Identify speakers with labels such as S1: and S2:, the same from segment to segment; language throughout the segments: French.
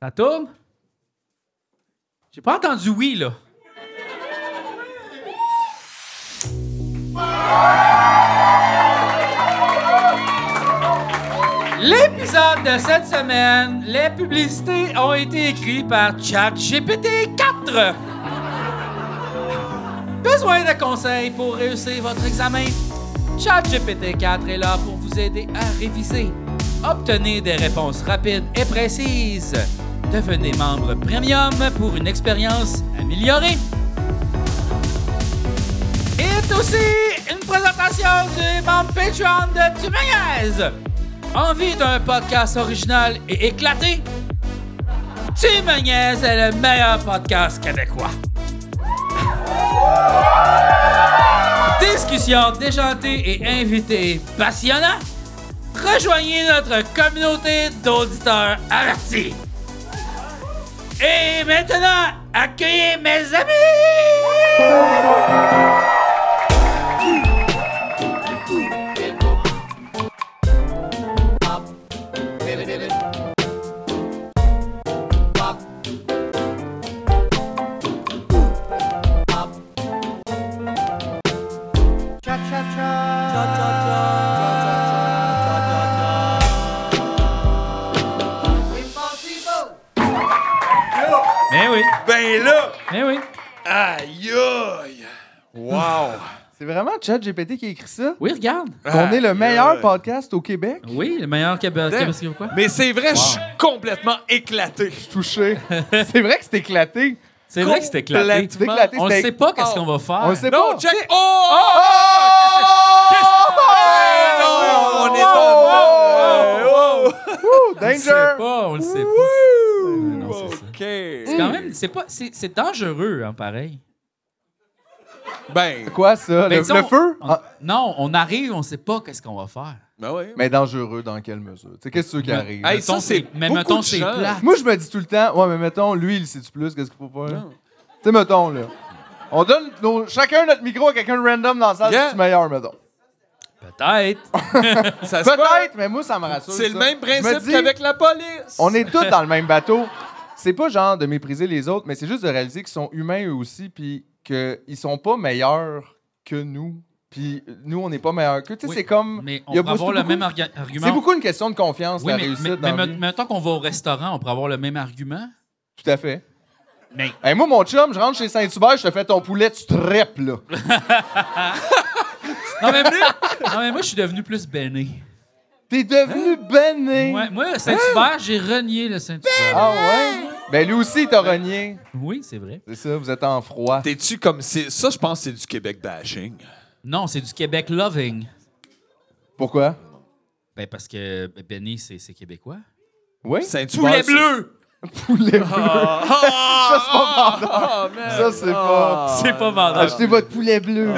S1: Ça tourne? J'ai pas entendu oui, là. L'épisode de cette semaine, les publicités ont été écrites par ChatGPT 4. Besoin de conseils pour réussir votre examen? ChatGPT 4 est là pour vous aider à réviser. Obtenez des réponses rapides et précises. Devenez membre premium pour une expérience améliorée. Et aussi une présentation du membre Patreon de Tumayaz. Envie d'un podcast original et éclaté? Tumayaz est le meilleur podcast québécois. Discussion déjantée et invités passionnants. Rejoignez notre communauté d'auditeurs avertis. Et maintenant, accueillez mes amis!
S2: Eh
S1: Mais oui,
S3: Ben là,
S1: mais Eh oui.
S3: aïe aïe! Wow!
S2: C'est vraiment ChatGPT qui a écrit ça?
S1: Oui, regarde.
S2: Qu'on est le
S3: Aïe,
S2: meilleur
S3: aïe.
S2: podcast au Québec?
S1: Oui, le meilleur Québec.
S3: Damn.
S1: Québec- quoi?
S3: Mais c'est vrai, je suis complètement éclaté.
S2: Touché. c'est vrai que c'est éclaté.
S1: C'est vrai que c'était éclaté.
S2: C'est éclaté,
S1: On ne
S2: c'était-
S1: sait pas qu'est-ce
S2: Oh.
S1: qu'on va faire.
S2: On le sait
S3: Non,
S2: pas.
S3: Jack! Oh! oh, oh, qu'est-ce- Ben non, on est pas mort.
S2: Ouh,
S1: On le sait
S2: danger!
S1: pas, on le sait
S3: Oh!
S1: pas.
S3: Wouh!
S1: non, c'est ça.
S3: OK.
S1: C'est quand même, c'est pas, c'est c'est dangereux, hein, pareil.
S3: Ben,
S2: Quoi, ça?
S1: Ben,
S2: Le,
S1: disons,
S2: le feu?
S1: on-
S2: Ah,
S1: Non, on arrive, on sait pas qu'est-ce qu'on va faire.
S3: ben ouais.
S2: Mais dangereux, dans quelle mesure? Tu sais, qu'est-ce que tu veux qui
S1: Mais-
S2: arrive?
S3: Hey,
S1: Mettons,
S3: ça, c'est
S1: mais
S3: beaucoup
S1: mettons,
S3: de
S1: c'est
S3: gens.
S1: plat.
S2: Moi, je me dis tout le temps, ouais, mais mettons, lui, il sait-tu plus? Qu'est-ce qu'il faut faire?
S3: Non.
S2: Tu sais, mettons, là. On donne nos- chacun notre micro à quelqu'un de random dans la salle,
S3: Yeah.
S2: c'est meilleur, mettons.
S1: Peut-être.
S3: Ça se peut.
S2: Peut-être, mais moi, ça me rassure.
S3: C'est le
S2: ça.
S3: même
S2: Je me
S3: principe
S2: dis,
S3: qu'avec la police.
S2: On est tous dans le même bateau. C'est pas genre de mépriser les autres, mais c'est juste de réaliser qu'ils sont humains eux aussi, puis qu'ils sont pas meilleurs que nous, puis nous, on n'est pas meilleurs qu'eux. Tu sais,
S1: Oui,
S2: c'est comme.
S1: Mais on
S2: il y a
S1: peut avoir le
S2: beaucoup-
S1: même arga- argument.
S2: C'est beaucoup une question de confiance,
S1: Oui,
S2: la
S1: mais,
S2: réussite
S1: mais-
S2: dans
S1: mais
S2: la
S1: me-
S2: vie.
S1: mettons qu'on va au restaurant, on pourrait avoir le même argument.
S2: Tout à fait.
S1: Mais-
S2: Hey, moi, mon chum, je rentre chez Saint-Hubert, je te fais ton poulet, tu te repes, là.
S1: Non, mais, non, mais moi, je suis devenu plus béné.
S2: T'es devenu béni.
S1: Hein? Ouais, moi, Saint-Hubert, j'ai renié le Saint-Hubert.
S2: Ah ouais? Ben lui aussi, il t'a renié.
S1: Oui, c'est vrai.
S2: C'est ça, vous êtes en froid.
S3: T'es-tu comme. c'est- Ça, je pense que c'est du Québec bashing.
S1: Non, c'est du Québec loving.
S2: Pourquoi?
S1: Ben, parce que ben, béné, c'est c'est québécois.
S2: Oui?
S3: Saint-Hubert. c'est-
S1: bleu!
S2: Poulet bleu.
S3: Ah! Ah, man. Ah.
S2: Ça, c'est pas...
S1: C'est pas vendeur.
S2: Achetez votre poulet bleu.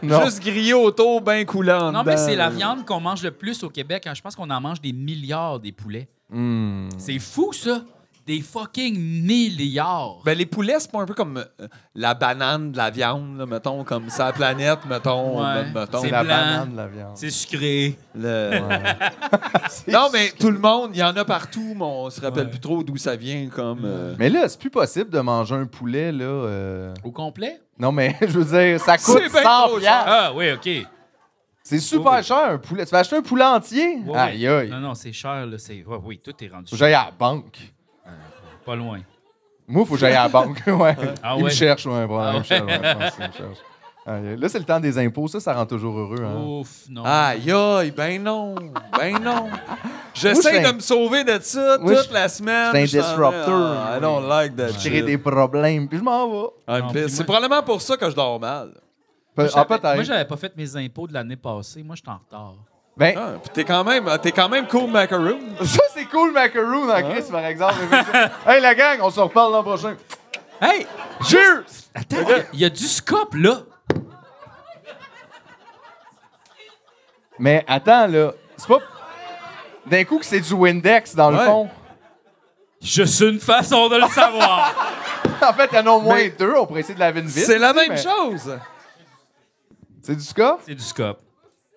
S2: Non.
S3: Juste grillé autour, ben coulant.
S1: Non, mais
S3: dedans.
S1: c'est la viande qu'on mange le plus au Québec. hein. Je pense qu'on en mange des milliards des poulets.
S2: Hmm.
S1: C'est fou, ça! Des fucking milliards!
S3: Ben, les poulets, c'est pas un peu comme euh, la banane de la viande, là, mettons, comme ça, la planète, mettons.
S1: Ouais.
S3: me- mettons.
S1: C'est
S2: C'est la
S1: blanc.
S2: banane de la viande.
S1: C'est sucré.
S3: Le-
S2: C'est-
S3: Non, mais tout le monde, il y en a partout, mais on se rappelle
S1: Ouais.
S3: plus trop d'où ça vient, comme. euh,
S2: Mais là, c'est plus possible de manger un poulet, là. euh.
S1: Au complet?
S2: Non, mais je veux dire, ça coûte
S3: C'est bien
S2: 100
S3: trop
S2: piastres.
S1: Ah, oui, OK.
S2: C'est super
S1: Oh, Oui.
S2: cher, un poulet. Tu vas acheter un poulet entier?
S1: Ouais, ouais.
S2: Aïe, aïe.
S1: Non, non, c'est cher, là. C'est... ouais, oui, tout est rendu
S2: Faut que j'aille à la banque.
S1: cher. Pas loin.
S2: Moi, faut que j'aille à la banque. ouais.
S1: Ah
S2: Il me
S1: ouais?
S2: cherche, ouais, bon,
S1: Ah
S2: il me cherche,
S1: ouais.
S2: ouais, je pense qu'il me cherche. Aïe, Là, c'est le temps des impôts, ça, ça rend toujours heureux. Hein.
S1: Ouf, non.
S3: Aïe, aïe, ben non, ben non.
S2: Moi,
S3: J'essaie
S2: je suis
S3: de
S2: un-
S3: me sauver de ça
S2: Moi,
S3: toute
S2: je-
S3: la semaine.
S2: je
S3: un
S2: suis un disrupteur.
S3: ah, I don't like that
S2: Tirer
S3: shit.
S2: des problèmes, puis je m'en vais.
S3: I'm
S1: Non,
S3: pissed.
S1: puis
S3: C'est
S1: moi-
S3: probablement pour ça que je dors mal.
S2: Pe-
S1: J'avais-
S2: ah,
S1: Moi,
S2: peut-être.
S1: j'avais pas fait mes impôts de l'année passée. Moi, j'étais en retard.
S2: Ben,
S3: Ah, puis t'es quand même, t'es quand même cool macaroon.
S1: Ah.
S2: ça, c'est cool, Macaroon en Chris, par exemple. hey, la gang, on se reparle l'an prochain.
S1: Hey!
S2: Cheers!
S1: Attends, il y a- il y, a du scope, là!
S2: Mais attends, là, c'est pas. D'un coup, que c'est du Windex, dans le
S3: Ouais.
S2: fond.
S1: Je suis une façon de le savoir!
S2: En fait, il y en a au moins
S3: Mais-
S2: deux, on pourrait essayer de laver une vitre.
S3: C'est la
S2: tu sais,
S3: même
S2: mais-
S3: chose.
S2: C'est du scope?
S1: c'est du scope.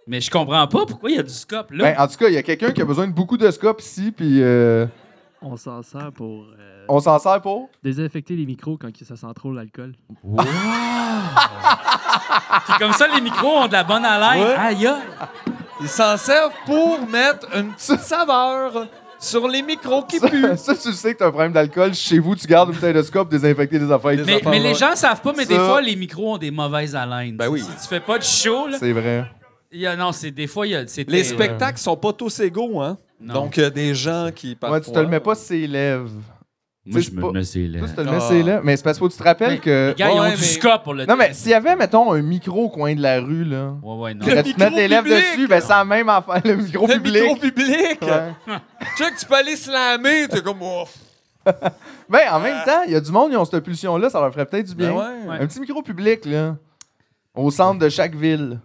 S1: Mais je comprends pas pourquoi il y a du scope, là.
S2: Ben, en tout cas, il y a quelqu'un qui a besoin de beaucoup de scope ici, puis. euh,
S4: on s'en sert pour euh,
S2: On s'en sert pour?
S4: désinfecter les micros quand que ça sent trop l'alcool.
S1: Puis comme ça, les micros ont de la bonne haleine.
S3: Ouais.
S1: Aïe, aïe.
S3: Ils s'en servent pour mettre une petite saveur sur les micros qui puent.
S2: Ça, tu sais que t'as un problème d'alcool. Chez vous, tu gardes une bouteille de scope, désinfecter les affaires.
S3: Des
S1: Mais,
S3: affaires,
S1: mais les
S3: ouais.
S1: gens savent pas, mais des
S2: Ça-
S1: fois, les micros ont des mauvaises haleines.
S3: Ben oui.
S1: Si tu fais pas de show, là,
S2: C'est vrai.
S1: il y a- non, c'est des fois, il y a. c'est
S3: Les
S1: terrible.
S3: spectacles sont pas tous égaux, hein?
S1: Non.
S3: Donc, il y a des gens qui parfois...
S2: Moi, tu te le mets pas ses lèvres.
S1: Moi, je
S2: tu sais,
S1: me
S2: c'est pas-
S1: mets les
S2: Toi,
S1: lèvres.
S2: tu te le
S3: Ah.
S2: mets ses lèvres. Mais c'est parce qu'il faut que tu te rappelles que.
S1: Les gars, ils ont
S3: Ouais,
S1: du
S3: mais-
S1: ska pour le
S2: Non, mais s'il y avait, mettons, un micro au coin de la rue, là.
S1: Ouais, ouais, non.
S2: Tu tu mets tes lèvres
S3: micro-public!
S2: dessus, ben, c'est la même affaire, le micro
S3: Le
S2: public.
S3: micro public!
S2: Ouais.
S3: Tu sais que tu peux aller slammer, t'es comme... Oh.
S2: Ben, en même temps, il y a du monde qui ont cette pulsion-là, ça leur ferait peut-être du bien.
S3: Ben ouais.
S1: Euh. Ouais.
S2: Un petit micro public, là. Au centre de chaque ville.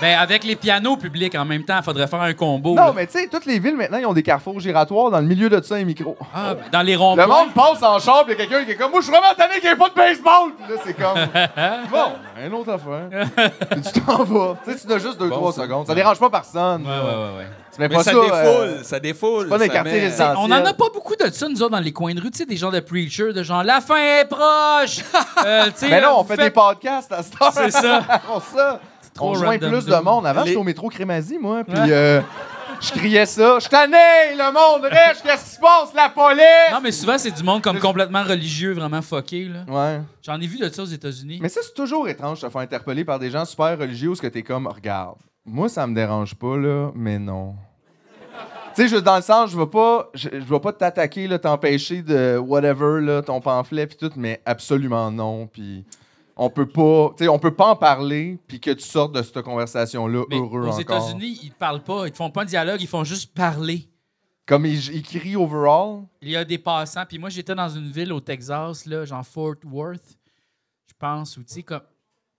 S1: Ben, avec les pianos publics en même temps, il faudrait faire un combo. Oh, là.
S2: Non, mais tu sais, toutes les villes maintenant, ils ont des carrefours giratoires dans le milieu de ça, un micro.
S1: Ah, dans les
S2: Le
S1: ronds-points.
S2: monde passe en chambre, il y a quelqu'un qui est comme Moi, je suis vraiment tanné qu'il n'y ait pas de baseball. Puis là, c'est comme Bon, un autre affaire. Puis tu t'en vas. Tu sais, tu n'as juste 2-3
S3: Bon, ça-
S2: secondes. Ça dérange pas personne.
S1: Ouais, ouais, ouais, ouais.
S2: Tu mets
S3: Mais
S2: pas
S3: ça,
S2: ça.
S3: défoule,
S2: euh,
S3: ça défoule.
S2: Ah, c'est pas des
S3: ça
S2: quartiers
S3: met-
S2: résidentiels.
S1: On en a pas beaucoup de ça, nous autres, dans les coins de rue, tu sais, des gens de preacher, de genre la fin est proche! Euh, tu sais,
S2: Mais
S1: euh,
S2: Ben non, on
S1: vous
S2: fait des
S1: faites-
S2: podcasts à cette heure.
S1: C'est ça.
S2: On ça.
S1: trop
S2: On joint
S1: random,
S2: plus de
S1: dude.
S2: monde. Avant,
S3: Les-
S2: j'étais au métro Crémazie, moi. Puis euh, je criais ça. Je tanné, le monde riche. Qu'est-ce qui se passe, la
S1: Non,
S2: police?
S1: mais souvent, c'est du monde comme complètement religieux, vraiment fucké, là.
S2: Ouais.
S1: J'en ai vu de ça aux États-Unis.
S2: Mais ça, c'est toujours étrange de te faire interpeller par des gens super religieux où ce que t'es comme, regarde, moi, ça me dérange pas, là, mais non. tu sais, juste dans le sens, je vais pas, je, je vais pas t'attaquer, là, t'empêcher de whatever, là, ton pamphlet, puis tout, mais absolument non, puis on peut pas, tu sais, on peut pas en parler, puis que tu sortes de cette conversation-là
S1: Mais
S2: heureux
S1: aux
S2: encore.
S1: États-Unis, ils parlent pas, ils te font pas un dialogue, ils font juste parler.
S2: Comme ils, ils crient overall,
S1: Il y a des passants. Puis moi, j'étais dans une ville au Texas, là, genre Fort Worth, je pense, ou tu sais, comme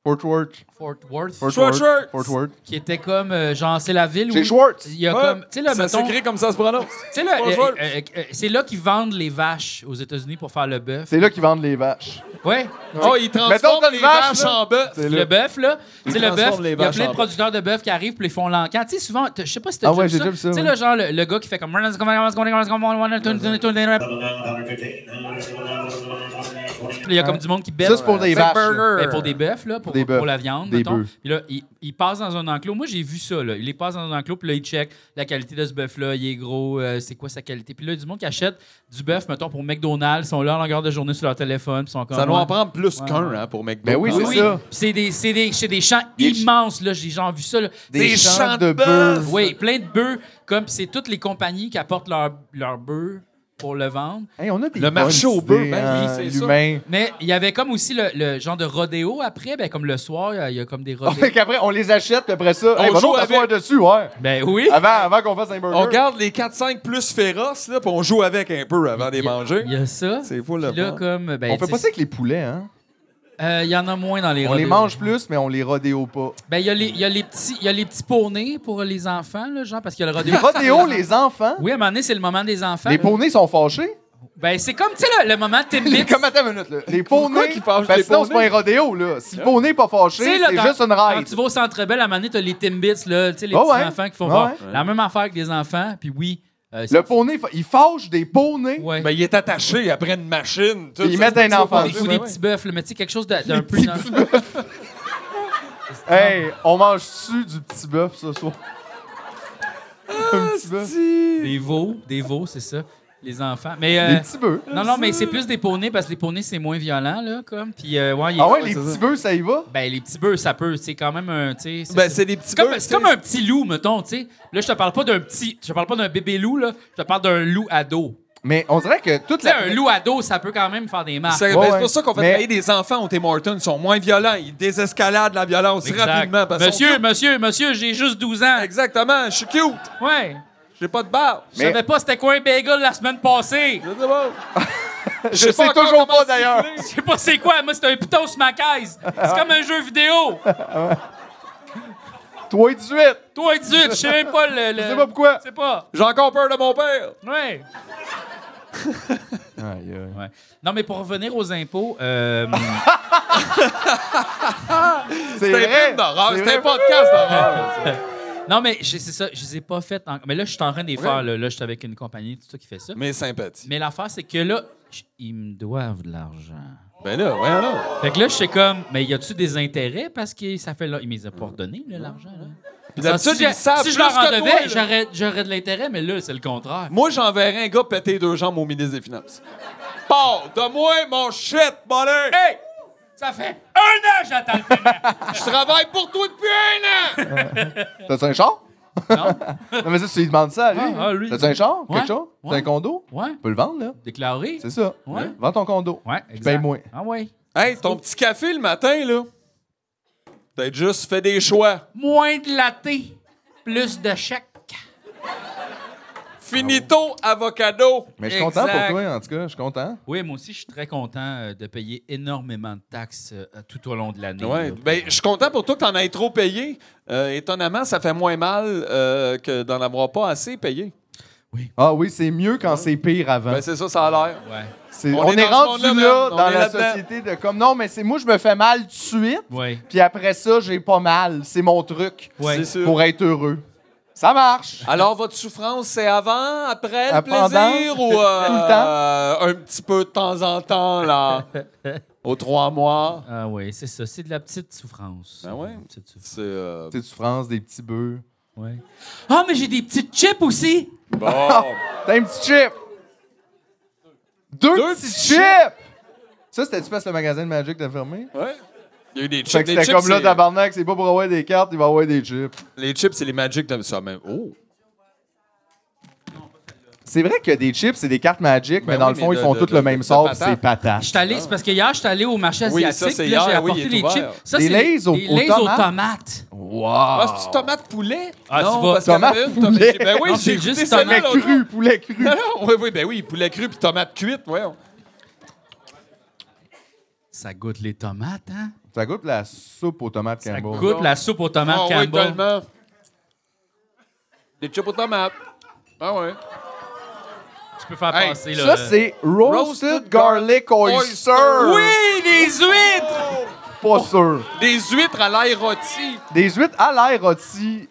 S2: Fort Worth,
S1: Fort Worth,
S2: Fort
S3: Schwartz.
S2: Worth, Fort Worth.
S1: qui était comme, euh, genre, c'est la ville où.
S2: Chez Schwartz!
S1: Il y a
S3: Ouais,
S1: comme. Tu sais, là,
S3: ça
S1: mettons-
S3: s'écrit comme ça se prononce.
S1: tu sais, là,
S3: Fort
S1: euh,
S3: Worth.
S1: euh, euh, c'est là qu'ils vendent les vaches aux États-Unis pour faire le bœuf.
S2: C'est là qu'ils vendent les vaches.
S1: Ouais.
S3: Oh, ils
S2: Mettons
S3: transforment
S2: t'as
S3: les
S2: une vache,
S3: vaches
S2: là.
S3: en bœuf.
S2: C'est
S1: Le
S2: là.
S1: bœuf, là, tu sais, le bœuf,
S3: transforment
S1: il
S3: les
S1: y a
S3: vaches
S1: plein de
S3: en
S1: producteurs de bœuf qui arrivent puis ils font l'encan. Tu sais, souvent, t'as- je sais pas si t'as
S2: Ah
S1: déjà
S2: ouais,
S1: vu
S2: j'ai
S1: ça.
S2: déjà vu ça,
S1: Tu sais,
S2: ouais.
S1: le genre, le, le gars qui fait comme... Puis Il y a comme du monde qui bête.
S2: Ça, c'est pour des vaches. là.
S1: Ben, pour des bœufs, là, pour,
S2: Des bœufs.
S1: pour la viande,
S2: Des
S1: mettons.
S2: bœufs.
S1: Puis là, il, il passe dans un enclos. Moi, j'ai vu ça, là. Il les passe dans un enclos, puis là, il check la qualité de ce bœuf-là. Il est gros, euh, c'est quoi sa qualité. Puis là, il y a du monde qui achète du bœuf, mettons, pour McDonald's, ils sont là en longueur de journée sur leur téléphone, puis ils sont comme...
S3: Ça doit
S1: Ouais.
S3: en prendre plus
S1: Ouais.
S3: qu'un hein, pour McDo.
S2: Ben oui,
S1: Oui,
S2: c'est
S1: oui.
S2: ça.
S1: C'est des, c'est des, c'est des champs
S2: Des ch-
S1: immenses, là. J'ai genre vu ça, là.
S3: Des
S2: champs
S3: champs de
S2: bœufs.
S3: bœuf.
S1: Oui, plein de bœufs. Comme c'est toutes les compagnies qui apportent leur, leur bœuf pour le vendre.
S2: Hey, on a des
S3: Le marché
S2: bonnes
S3: au bœuf,
S2: idées,
S3: ben oui,
S2: hein,
S3: c'est
S2: l'humain.
S1: Mais il y avait comme aussi le, le genre de rodéo après, ben comme le soir, il y a- il y, a comme des
S2: On
S1: rodéos.
S2: fait qu'après, on les achète, puis après ça,
S3: On
S2: hey, ben
S3: joue
S2: non, on va
S3: avec.
S2: s'asseoir dessus, ouais.
S1: Ben oui.
S2: Avant, avant qu'on fasse un burger.
S3: On regarde les 4-5 plus féroces, là, puis on joue avec un peu avant de les
S1: Il y a-
S3: manger.
S1: Il y a ça.
S3: C'est fou,
S1: Puis
S3: le
S1: là,
S3: fun.
S1: comme. Ben,
S2: on fait
S1: tu
S2: pas ça
S1: sais,
S2: avec les poulets, hein?
S1: euh, Il y en a moins dans les
S2: On les
S1: rodéos.
S2: mange plus, mais on les rodéo pas.
S1: Ben, il y, a les- il y a les petits il y a les petits poneys pour les enfants, là, genre, parce qu'il y a le rodéo. Ah,
S2: Les rodéo, les enfants?
S1: Oui, à un moment donné, c'est le moment des enfants.
S2: Les poneys sont fâchés?
S1: Ben, c'est comme, tu sais, le, le moment de Timbits.
S2: Comme attends une minute, là. Les
S3: Pourquoi
S2: poneys,
S3: qu'ils fâchent
S2: parce
S3: les
S2: que sinon, c'est pas
S3: poneys?
S2: un rodéo, là. Si le poney est pas
S1: Tu
S2: fâché,
S1: sais, là,
S2: c'est
S1: dans-
S2: juste une
S1: Quand
S2: ride.
S1: tu vas au centre belle, à un moment donné, t'as les Timbits, là, tu sais, les
S2: Ah
S1: petits
S2: ouais.
S1: enfants qui font
S2: Ah
S1: bon,
S2: ouais.
S1: la même affaire que les enfants, puis oui. euh,
S2: Le
S1: c'est-
S2: poney, fa- il fâche des poneys.
S1: ouais.
S3: Ben, il est attaché après une machine. tout
S2: Ils
S3: ça,
S2: mettent
S3: c'est
S2: un
S3: ça,
S2: enfant
S3: faut
S2: dessus,
S1: Ou
S3: manger,
S1: des
S3: ouais,
S1: petits bœufs, là, mais tu sais, quelque chose de- d'un peu. innocent.
S2: Hey, on mange dessus du petit bœuf ce soir.
S3: Ah,
S2: Un petit bœuf.
S1: Des veaux, des veaux, c'est ça, les enfants. Mais. euh,
S2: Des petits bœufs.
S1: non, non, mais c'est plus des poneys parce que les poneys, c'est moins violent, là, comme. Puis, euh, ouais, il-
S2: Ah ouais, les
S3: c'est
S2: petits
S3: ça.
S2: bœufs, ça y va?
S1: Ben, les petits bœufs, ça peut, c'est quand même un. tu sais,
S3: ouais. Ben, c'est des petits
S1: C'est comme,
S3: bœufs,
S1: c'est comme
S3: tu sais.
S1: un petit loup, mettons, tu sais. Là, je te parle pas d'un petit. Je te parle pas d'un bébé loup, là. Je te parle d'un loup ado.
S2: Mais on dirait que toute
S1: Tu sais,
S2: la.
S1: un loup ado, ça peut quand même faire des marques.
S3: C'est ben,
S2: Ouais,
S3: c'est
S2: ouais.
S3: pour ça qu'on fait
S2: Mais-
S3: travailler des enfants au Tim Hortons. Ils sont moins violents. Ils désescaladent la violence
S1: Exact.
S3: rapidement. Parce qu'ils sont
S1: monsieur, monsieur, monsieur, j'ai juste 12 ans.
S3: cute. Exactement. Je suis cute.
S1: Ouais.
S3: J'ai pas de barbe.
S1: Je
S2: Mais-
S1: savais pas c'était quoi un bagel la semaine passée.
S3: Je sais pas. Je
S2: sais
S3: encore comment
S2: toujours pas, d'ailleurs.
S3: siffler.
S1: Je sais pas c'est quoi. Moi, c'est un piton sur ma caisse. C'est comme un jeu vidéo.
S2: 3 et 18!
S1: Toi, 18, je sais même pas le. le-
S2: Je sais pas pourquoi.
S1: Je sais pas.
S3: J'ai encore peur de mon père.
S1: Ouais.
S2: Aïe, aïe.
S1: ouais. Non, mais pour revenir aux impôts, euh,
S2: C'est
S3: C'est un
S2: vrai.
S3: film d'horreur.
S2: C'est
S3: C'est un
S2: vrai.
S3: podcast d'horreur.
S1: Non, mais j'ai- c'est ça, je les ai pas faites. en- Mais là, je suis en train de les
S3: Ouais.
S1: faire. Là, Là, je suis avec une compagnie, tout ça qui fait ça.
S3: Mais sympathie.
S1: Mais l'affaire, c'est que là, je- ils me doivent de l'argent.
S3: Ben là, voyons là.
S1: Fait que là, je suis comme, mais y a-tu des intérêts parce que ça fait. là- Ils m'ont pas redonné, là, l'argent, là.
S3: Puis
S1: Parce que
S3: d'habitude,
S1: si je-
S3: ils savent
S1: Si je
S3: plus
S1: leur en
S3: que toi,
S1: devais,
S3: là.
S1: j'aurais- j'aurais de l'intérêt, mais là, c'est le contraire.
S3: Moi, j'enverrais un gars péter deux jambes au ministre des Finances. Pars de moi, mon shit, bonheur!
S1: Hey! Ça fait un an que j'attends le paiement!
S3: Je travaille pour toi depuis un an!
S2: T'as-tu un char?
S1: Non?
S2: Non, mais ça, tu lui demandes ça à lui.
S1: Ah, ah, lui.
S2: T'as-tu un char?
S1: Ouais.
S2: Quelque chose? T'as
S1: Ouais.
S2: un condo?
S1: Ouais?
S2: Tu peux le vendre, là.
S1: Déclaré?
S2: C'est ça.
S1: Ouais.
S2: Vends ton condo.
S1: Ouais,
S2: Puis
S1: exact.
S2: paye moins.
S1: Ah ouais.
S3: Hey, ton petit café le matin, là. T'as juste fait des choix.
S1: Moins de laté, plus de chèques.
S3: Finito, avocado.
S2: Mais je suis content pour
S1: Exact.
S2: toi, en tout cas. Je suis content.
S1: Oui, moi aussi, je suis très content euh, de payer énormément de taxes euh, tout au long de l'année.
S3: Ouais,
S1: là.
S3: ben, je suis content pour toi que t'en aies trop payé. Euh, étonnamment, ça fait moins mal euh, que d'en avoir pas assez payé.
S2: Ah oui, c'est mieux quand c'est pire avant.
S3: Ben, c'est ça, ça a l'air.
S1: Ouais.
S2: C'est-
S3: on
S2: on,
S3: est dans
S2: est,
S3: ce
S2: rendu
S3: monde-là, man.
S2: là,
S3: On
S2: dans
S3: est
S2: la
S3: là-dedans.
S2: société de comme non, mais c'est moi, je me fais mal tout de suite,
S1: Ouais.
S2: puis après ça, j'ai pas mal. C'est mon truc
S1: Ouais.
S3: C'est sûr.
S2: pour être heureux. Ça marche!
S3: Alors, votre souffrance, c'est avant, après le
S2: À Euh, pendant,
S3: plaisir ou euh,
S2: tout le temps?
S3: un petit peu de temps en temps, là, aux trois mois?
S1: Ah oui, c'est ça. C'est de la petite souffrance.
S3: Ben ouais.
S1: Une petite souffrance.
S3: C'est euh,
S2: Tu sais, tu Ah, France, des petits bœufs.
S1: Ouais. Ah, mais j'ai des petites chips aussi!
S3: bon.
S2: T'as un petit chip! Deux,
S3: Deux
S2: petits
S3: petits
S2: chips! Ça, c'était-tu parce que le magasin de Magic t'a fermé?
S3: ouais. Il y a eu des chips.
S2: Fait que
S3: les
S2: c'était
S3: chips,
S2: comme là,
S3: c'est-
S2: tabarnak, c'est pas pour avoir des cartes, il va avoir des chips.
S3: Les chips, c'est les Magic de ça. Mais, oh!
S2: C'est vrai que des chips, c'est des cartes Magic,
S3: Ben
S2: mais dans
S3: oui,
S2: le fond,
S3: mais
S2: ils
S3: de-
S2: font
S3: de-
S2: tous
S3: de-
S2: le
S3: de
S2: même sort, puis
S3: patates.
S2: c'est
S1: Je
S2: patate.
S1: suis allé, c'est parce que hier, je suis allé au marché
S3: Ah. Oui, ça,
S1: asiatique,
S3: c'est
S1: puis là, j'ai
S3: hier, oui,
S1: apporté
S3: il est
S1: les
S3: ouvert.
S1: chips. Ça,
S2: Des
S1: c'est
S2: Lay's aux-
S1: des
S2: aux
S1: Lay's aux
S2: tomates.
S1: tomates.
S2: Wow!
S3: Ah, c'est-tu tomate poulet?
S1: Ah,
S3: non,
S1: tu vas-
S3: parce qu'il y en
S2: Tomate
S3: avait une, tomate-
S2: poulet.
S3: Ben oui,
S1: Non,
S3: j'ai
S1: c'est juste
S3: goûté celle-là
S2: Poulet
S1: tomate
S3: l'autre jour.
S2: cru, poulet cru.
S3: Non, non, oui, oui, ben oui, poulet cru puis tomate cuite, voyons.
S1: Ça goûte les tomates, hein?
S2: Ça goûte la soupe aux tomates
S1: Ça
S2: Campbell.
S1: goûte la soupe aux tomates
S3: Ah oui,
S1: Campbell.
S3: tellement. Des chips aux tomates. Ah ouais.
S1: tu peux faire
S3: Hey,
S1: passer, là.
S2: Ça, c'est Roasted Garlic Oyster.
S3: Oui, des huîtres!
S2: Pas sûr.
S3: Des huîtres à l'ail rôti
S2: Des huîtres à l'air rôti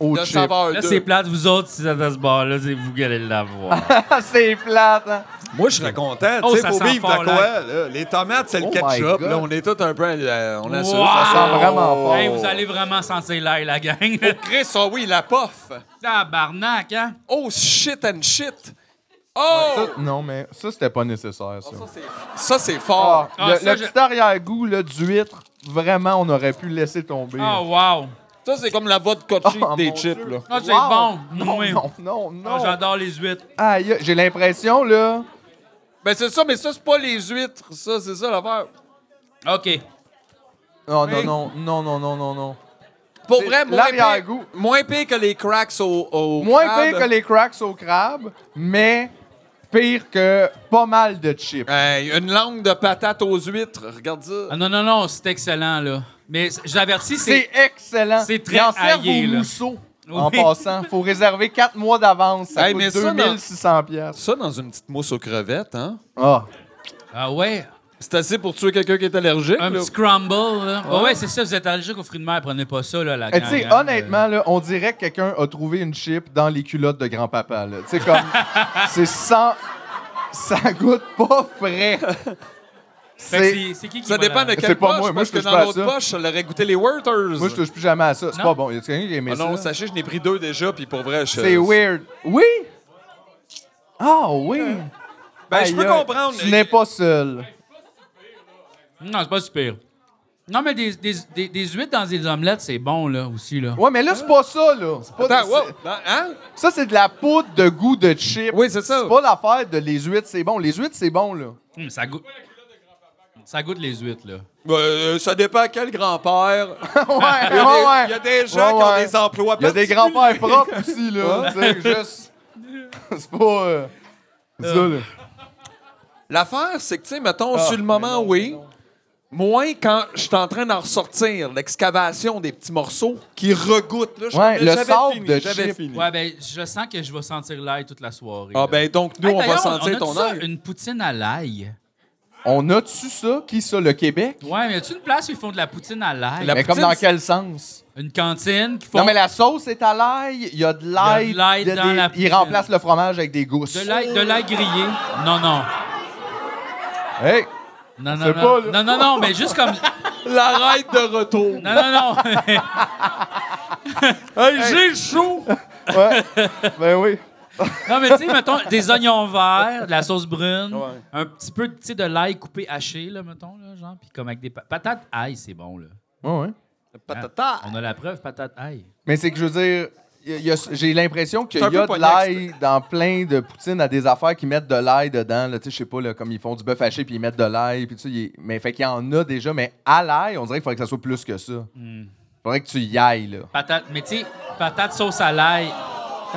S2: au
S3: de
S2: chip.
S3: saveur
S1: Là,
S3: deux.
S1: c'est plate, vous autres, si vous êtes à ce bar-là, c'est vous qui allez l'avoir.
S2: Ah, c'est plate, hein?
S5: Moi, je serais content.
S3: Ah,
S1: Oh,
S5: tu sais,
S1: ça
S5: faut
S1: sent
S5: vivre de
S1: fort,
S5: quoi? là. Les tomates, c'est le
S2: Oh my
S5: ketchup.
S2: God.
S5: Là, on est tous un peu. euh, on a
S1: Wow!
S5: ça.
S3: Ah.
S2: Ça sent vraiment fort.
S1: Hey, vous allez vraiment sentir l'ail, la gang.
S3: Chris, ah oui, la pof.
S1: Tabarnak, hein?
S3: Oh, shit and shit. Oh!
S2: Ça, non, mais ça, c'était pas nécessaire, ça.
S3: Ça, c'est- Ça, c'est
S2: Ah,
S3: fort.
S1: Ah,
S2: le,
S1: ça,
S2: le
S1: je-
S2: petit arrière-goût là, d'huître, vraiment, on aurait pu le laisser tomber.
S1: Oh, wow.
S3: Ça, c'est comme la vodka Ah, cheap
S2: Ah,
S3: des
S2: mon
S3: chips,
S2: Dieu.
S3: là.
S1: Ah, c'est
S2: Wow.
S1: bon.
S2: Non,
S1: Oui.
S2: non, non,
S1: Ah,
S2: non.
S1: J'adore les huîtres.
S2: Aïe, j'ai l'impression, là... ah,
S3: Ben, c'est ça, mais ça, c'est pas les huîtres. Ça, c'est ça l'affaire.
S1: OK.
S2: Non,
S3: Oui.
S2: non, non, non, non, non, non, non.
S3: Pour
S2: C'est
S3: vrai, moins pire,
S2: l'arrière-goût.
S3: moins pire que les cracks au, au
S2: Moins
S3: crabe.
S2: pire que les cracks au crabe, mais pire que pas mal de chips.
S3: Hey, une langue de patate aux huîtres, regarde ça.
S1: Ah, non, non, non, c'est excellent, là. Mais c- j'avertis, c'est...
S2: C'est excellent.
S1: c'est très
S2: Ils en servent
S1: haillé,
S2: au
S1: là.
S2: mousseau, en
S1: Oui.
S2: passant. faut réserver 4 mois d'avance. Ça
S3: Hey, mais
S2: coûte
S3: ça, dans-
S2: 2600 piastres.
S3: Ça dans une petite mousse aux crevettes, hein?
S2: Ah,
S1: Ah ouais,
S3: C'est assez pour tuer quelqu'un qui est allergique.
S1: un
S3: là.
S1: petit crumble, là. Ah ouais, c'est ça, vous êtes allergique aux fruits de mer, prenez pas ça, là, la
S2: Eh,
S1: gang.
S2: tu sais,
S1: hein.
S2: honnêtement, là, on dirait que quelqu'un a trouvé une chip dans les culottes de grand-papa. là. Tu sais, comme. c'est sans. Ça goûte pas frais.
S1: Euh, Fait que
S2: C'est.
S1: C'est c'est qui qui
S3: Ça
S1: va
S3: dépend
S1: la-
S3: de quelle
S2: C'est pas
S3: poche,
S2: moi, moi,
S3: parce
S2: je
S3: que
S2: touche
S3: dans
S2: pas à
S3: l'autre
S2: ça.
S3: poche, elle aurait goûté les Werthers.
S2: Moi, je touche plus jamais à ça. C'est
S1: Non.
S2: pas bon. Y a quelqu'un qui a aimé
S3: Ah non, euh,
S2: ça?
S3: sachez, je n'ai pris deux déjà, puis pour vrai, je...
S2: C'est weird. Oui? Ah oui!
S5: Ben, je peux
S2: Aïe, aïe.
S5: comprendre.
S2: Tu n'es pas seul.
S1: Non, c'est pas super. Non, mais des, des, des, des huîtres dans des omelettes, c'est bon, là, aussi, là.
S2: Ouais, mais là, c'est pas ça, là. C'est pas
S3: Attends,
S2: c'est-
S3: wow, non, hein?
S2: Ça, c'est de la poudre de goût de chip.
S3: Oui, c'est ça.
S2: C'est pas l'affaire de les huîtres, c'est bon. Les huîtres, c'est bon, là.
S1: Hum, ça goûte... Ça goûte les huîtres, là.
S3: Euh, ça dépend quel grand-père.
S2: ouais,
S3: Il y a des-
S2: Ah ouais, ouais.
S3: il y a des gens qui ont
S2: ouais.
S3: des emplois
S2: Il y a des
S3: particuliers.
S2: grands-pères propres aussi, là. Tu sais, juste. C'est pas. euh, c'est ça, là.
S3: L'affaire, c'est que, tu sais, mettons,
S2: Ah,
S3: sur le moment, oui, moins quand je suis en train d'en ressortir, l'excavation des petits morceaux qui regoutent. Là, je-
S2: Ouais, le
S3: j'avais
S2: sable
S3: fini,
S2: de
S3: j'avais
S2: chip.
S3: fini.
S1: Ouais, ben, je sens que je vais sentir l'ail toute la soirée.
S3: Ah
S1: là.
S3: ben donc, nous,
S1: Hey,
S3: on va
S1: d'ailleurs,
S3: sentir
S1: on a-tu
S3: ton
S1: ça,
S3: œil.
S1: une poutine à l'ail.
S2: On a-tu ça? Qui ça? Le Québec?
S1: Ouais, mais y a-tu une place où ils font de la poutine à l'ail?
S2: mais comme
S3: poutine,
S2: dans
S3: c'est-
S2: quel sens?
S1: Une cantine qui font
S2: Non, mais la sauce est à l'ail. Il y a de
S1: Il
S2: l'ail.
S1: y a de l'ail
S2: a
S1: dans la
S2: Il
S1: poutine.
S2: remplace le fromage avec des gousses.
S1: de l'ail de l'ail grillé. Non, non.
S2: Hey!
S1: Non,
S2: sait
S1: non,
S2: pas,
S1: non.
S2: là.
S1: non, non, non, mais juste comme.
S3: L'arrête de retour.
S1: Non, non, non.
S3: Hey, j'ai chaud.
S2: Ouais. ben oui.
S1: non, mais tu sais, mettons, des oignons verts, de la sauce brune, un petit peu tu sais, de l'ail coupé haché, là, mettons, là, genre, puis comme avec des pa- patates ail, c'est bon, là.
S2: Ouais, ouais.
S3: Patata.
S1: On a la preuve, patates ail.
S2: Mais c'est que je veux dire, il y a- j'ai l'impression qu'il y
S3: C'est
S2: a
S3: un peu
S2: de
S3: pognac,
S2: l'ail dans plein de poutines à des affaires qui mettent de l'ail dedans. là. Tu sais, je sais pas, là, comme ils font du bœuf haché puis ils mettent de l'ail. Puis tu sais, il- mais fait qu'il y en a déjà, mais à l'ail, on dirait qu'il faudrait que ça soit plus que ça.
S3: Hmm.
S2: faudrait que tu y ailles, là.
S1: Patates, mais tu sais, patates sauce à l'ail.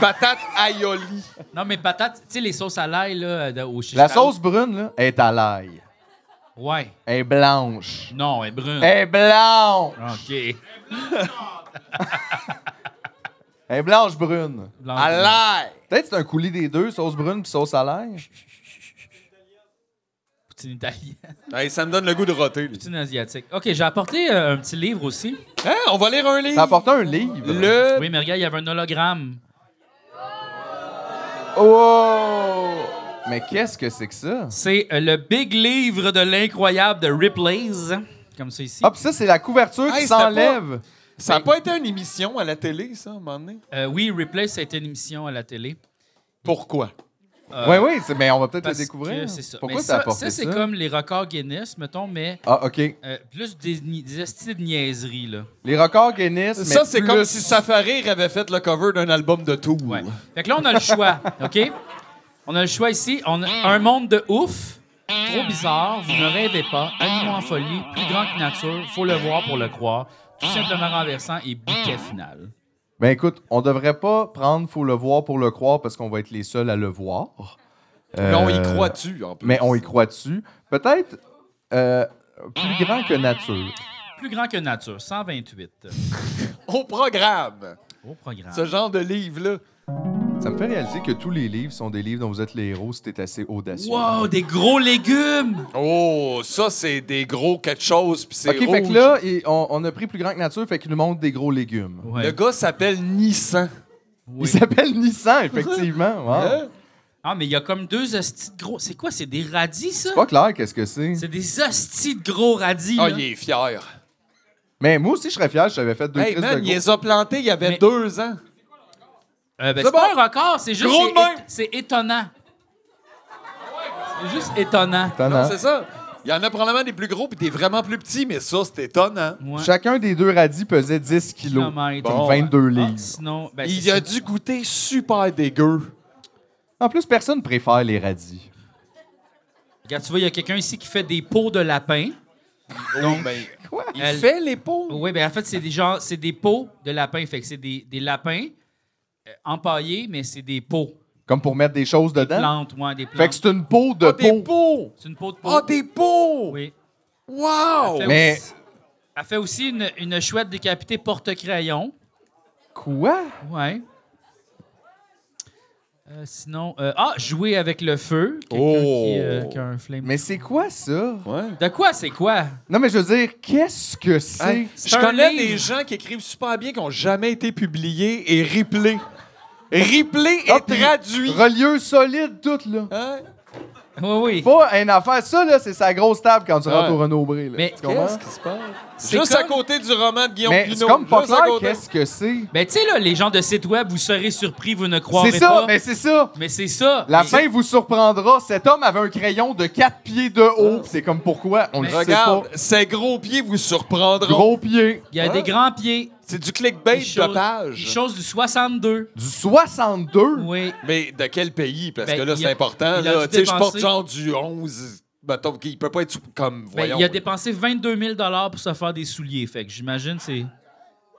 S3: Patate aioli.
S1: Non, mais patates, tu sais, les sauces à l'ail, là, de- au
S2: La
S1: shish-kebab.
S2: sauce brune, là, est à l'ail.
S1: Ouais.
S2: Elle est blanche.
S1: Non, elle est brune.
S2: Elle est blanche.
S1: OK.
S2: Elle est blanche brune.
S1: Blanche
S3: À l'ail.
S2: Peut-être que c'est un coulis des deux, sauce brune puis sauce à l'ail.
S1: Poutine italienne.
S3: Hey, ça me donne le goût de roter. lui.
S1: Poutine asiatique. OK, j'ai apporté euh, un petit livre aussi.
S3: Hein, on va lire un livre.
S2: T'as apporté un livre.
S3: Le.
S1: Oui, mais regarde, il y avait un hologramme.
S2: Oh! Mais qu'est-ce que c'est que ça?
S1: C'est euh, le Big Livre de l'incroyable de Ripley's. Comme ça ici.
S2: Ah, puis ça, c'est la couverture
S3: Hey,
S2: qui
S3: c'était pas-
S2: s'enlève.
S3: Ça n'a pas été une émission à la télé, ça, à un moment donné?
S1: Euh, oui, Ripley's, ça a été une émission à la télé. Euh,
S3: Pourquoi?
S2: Oui, oui, c'est- mais on va peut-être le
S1: Parce
S2: découvrir.
S1: que c'est ça.
S2: Pourquoi
S1: Mais
S2: t'as
S1: ça,
S2: apporté ça?
S1: ça, c'est comme les records Guinness, mettons, mais
S2: Ah, OK.
S1: euh, plus des, ni- des hosties de niaiseries, là.
S2: Les records Guinness, mais
S3: ça, c'est
S2: plus-
S3: comme si Safarir avait fait le cover d'un album de tout.
S1: Ouais. Fait que là, on a le choix, OK? On a le choix ici. On a un monde de ouf, trop bizarre, vous ne rêvez pas, animaux en folie, plus grand que nature, faut le voir pour le croire, tout simplement renversant et bouquet final.
S2: Ben écoute, on devrait pas prendre « Faut le voir pour le croire » parce qu'on va être les seuls à le voir. Euh,
S3: Mais on y croit-tu, en plus?
S2: Mais on y croit dessus. Peut-être euh, plus grand que nature.
S1: Plus grand que nature, 128.
S3: Au programme,
S1: Au programme.
S3: ce genre de livre-là.
S2: Ça me fait réaliser que tous les livres sont des livres dont vous êtes les héros, c'était assez audacieux.
S1: Wow, des gros légumes!
S3: Oh, ça, c'est des gros quelque chose, puis c'est
S2: OK, fait que
S3: rouge.
S2: là, il- on, on a pris plus grand que nature, fait qu'il nous montre des gros légumes.
S1: Ouais.
S3: Le gars s'appelle Nissan.
S1: Oui.
S2: Il s'appelle Nissan, effectivement. Wow.
S3: Hein?
S1: Ah, mais il y a comme deux hosties de gros... C'est quoi, c'est des radis, ça?
S2: Pas clair qu'est-ce que c'est.
S1: C'est des hosties de gros radis,
S3: Ah,
S1: là.
S3: il est fier.
S2: Mais moi aussi, je serais fier si j'avais fait deux
S3: Hey,
S2: crises
S3: man,
S2: de
S3: il
S2: gros.
S3: les a plantés il y avait
S1: Mais-
S3: deux ans.
S1: Euh, ben,
S3: C'est
S1: c'est
S3: bon.
S1: pas un record, c'est juste.
S3: Gros
S1: c'est
S3: de même.
S1: é- C'est étonnant. C'est juste étonnant.
S2: Étonnant.
S3: Non, c'est ça. Il y en a probablement des plus gros puis des vraiment plus petits, mais ça, c'est étonnant.
S1: Ouais.
S2: Chacun des deux radis pesait 10 kilos.
S1: Kilomètre.
S2: Comme
S1: Bon.
S2: 22
S1: Ah,
S2: livres.
S1: sinon, ben,
S3: Il
S1: c'est
S3: a
S1: ça.
S3: dû goûter super dégueu.
S2: En plus, personne préfère les radis.
S1: Regarde, tu vois, il y a quelqu'un ici qui fait des peaux de lapin.
S3: Donc, mais il
S1: Elle-
S3: fait les peaux.
S1: Oui, ben en fait, c'est des gens, c'est des peaux de lapin. Fait que c'est des, des lapins euh, empaillés, mais c'est des peaux.
S2: Comme pour mettre des choses
S1: Des
S2: dedans.
S1: plantes, ouais, des plantes.
S2: Hein? Fait que c'est une peau de
S3: Ah, des
S2: peau.
S3: peaux.
S1: C'est une peau de peau.
S3: Ah, des peaux.
S1: Oui.
S3: Wow.
S1: Fait
S2: Mais-
S1: aussi- Elle fait aussi une, une chouette décapitée porte-crayon.
S2: Quoi?
S1: Ouais. Euh, sinon, euh, ah, jouer avec le feu. Quelqu'un
S3: Oh.
S1: qui, euh, qui a un flame.
S2: Mais c'est quoi ça?
S3: Ouais.
S1: De quoi c'est quoi?
S2: Non, mais je veux dire, qu'est-ce que c'est?
S3: Hey,
S1: c'est
S3: je
S1: un
S3: connais
S1: livre.
S3: des gens qui écrivent super bien, qui n'ont jamais été publiés et replay. Replay et
S2: Ah, puis
S3: traduit.
S2: Relieux solide, tout, là.
S3: Hein?
S1: Oui, oui.
S2: Pas une affaire. Ça, là, c'est sa grosse table quand tu rentres
S3: Ouais.
S2: au Renaud Bré. Là.
S1: Mais
S2: tu comprends?
S3: Qu'est-ce qui se passe?
S1: C'est
S3: Juste à
S1: comme-
S3: côté du roman de Guillaume
S2: Mais
S3: Pinault.
S2: c'est comme pas
S3: Juste à
S2: clair
S3: côté.
S2: qu'est-ce que c'est.
S1: Ben, tu sais, là, les gens de site web, vous serez surpris, vous ne croirez
S2: C'est ça,
S1: pas.
S2: mais c'est ça.
S1: Mais c'est ça.
S2: La
S1: Mais-
S2: fin vous surprendra. Cet homme avait un crayon de 4 pieds de haut.
S3: Ah.
S2: C'est comme pourquoi? On le sait pas.
S3: Regarde, ces gros pieds vous surprendront.
S2: Gros pied.
S1: Il y a
S3: Hein?
S1: des grands pieds.
S3: C'est du clickbait
S1: Des choses-
S3: de
S1: Des
S3: page.
S1: choses du 62.
S2: Du 62?
S1: Oui.
S3: Mais de quel pays? Parce
S1: Ben,
S3: que là,
S1: il
S3: c'est
S1: a-
S3: important.
S1: il a dû
S3: là. Tu sais, Je porte
S1: dépenser-
S3: genre du 11. Mettons, il peut pas être comme,
S1: Ben,
S3: voyons.
S1: il a
S3: là.
S1: dépensé 22 000 pour se faire des souliers. Fait que j'imagine, c'est.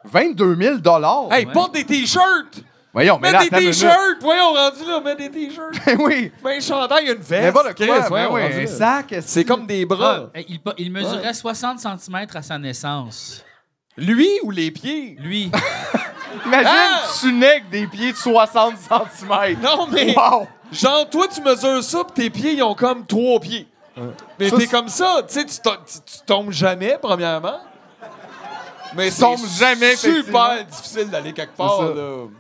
S2: 22 000
S3: Hey,
S1: Ouais.
S3: porte des t-shirts!
S2: Voyons, mais
S3: Mets
S2: là,
S3: des
S2: attends une
S3: t-shirts! Voyons, rendu là, mets des t-shirts!
S2: minute. oui,
S3: Mets un chandail, une
S2: mais
S3: veste!
S2: pas de quoi,
S3: Chris,
S2: mais
S3: voyons,
S2: oui,
S3: rendu
S2: un
S3: là.
S2: sac.
S3: C'est comme des
S2: Ah.
S3: bras.
S1: Eh, Il, pa- il mesurait 60 cm à sa naissance.
S3: Lui ou les pieds?
S1: Lui.
S2: Ah. Imagine,
S3: Ah!
S2: tu nais avec des pieds de 60 cm.
S3: Non, mais...
S2: Wow!
S3: Genre, toi, tu mesures ça, pis tes pieds, ils ont comme trois pieds. Mais
S2: Ça,
S3: t'es
S2: c'est-
S3: comme ça, tu sais, tu to- tu- tu tombes jamais, premièrement. Mais
S2: Tu
S3: c'est
S2: tombes jamais, effectivement.
S3: super difficile d'aller quelque part,
S2: C'est ça.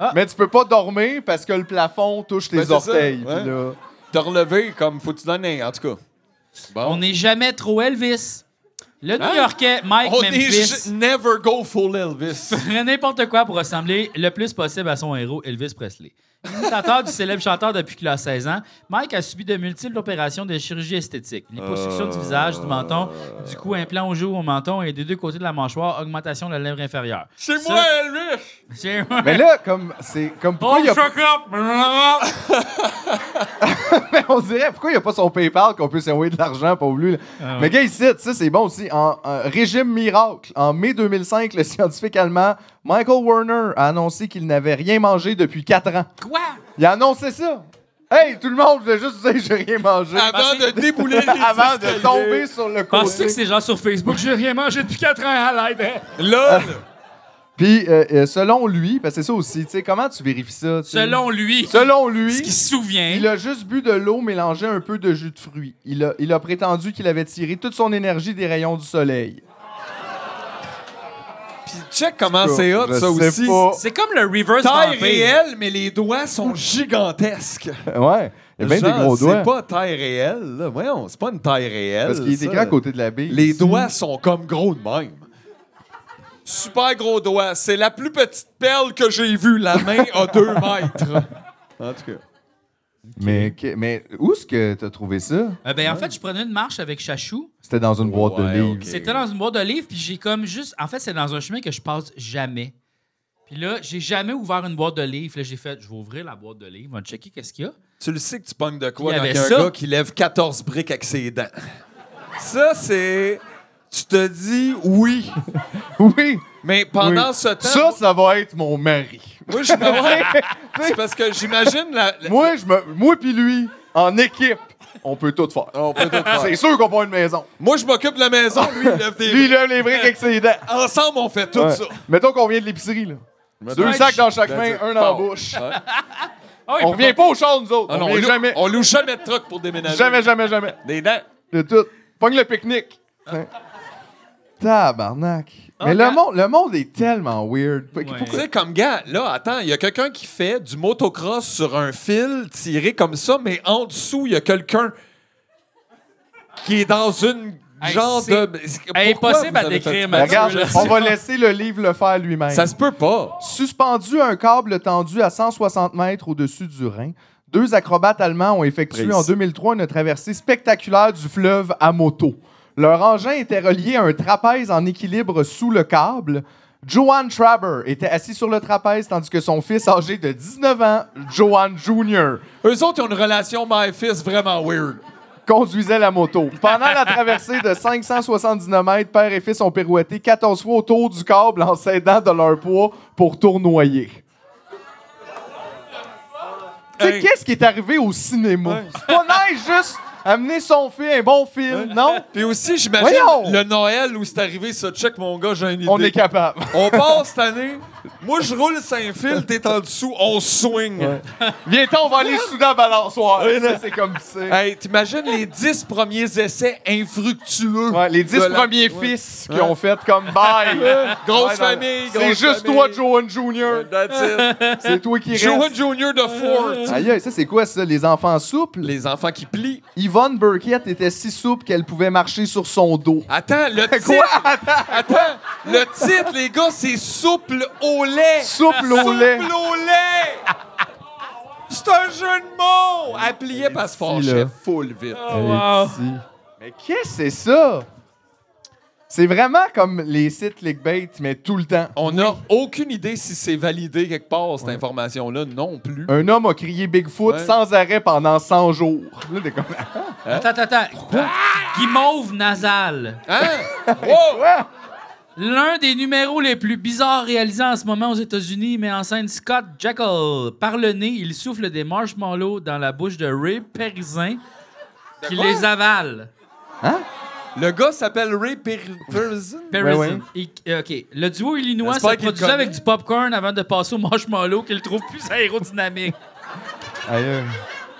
S3: là.
S2: Mais tu peux pas dormir parce que le plafond touche tes
S3: Ben, c'est ça,
S2: orteils.
S3: ouais.
S2: puis là-
S3: Te relever, comme, faut que tu donnes un, en tout cas.
S1: On n'est jamais trop Elvis. Le
S2: Ah.
S1: New-Yorkais Mike
S3: On est ju-
S1: Memphis
S3: never go full Elvis.
S1: ferait n'importe quoi pour ressembler le plus possible à son héros Elvis Presley. Imitateur du célèbre chanteur depuis qu'il a 16 ans, Mike a subi de multiples opérations de chirurgie esthétique. Liposuction du visage, du menton, du cou, implant au joue, au menton et des deux côtés de la mâchoire, augmentation de la lèvre inférieure.
S3: C'est
S1: Ça-
S3: moi, Elvis!
S1: C'est-
S2: Mais là, comme c'est comme pourquoi il y a pas- on dirait pourquoi il y a pas son PayPal qu'on puisse envoyer de l'argent pour lui. là?
S1: Ah ouais.
S2: Mais gars, ici, ça c'est bon aussi en, en régime miracle. En mai 2005, le scientifique allemand Michael Werner a annoncé qu'il n'avait rien mangé depuis 4 ans.
S1: Quoi?
S2: Il a annoncé ça. Hey, tout le monde, je vais juste vous dire j'ai rien mangé
S3: Avant
S1: Passez-
S3: de débouler les
S2: avant de
S3: escaliers.
S2: tomber sur
S1: Pensez-vous
S2: le côté.
S1: que Ah, c'est genre sur Facebook? J'ai rien mangé depuis 4 ans à l'aide. hein?
S3: Là,
S2: Puis euh, euh, selon lui, parce que c'est ça aussi, tu sais comment tu vérifies ça tu sais?
S1: Selon lui,
S2: Selon
S1: ce
S2: lui,
S1: qu'il se souvient.
S2: Il a juste bu de l'eau mélangée un peu de jus de fruits. Il a, il a prétendu qu'il avait tiré toute son énergie des rayons du soleil.
S3: puis check comment c'est hot,
S2: Je
S3: ça
S2: sais
S3: aussi.
S2: pas.
S1: C'est comme le reverse
S3: Taille
S1: vampire.
S3: réelle, mais les doigts sont gigantesques.
S2: Ouais, il a bien
S3: Genre,
S2: des gros doigts.
S3: C'est pas taille réelle, là. Voyons, c'est pas une taille réelle.
S2: Parce qu'il est
S3: ça.
S2: écrit à côté de la baie.
S3: Les doigts sont comme gros de même. Super gros doigts. C'est la plus petite perle que j'ai vue. La main a deux mètres. En tout cas.
S2: Mais, que- mais où est-ce que t'as trouvé ça?
S1: Euh, ben, en fait, je prenais une marche avec Chachou.
S2: C'était dans une boîte
S3: Ouais,
S2: de livres.
S3: ok.
S1: C'était dans une boîte de livres, puis j'ai comme juste. En fait, c'est dans un chemin que je passe jamais. Puis là, j'ai jamais ouvert une boîte de livres. Là, j'ai fait, je vais ouvrir la boîte de livres, on va checker qu'est-ce qu'il y a.
S3: Tu le sais que tu pognes de quoi
S1: Il y
S3: quand
S1: avait
S3: il y a un
S1: ça.
S3: gars qui lève 14 briques avec ses dents. Ça, c'est. Tu te dis oui.
S2: Oui,
S3: Mais pendant ce temps.
S2: ça, ça va être mon mari.
S3: Moi, je me vois- C'est parce que j'imagine la. la-
S2: Moi, je me, moi puis lui, en équipe, on peut tout faire.
S3: On peut tout faire.
S2: C'est sûr qu'on prend une maison.
S3: Moi, je m'occupe de la maison, lui, il lève des.
S2: Lui, il lève les briques avec ses dents.
S3: Ensemble, on fait tout
S2: Ouais.
S3: ça.
S2: Mettons qu'on vient de l'épicerie, là. Deux
S3: Ouais,
S2: sacs dans chaque
S3: ben,
S2: main,
S3: c'est-
S2: un dans la
S3: bon.
S2: bouche.
S1: Ah oui,
S2: On
S1: puis
S2: revient pas au champ, nous autres.
S3: Ah non,
S2: on
S3: on,
S2: revient
S3: loue,
S2: jamais.
S3: on loue jamais de truc pour déménager.
S2: Jamais, jamais, jamais.
S3: Des dents.
S2: De tout. Pogne le pique-nique. Hein. Tabarnak. Mais le
S1: gars.
S2: monde, le monde est tellement weird. P-
S1: Ouais.
S3: Tu
S2: pourquoi-
S3: sais, comme gars, là, attends, il y a quelqu'un qui fait du motocross sur un fil tiré comme ça, mais en dessous, il y a quelqu'un qui est dans une
S1: Hey,
S3: genre
S1: c'est-
S3: de. Pourquoi
S1: Hey, impossible
S3: vous
S1: à
S3: avez fait
S1: décrire,
S3: ça?
S1: Mathieu,
S2: Regarde,
S1: là.
S2: on va laisser le livre le faire lui-même.
S3: Ça se peut pas.
S2: Suspendu à un câble tendu à 160 mètres au-dessus du Rhin, deux acrobates allemands ont effectué
S3: Précis.
S2: en 2003 une traversée spectaculaire du fleuve à moto. Leur engin était relié à un trapèze en équilibre sous le câble. Johan Traber était assis sur le trapèze tandis que son fils âgé de 19 ans, Johan Jr.,
S3: Eux autres, ils ont une relation my-fils vraiment weird.
S2: conduisait la moto. Pendant la traversée de 579 mètres, père et fils ont pirouetté 14 fois autour du câble en s'aidant de leur poids pour tournoyer. Tu sais,
S3: Hey.
S2: qu'est-ce qui est arrivé au cinéma? C'est pas nice juste amener son fils, un bon film, non?
S3: Puis aussi, j'imagine
S2: Voyons!
S3: le Noël où c'est arrivé ça. Check, mon gars, j'ai une idée.
S2: On est capable.
S3: On part cette année. Moi, je roule Saint-Phil, t'es en dessous, on swing.
S2: Bientôt, on va aller soudain à balançoire. Ça, c'est comme ça.
S3: Hey, t'imagines les 10 premiers essais infructueux.
S2: Ouais, les dix
S3: De la-
S2: premiers
S3: Ouais.
S2: fils qui ont fait comme bye.
S3: Grosse
S2: Ouais, dans-
S3: famille,
S2: C'est
S3: grosse
S2: juste
S3: famille.
S2: toi, Johan Jr.
S3: That's it.
S2: C'est toi qui reste.
S3: Johan Junior de
S2: Mm.
S3: Fort.
S2: Aïe, aïe, ça c'est quoi ça, les enfants souples?
S3: Les enfants qui plient.
S2: Yvonne Burkett était si souple qu'elle pouvait marcher sur son dos.
S3: Attends, le titre. Attends, le titre, les gars, c'est souple au lait.
S2: Souple au
S3: Souple
S2: lait.
S3: au lait. C'est un jeu de mots. Elle pliait parce
S2: si,
S3: qu'on
S2: là.
S3: full vite.
S2: Ah,
S1: Oh, wow.
S2: Mais qu'est-ce que c'est ça? C'est vraiment comme les sites clickbait, mais tout le temps.
S3: On n'a aucune idée si c'est validé quelque part, cette information-là, non plus.
S2: Un homme a crié Bigfoot
S3: Ouais.
S2: sans arrêt pendant 100 jours. Là, t'es comme...
S1: Attends, attends, attends. Ah! Guimauve nasale.
S3: Hein? Wow!
S2: Quoi?
S1: L'un des numéros les plus bizarres réalisés en ce moment aux États-Unis met en scène Scott Jekyll. Par le nez, il souffle des marshmallows dans la bouche de Ray Parisin qui
S3: quoi?
S1: les avale.
S3: Le gars s'appelle Ray Pearson.
S1: Parisin.
S2: Ouais, ouais.
S1: Il- euh, OK. Le duo illinois
S3: J'espère
S1: se
S3: qu'il le
S1: produisait avec
S3: connaît.
S1: du popcorn avant de passer au marshmallow
S3: Hein?
S1: qu'il trouve plus aérodynamique.
S2: Aïe,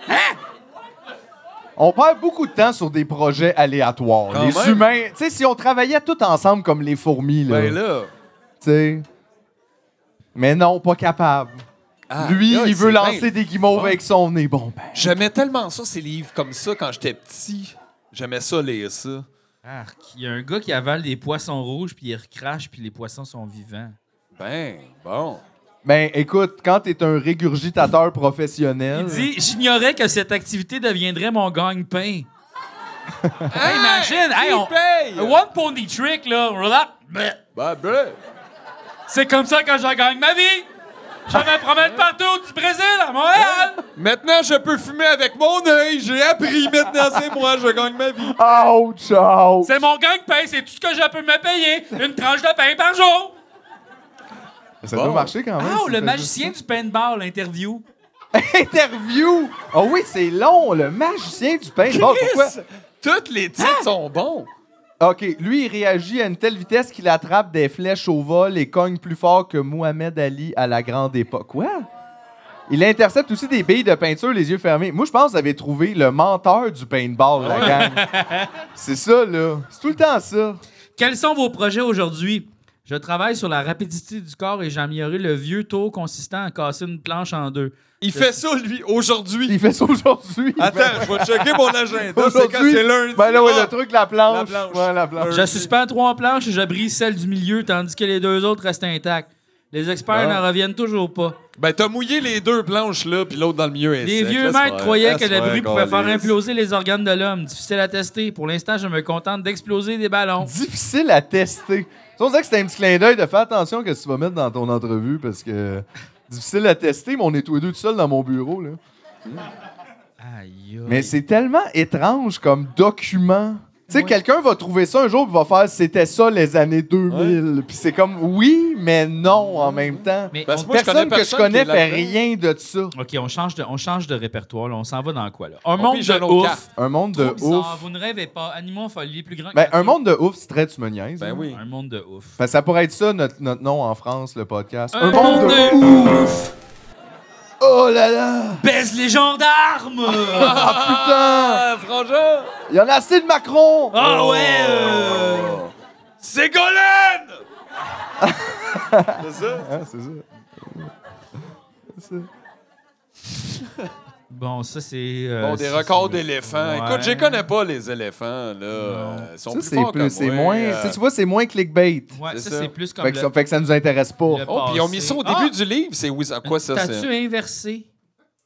S2: aïe. On perd beaucoup de temps sur des projets aléatoires.
S3: Quand
S2: les
S3: même.
S2: humains, tu sais, si on travaillait tous ensemble comme les fourmis, là,
S3: Ben là.
S2: tu sais. Mais non, pas capable.
S3: Ah,
S2: Lui,
S3: là,
S2: il
S3: c'est
S2: veut
S3: bien
S2: lancer des guimauves
S3: fun.
S2: avec son nez. Bon, ben.
S3: J'aimais tellement ça, ces livres comme ça, quand j'étais petit. J'aimais ça, lire ça.
S1: Arc. Il y a un gars qui avale des poissons rouges, puis il recrache, puis les poissons sont vivants.
S3: Ben, bon.
S2: Ben, écoute, quand t'es un régurgitateur professionnel.
S1: Il dit J'ignorais que cette activité deviendrait mon gagne-pain.
S3: Hey,
S1: imagine,
S3: Ah, qui
S1: hey, on-
S3: paye?
S1: One pony trick, là. voilà. Bleh.
S3: Ben, ben.
S1: C'est comme ça que je gagne ma vie. Je me promène partout du Brésil à
S3: Ah.
S1: Montréal.
S3: Maintenant, je peux fumer avec mon œil. J'ai appris. Maintenant, c'est moi. Je gagne ma vie.
S2: Ouch, ouch.
S1: C'est mon gagne-pain, c'est tout ce que je peux me payer. Une tranche de pain par jour.
S2: Ça
S3: Bon.
S2: doit marcher quand même.
S1: Ah, le
S2: si tu fais juste-
S1: magicien du paintball, interview.
S2: Interview! Ah oui, c'est long, le magicien du paintball. Pourquoi?
S3: Chris, Ah, Toutes les titres
S1: Ah!
S3: sont bons.
S2: OK, lui, il réagit à une telle vitesse qu'il attrape des flèches au vol et cogne plus fort que Mohamed Ali à la grande époque. Quoi? Il intercepte aussi des billes de peinture, les yeux fermés. Moi, je pense que vous avez trouvé le menteur du paintball, la gang. c'est ça, là. C'est tout le temps ça.
S1: Quels sont vos projets aujourd'hui? Je travaille sur la rapidité du corps et j'ai amélioré le vieux taux consistant à casser une planche en deux.
S3: Il fait ça, lui, aujourd'hui.
S2: Il fait ça aujourd'hui.
S3: Attends, je vais checker mon agenda. C'est quand
S2: Aujourd'hui,
S3: Ah, c'est lundi.
S2: Ben là, ouais,
S3: Ah!
S2: le truc, la planche.
S3: La planche.
S2: Ouais, la planche.
S1: Je suspends trois planches et je brise celle du milieu, tandis que les deux autres restent intactes. Les experts
S2: Ah.
S1: n'en reviennent toujours pas.
S3: Ben, t'as mouillé les deux planches, là, puis l'autre dans le milieu. est
S1: Les
S3: sec.
S1: vieux
S3: Laisse
S1: maîtres
S3: faire.
S1: croyaient que
S3: Laisse
S1: le bruit
S3: faire,
S1: pouvait faire
S3: câlisse.
S1: imploser les organes de l'homme. Difficile à tester. Pour l'instant, je me contente d'exploser des ballons.
S2: difficile à tester. Ça, On dirait que c'était un petit clin d'œil de faire attention à ce que tu vas mettre dans ton entrevue parce que difficile à tester, mais on est tous les deux tout seuls dans mon bureau. Là.
S1: Aïe.
S2: Mais c'est tellement étrange comme document. Tu sais, quelqu'un va trouver ça un jour et va faire c'était ça les années 2000. Puis c'est comme oui, mais non en même temps.
S1: Mais
S3: Parce
S1: on-
S3: que moi, je
S2: personne,
S3: connais
S2: que je connais
S3: personne qui est
S2: fait
S3: là-dedans.
S2: rien de ça.
S1: OK, on change de, on change de répertoire. là. On s'en va dans quoi, là? Un monde
S3: pige un
S1: de
S3: autre
S1: ouf.
S3: carte.
S2: Un monde de
S1: Trop bizarre.
S2: ouf.
S1: Vous ne rêvez pas. Animaux en folie, plus grand que
S2: Ben, un
S1: nature.
S2: monde de ouf, c'est très tu me niaises,
S3: Ben
S2: hein.
S3: oui.
S1: Un monde de ouf.
S2: Parce que Ben, ça pourrait être ça notre, notre nom en France, le podcast.
S1: Bah, Un monde de
S2: ouf. Oh là là!
S1: Baise les gendarmes!
S2: Ah
S3: Ah, frangin!
S2: putain! Il y en a assez de Macron!
S1: Ah ouais! euh.
S3: Ségolène!
S2: Euh,
S3: c'est ça?
S2: Ah, c'est ça. C'est ça.
S1: Bon, ça, c'est... euh,
S3: Bon, des
S1: c'est-
S3: records
S1: c'est-
S3: d'éléphants.
S1: Ouais.
S3: Écoute, je les connais pas, les éléphants, là. Euh, Ils sont
S2: Ça,
S3: plus
S2: c'est
S3: forts que
S2: plus, c'est
S3: moi,
S2: moins.
S3: euh.
S2: tu sais, Tu vois, c'est moins clickbait.
S1: Ouais,
S3: C'est
S1: ça,
S3: ça.
S1: c'est plus comme
S2: Fait que,
S1: le-
S2: ça, fait que ça nous intéresse pas.
S1: le
S3: Oh, puis ils ont mis
S1: passé.
S3: ça au
S1: Ah!
S3: début du livre. C'est oui, à quoi ça, c'est? Hein?
S1: T'as-tu inversé?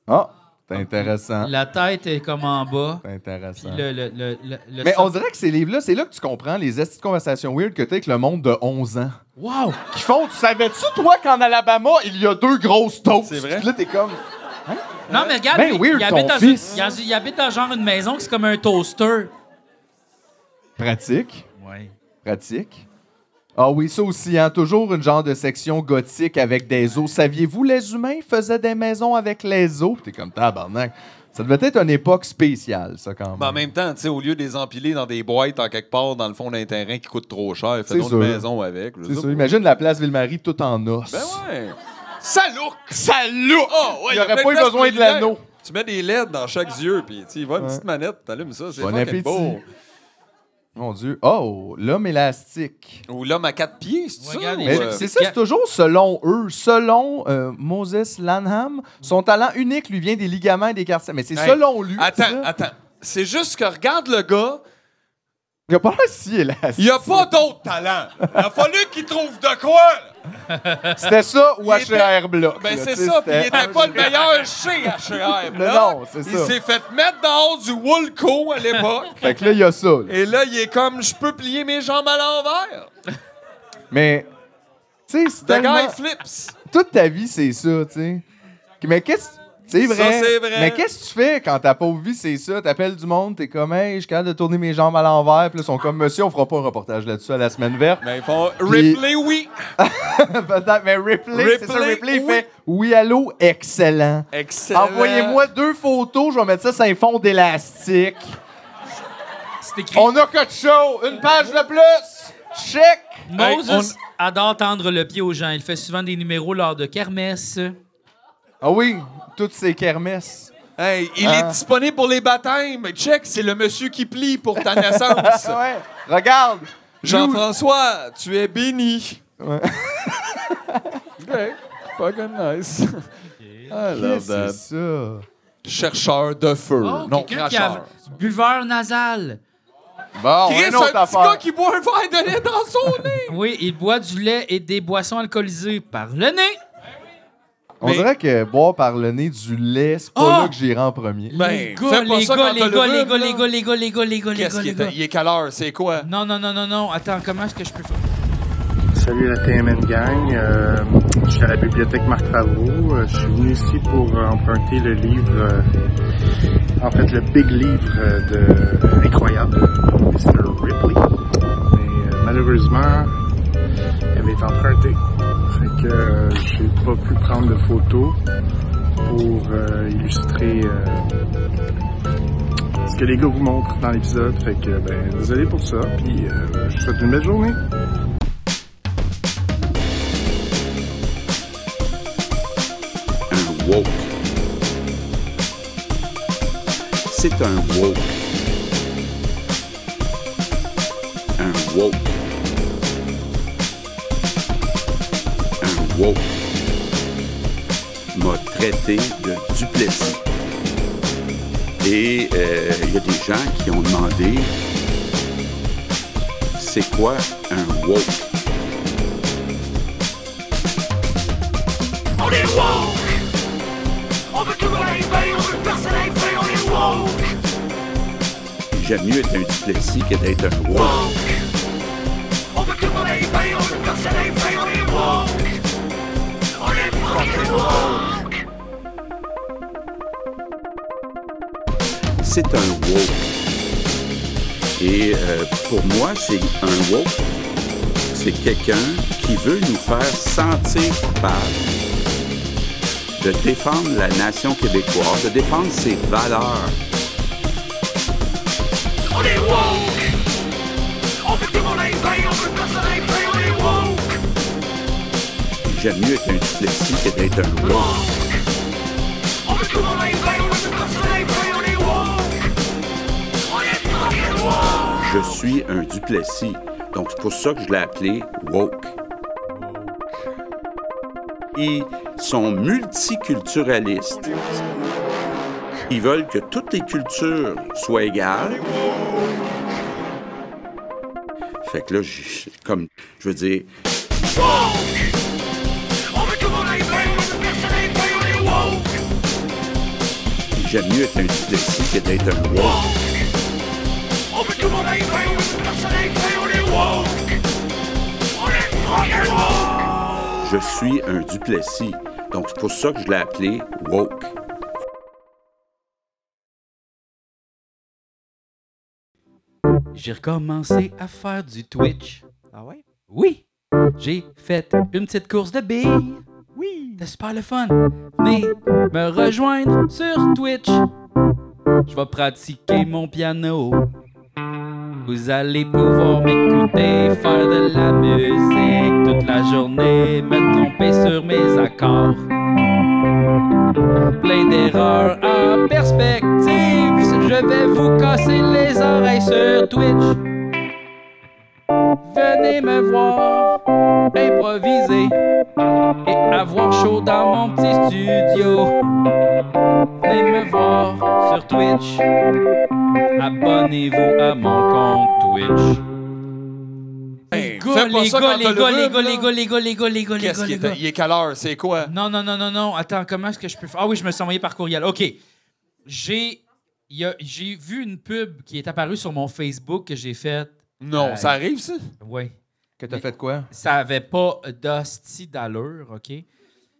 S2: Ah, c'est intéressant.
S1: La tête est comme en bas.
S2: C'est
S1: Puis
S2: intéressant.
S1: le, le, le, le, le
S2: Mais
S1: sol-
S2: on dirait que ces livres-là, c'est là que tu comprends les astuces de conversation weird que t'as avec le monde de 11 ans.
S1: Wow!
S2: Qui font, tu savais-tu, toi, qu'en Alabama, il y a deux grosses toasts?
S3: C'est vrai.
S2: Puis là, t'es comme.
S1: Non, mais regarde,
S2: Ben
S1: il-
S2: weird,
S1: il, habite
S2: ton
S1: dans
S2: fils.
S1: une- il a- il habite dans genre une maison qui c'est comme un toaster.
S2: Pratique.
S1: Ouais.
S2: Pratique. Ah oui, ça aussi, hein, toujours une genre de section gothique avec des eaux. Saviez-vous, les humains faisaient des maisons avec les eaux? T'es comme tabarnak. Ça devait être une époque spéciale, ça, quand même.
S3: Bah, Mais Ben, en même temps, tu sais, au lieu de les empiler dans des boîtes en quelque part dans le fond d'un terrain qui coûte trop cher, fais donc
S2: sûr.
S3: une maison avec. je
S2: C'est
S3: sais
S2: ça,
S3: pas.
S2: imagine la place Ville-Marie tout en os.
S3: Ben ouais. Ah, Ça look! Ça look!
S2: Il y aurait pas eu besoin de l'anneau.
S3: Tu mets des LED dans chaque yeux, puis tu y vas, une
S2: Ouais.
S3: petite manette, t'allumes ça, c'est
S2: Bon
S3: fucking
S2: appétit.
S3: beau.
S2: Mon Dieu. Oh, l'homme élastique.
S3: Ou l'homme à quatre pieds, c'est ça?
S1: Regarde,
S3: ou,
S1: il
S2: Mais
S1: Ouais.
S3: euh,
S2: c'est ça, c'est toujours selon eux, selon euh, Moses Lanham. Son talent unique lui vient des ligaments et des cartilages. Mais c'est
S3: Hey,
S2: selon lui.
S3: Attends,
S2: ça.
S3: attends. C'est juste que regarde le gars,
S2: Il a pas l'air si élastique.
S3: il a pas d'autre talent. Il a fallu qu'il trouve de quoi. là.
S2: C'était ça ou
S3: Il était-
S2: HR Block.
S3: Ben
S2: là,
S3: c'est
S2: tu sais,
S3: ça, puis il
S2: c'était-
S3: était pas le meilleur chez H&M.
S2: Non,
S3: là.
S2: non, c'est
S3: Il
S2: ça.
S3: s'est fait mettre dehors du Woolco à l'époque.
S2: Fait que là, il y a ça. là.
S3: Et là, il est comme, je peux plier mes jambes à l'envers.
S2: Mais, tu sais, c'est
S3: The
S2: tellement...
S3: guy flips.
S2: Toute ta vie, c'est ça, tu sais. Mais qu'est-ce... C'est
S3: Ça,
S2: vrai.
S3: c'est vrai.
S2: Mais qu'est-ce que tu fais quand ta pauvre vie, c'est ça? T'appelles du monde, t'es comme, hey, je suis capable de tourner mes jambes à l'envers. Puis là, ils sont comme, monsieur, on fera pas un reportage là-dessus à la semaine verte.
S3: Mais ils font
S2: Puis-
S3: Ripley, oui.
S2: Peut-être, mais Ripley, c'est ça,
S3: Ripley,
S2: Ripley, il
S3: oui.
S2: fait, oui, allô, excellent.
S3: Excellent.
S2: Envoyez-moi deux photos, je vais mettre ça sur un fond d'élastique.
S1: C'est écrit.
S2: On a que de chaud, une page de plus. Check.
S1: Moses
S3: Hey,
S1: adore tendre le pied aux gens. Il fait souvent des numéros lors de kermesses.
S2: Ah oui, toutes ces kermesses.
S3: Hey, il
S2: Ah.
S3: est disponible pour les baptêmes. Check, c'est le monsieur qui plie pour ta naissance.
S2: Ah ouais, regarde!
S3: Jean-François, tu es béni.
S2: Ouais.
S3: OK. Fucking nice. I love
S2: Qu'est-ce que
S3: that.
S2: c'est ça?
S3: Chercheur de feu.
S1: Oh,
S3: non,
S1: quelqu'un qui
S3: cracheur.
S1: a- Buveur nasal.
S2: Bon,
S3: Chris,
S2: Ah, une
S3: un
S2: autre
S3: petit
S2: affaire.
S3: gars qui boit un verre de lait dans son nez.
S1: Oui, il boit du lait et des boissons alcoolisées par le nez.
S2: On
S3: Mais-
S2: dirait que boire par le nez du lait, c'est pas
S1: Ah!
S2: là que j'irai en premier.
S3: Ben,
S1: les gars,
S3: fais pas
S1: les
S3: ça
S1: gars,
S3: quand
S1: les
S3: t'as le
S1: gars, les
S3: rhume,
S1: gars,
S3: là.
S1: les gars, les gars, les gars, les gars, les
S3: Qu'est-ce
S1: gars, les
S3: qu'il est?
S1: gars.
S3: Il est quelle heure? C'est quoi?
S1: Non, non, non, non, non. Attends, comment est-ce que je peux faire?
S6: Salut la TMN Gang, euh, je suis à la bibliothèque Marc Favreau. Euh, Je suis venu ici pour emprunter le livre, euh, en fait le big livre euh, de incroyable Mr. Ripley. Mais euh, malheureusement, il avait été emprunté. Fait que euh, j'ai pas pu prendre de photos pour euh, illustrer euh, ce que les gars vous montrent dans l'épisode. Fait que ben désolé pour ça. Puis euh, je vous souhaite une belle journée.
S7: un woke. C'est un woke. Un woke. Un woke. M'a traité de duplessis. Et euh, il y a des gens qui ont demandé c'est quoi un woke?
S8: On est woke On veut tout rêver, on veut personne rêver, on est woke
S7: J'aime mieux être un duplessis que d'être un woke.
S8: Woke On veut tout rêver, on veut personne rêver, on est woke On est fucking woke
S7: c'est un woke. Et euh, pour moi, c'est un woke. C'est quelqu'un qui veut nous faire sentir coupables de défendre la nation québécoise, de défendre ses valeurs.
S8: On est woke On veut tout rêver, on veut personne rêver, on est woke
S7: J'aime mieux être un dyslexie que d'être un woke.
S8: Woke On veut tout rêver, on veut personne rêver, on est woke On est fucking woke
S7: Je suis un duplessis. Donc, c'est pour ça que je l'ai appelé woke. Ils sont multiculturalistes. Ils veulent que toutes les cultures soient égales. Fait que là, je- comme, je veux dire,
S8: Woke On veut tout rêver, on veut personne rêver, on est woke
S7: j'aime mieux être un dyslexie que d'être un
S8: Woke.
S7: woke.
S8: On veut tout le monde à l'éveil, on veut personne à l'éveil, on est woke. On est fucking woke.
S7: Je suis un duplessis. Donc, c'est pour ça que je l'ai appelé woke.
S9: J'ai recommencé à faire du Twitch. Ah ouais? Oui! J'ai fait une petite course de billes. Oui! C'était super le fun. Venez me rejoindre sur Twitch. Je vais pratiquer mon piano. Vous allez pouvoir m'écouter faire de la musique toute la journée, me tromper sur mes accords. Plein d'erreurs en perspective, je vais vous casser les oreilles sur Twitch. Venez me voir improviser et avoir chaud dans mon petit studio. Venez me voir sur Twitch. Abonnez-vous à mon compte Twitch.
S3: Hey,
S1: Gars,
S3: fais pas
S1: les
S3: ça
S1: gars,
S3: quand
S1: les
S3: t'as le
S1: gars,
S3: rhume,
S1: les gars,
S3: là.
S1: les gars, les gars, les gars, les gars, les
S3: Qu'est-ce
S1: gars,
S3: qu'il
S1: les
S3: est?
S1: gars.
S3: Il est quelle heure? C'est quoi?
S1: Non, non, non, non, non. Attends, comment est-ce que je peux faire? Ah oui, je me suis envoyé par courriel. OK. J'ai il y a- j'ai vu une pub qui est apparue sur mon Facebook que j'ai faite.
S3: Non, ça arrive, ça?
S1: Oui.
S2: Que t'as fait quoi?
S1: Ça avait pas d'hostie d'allure, OK?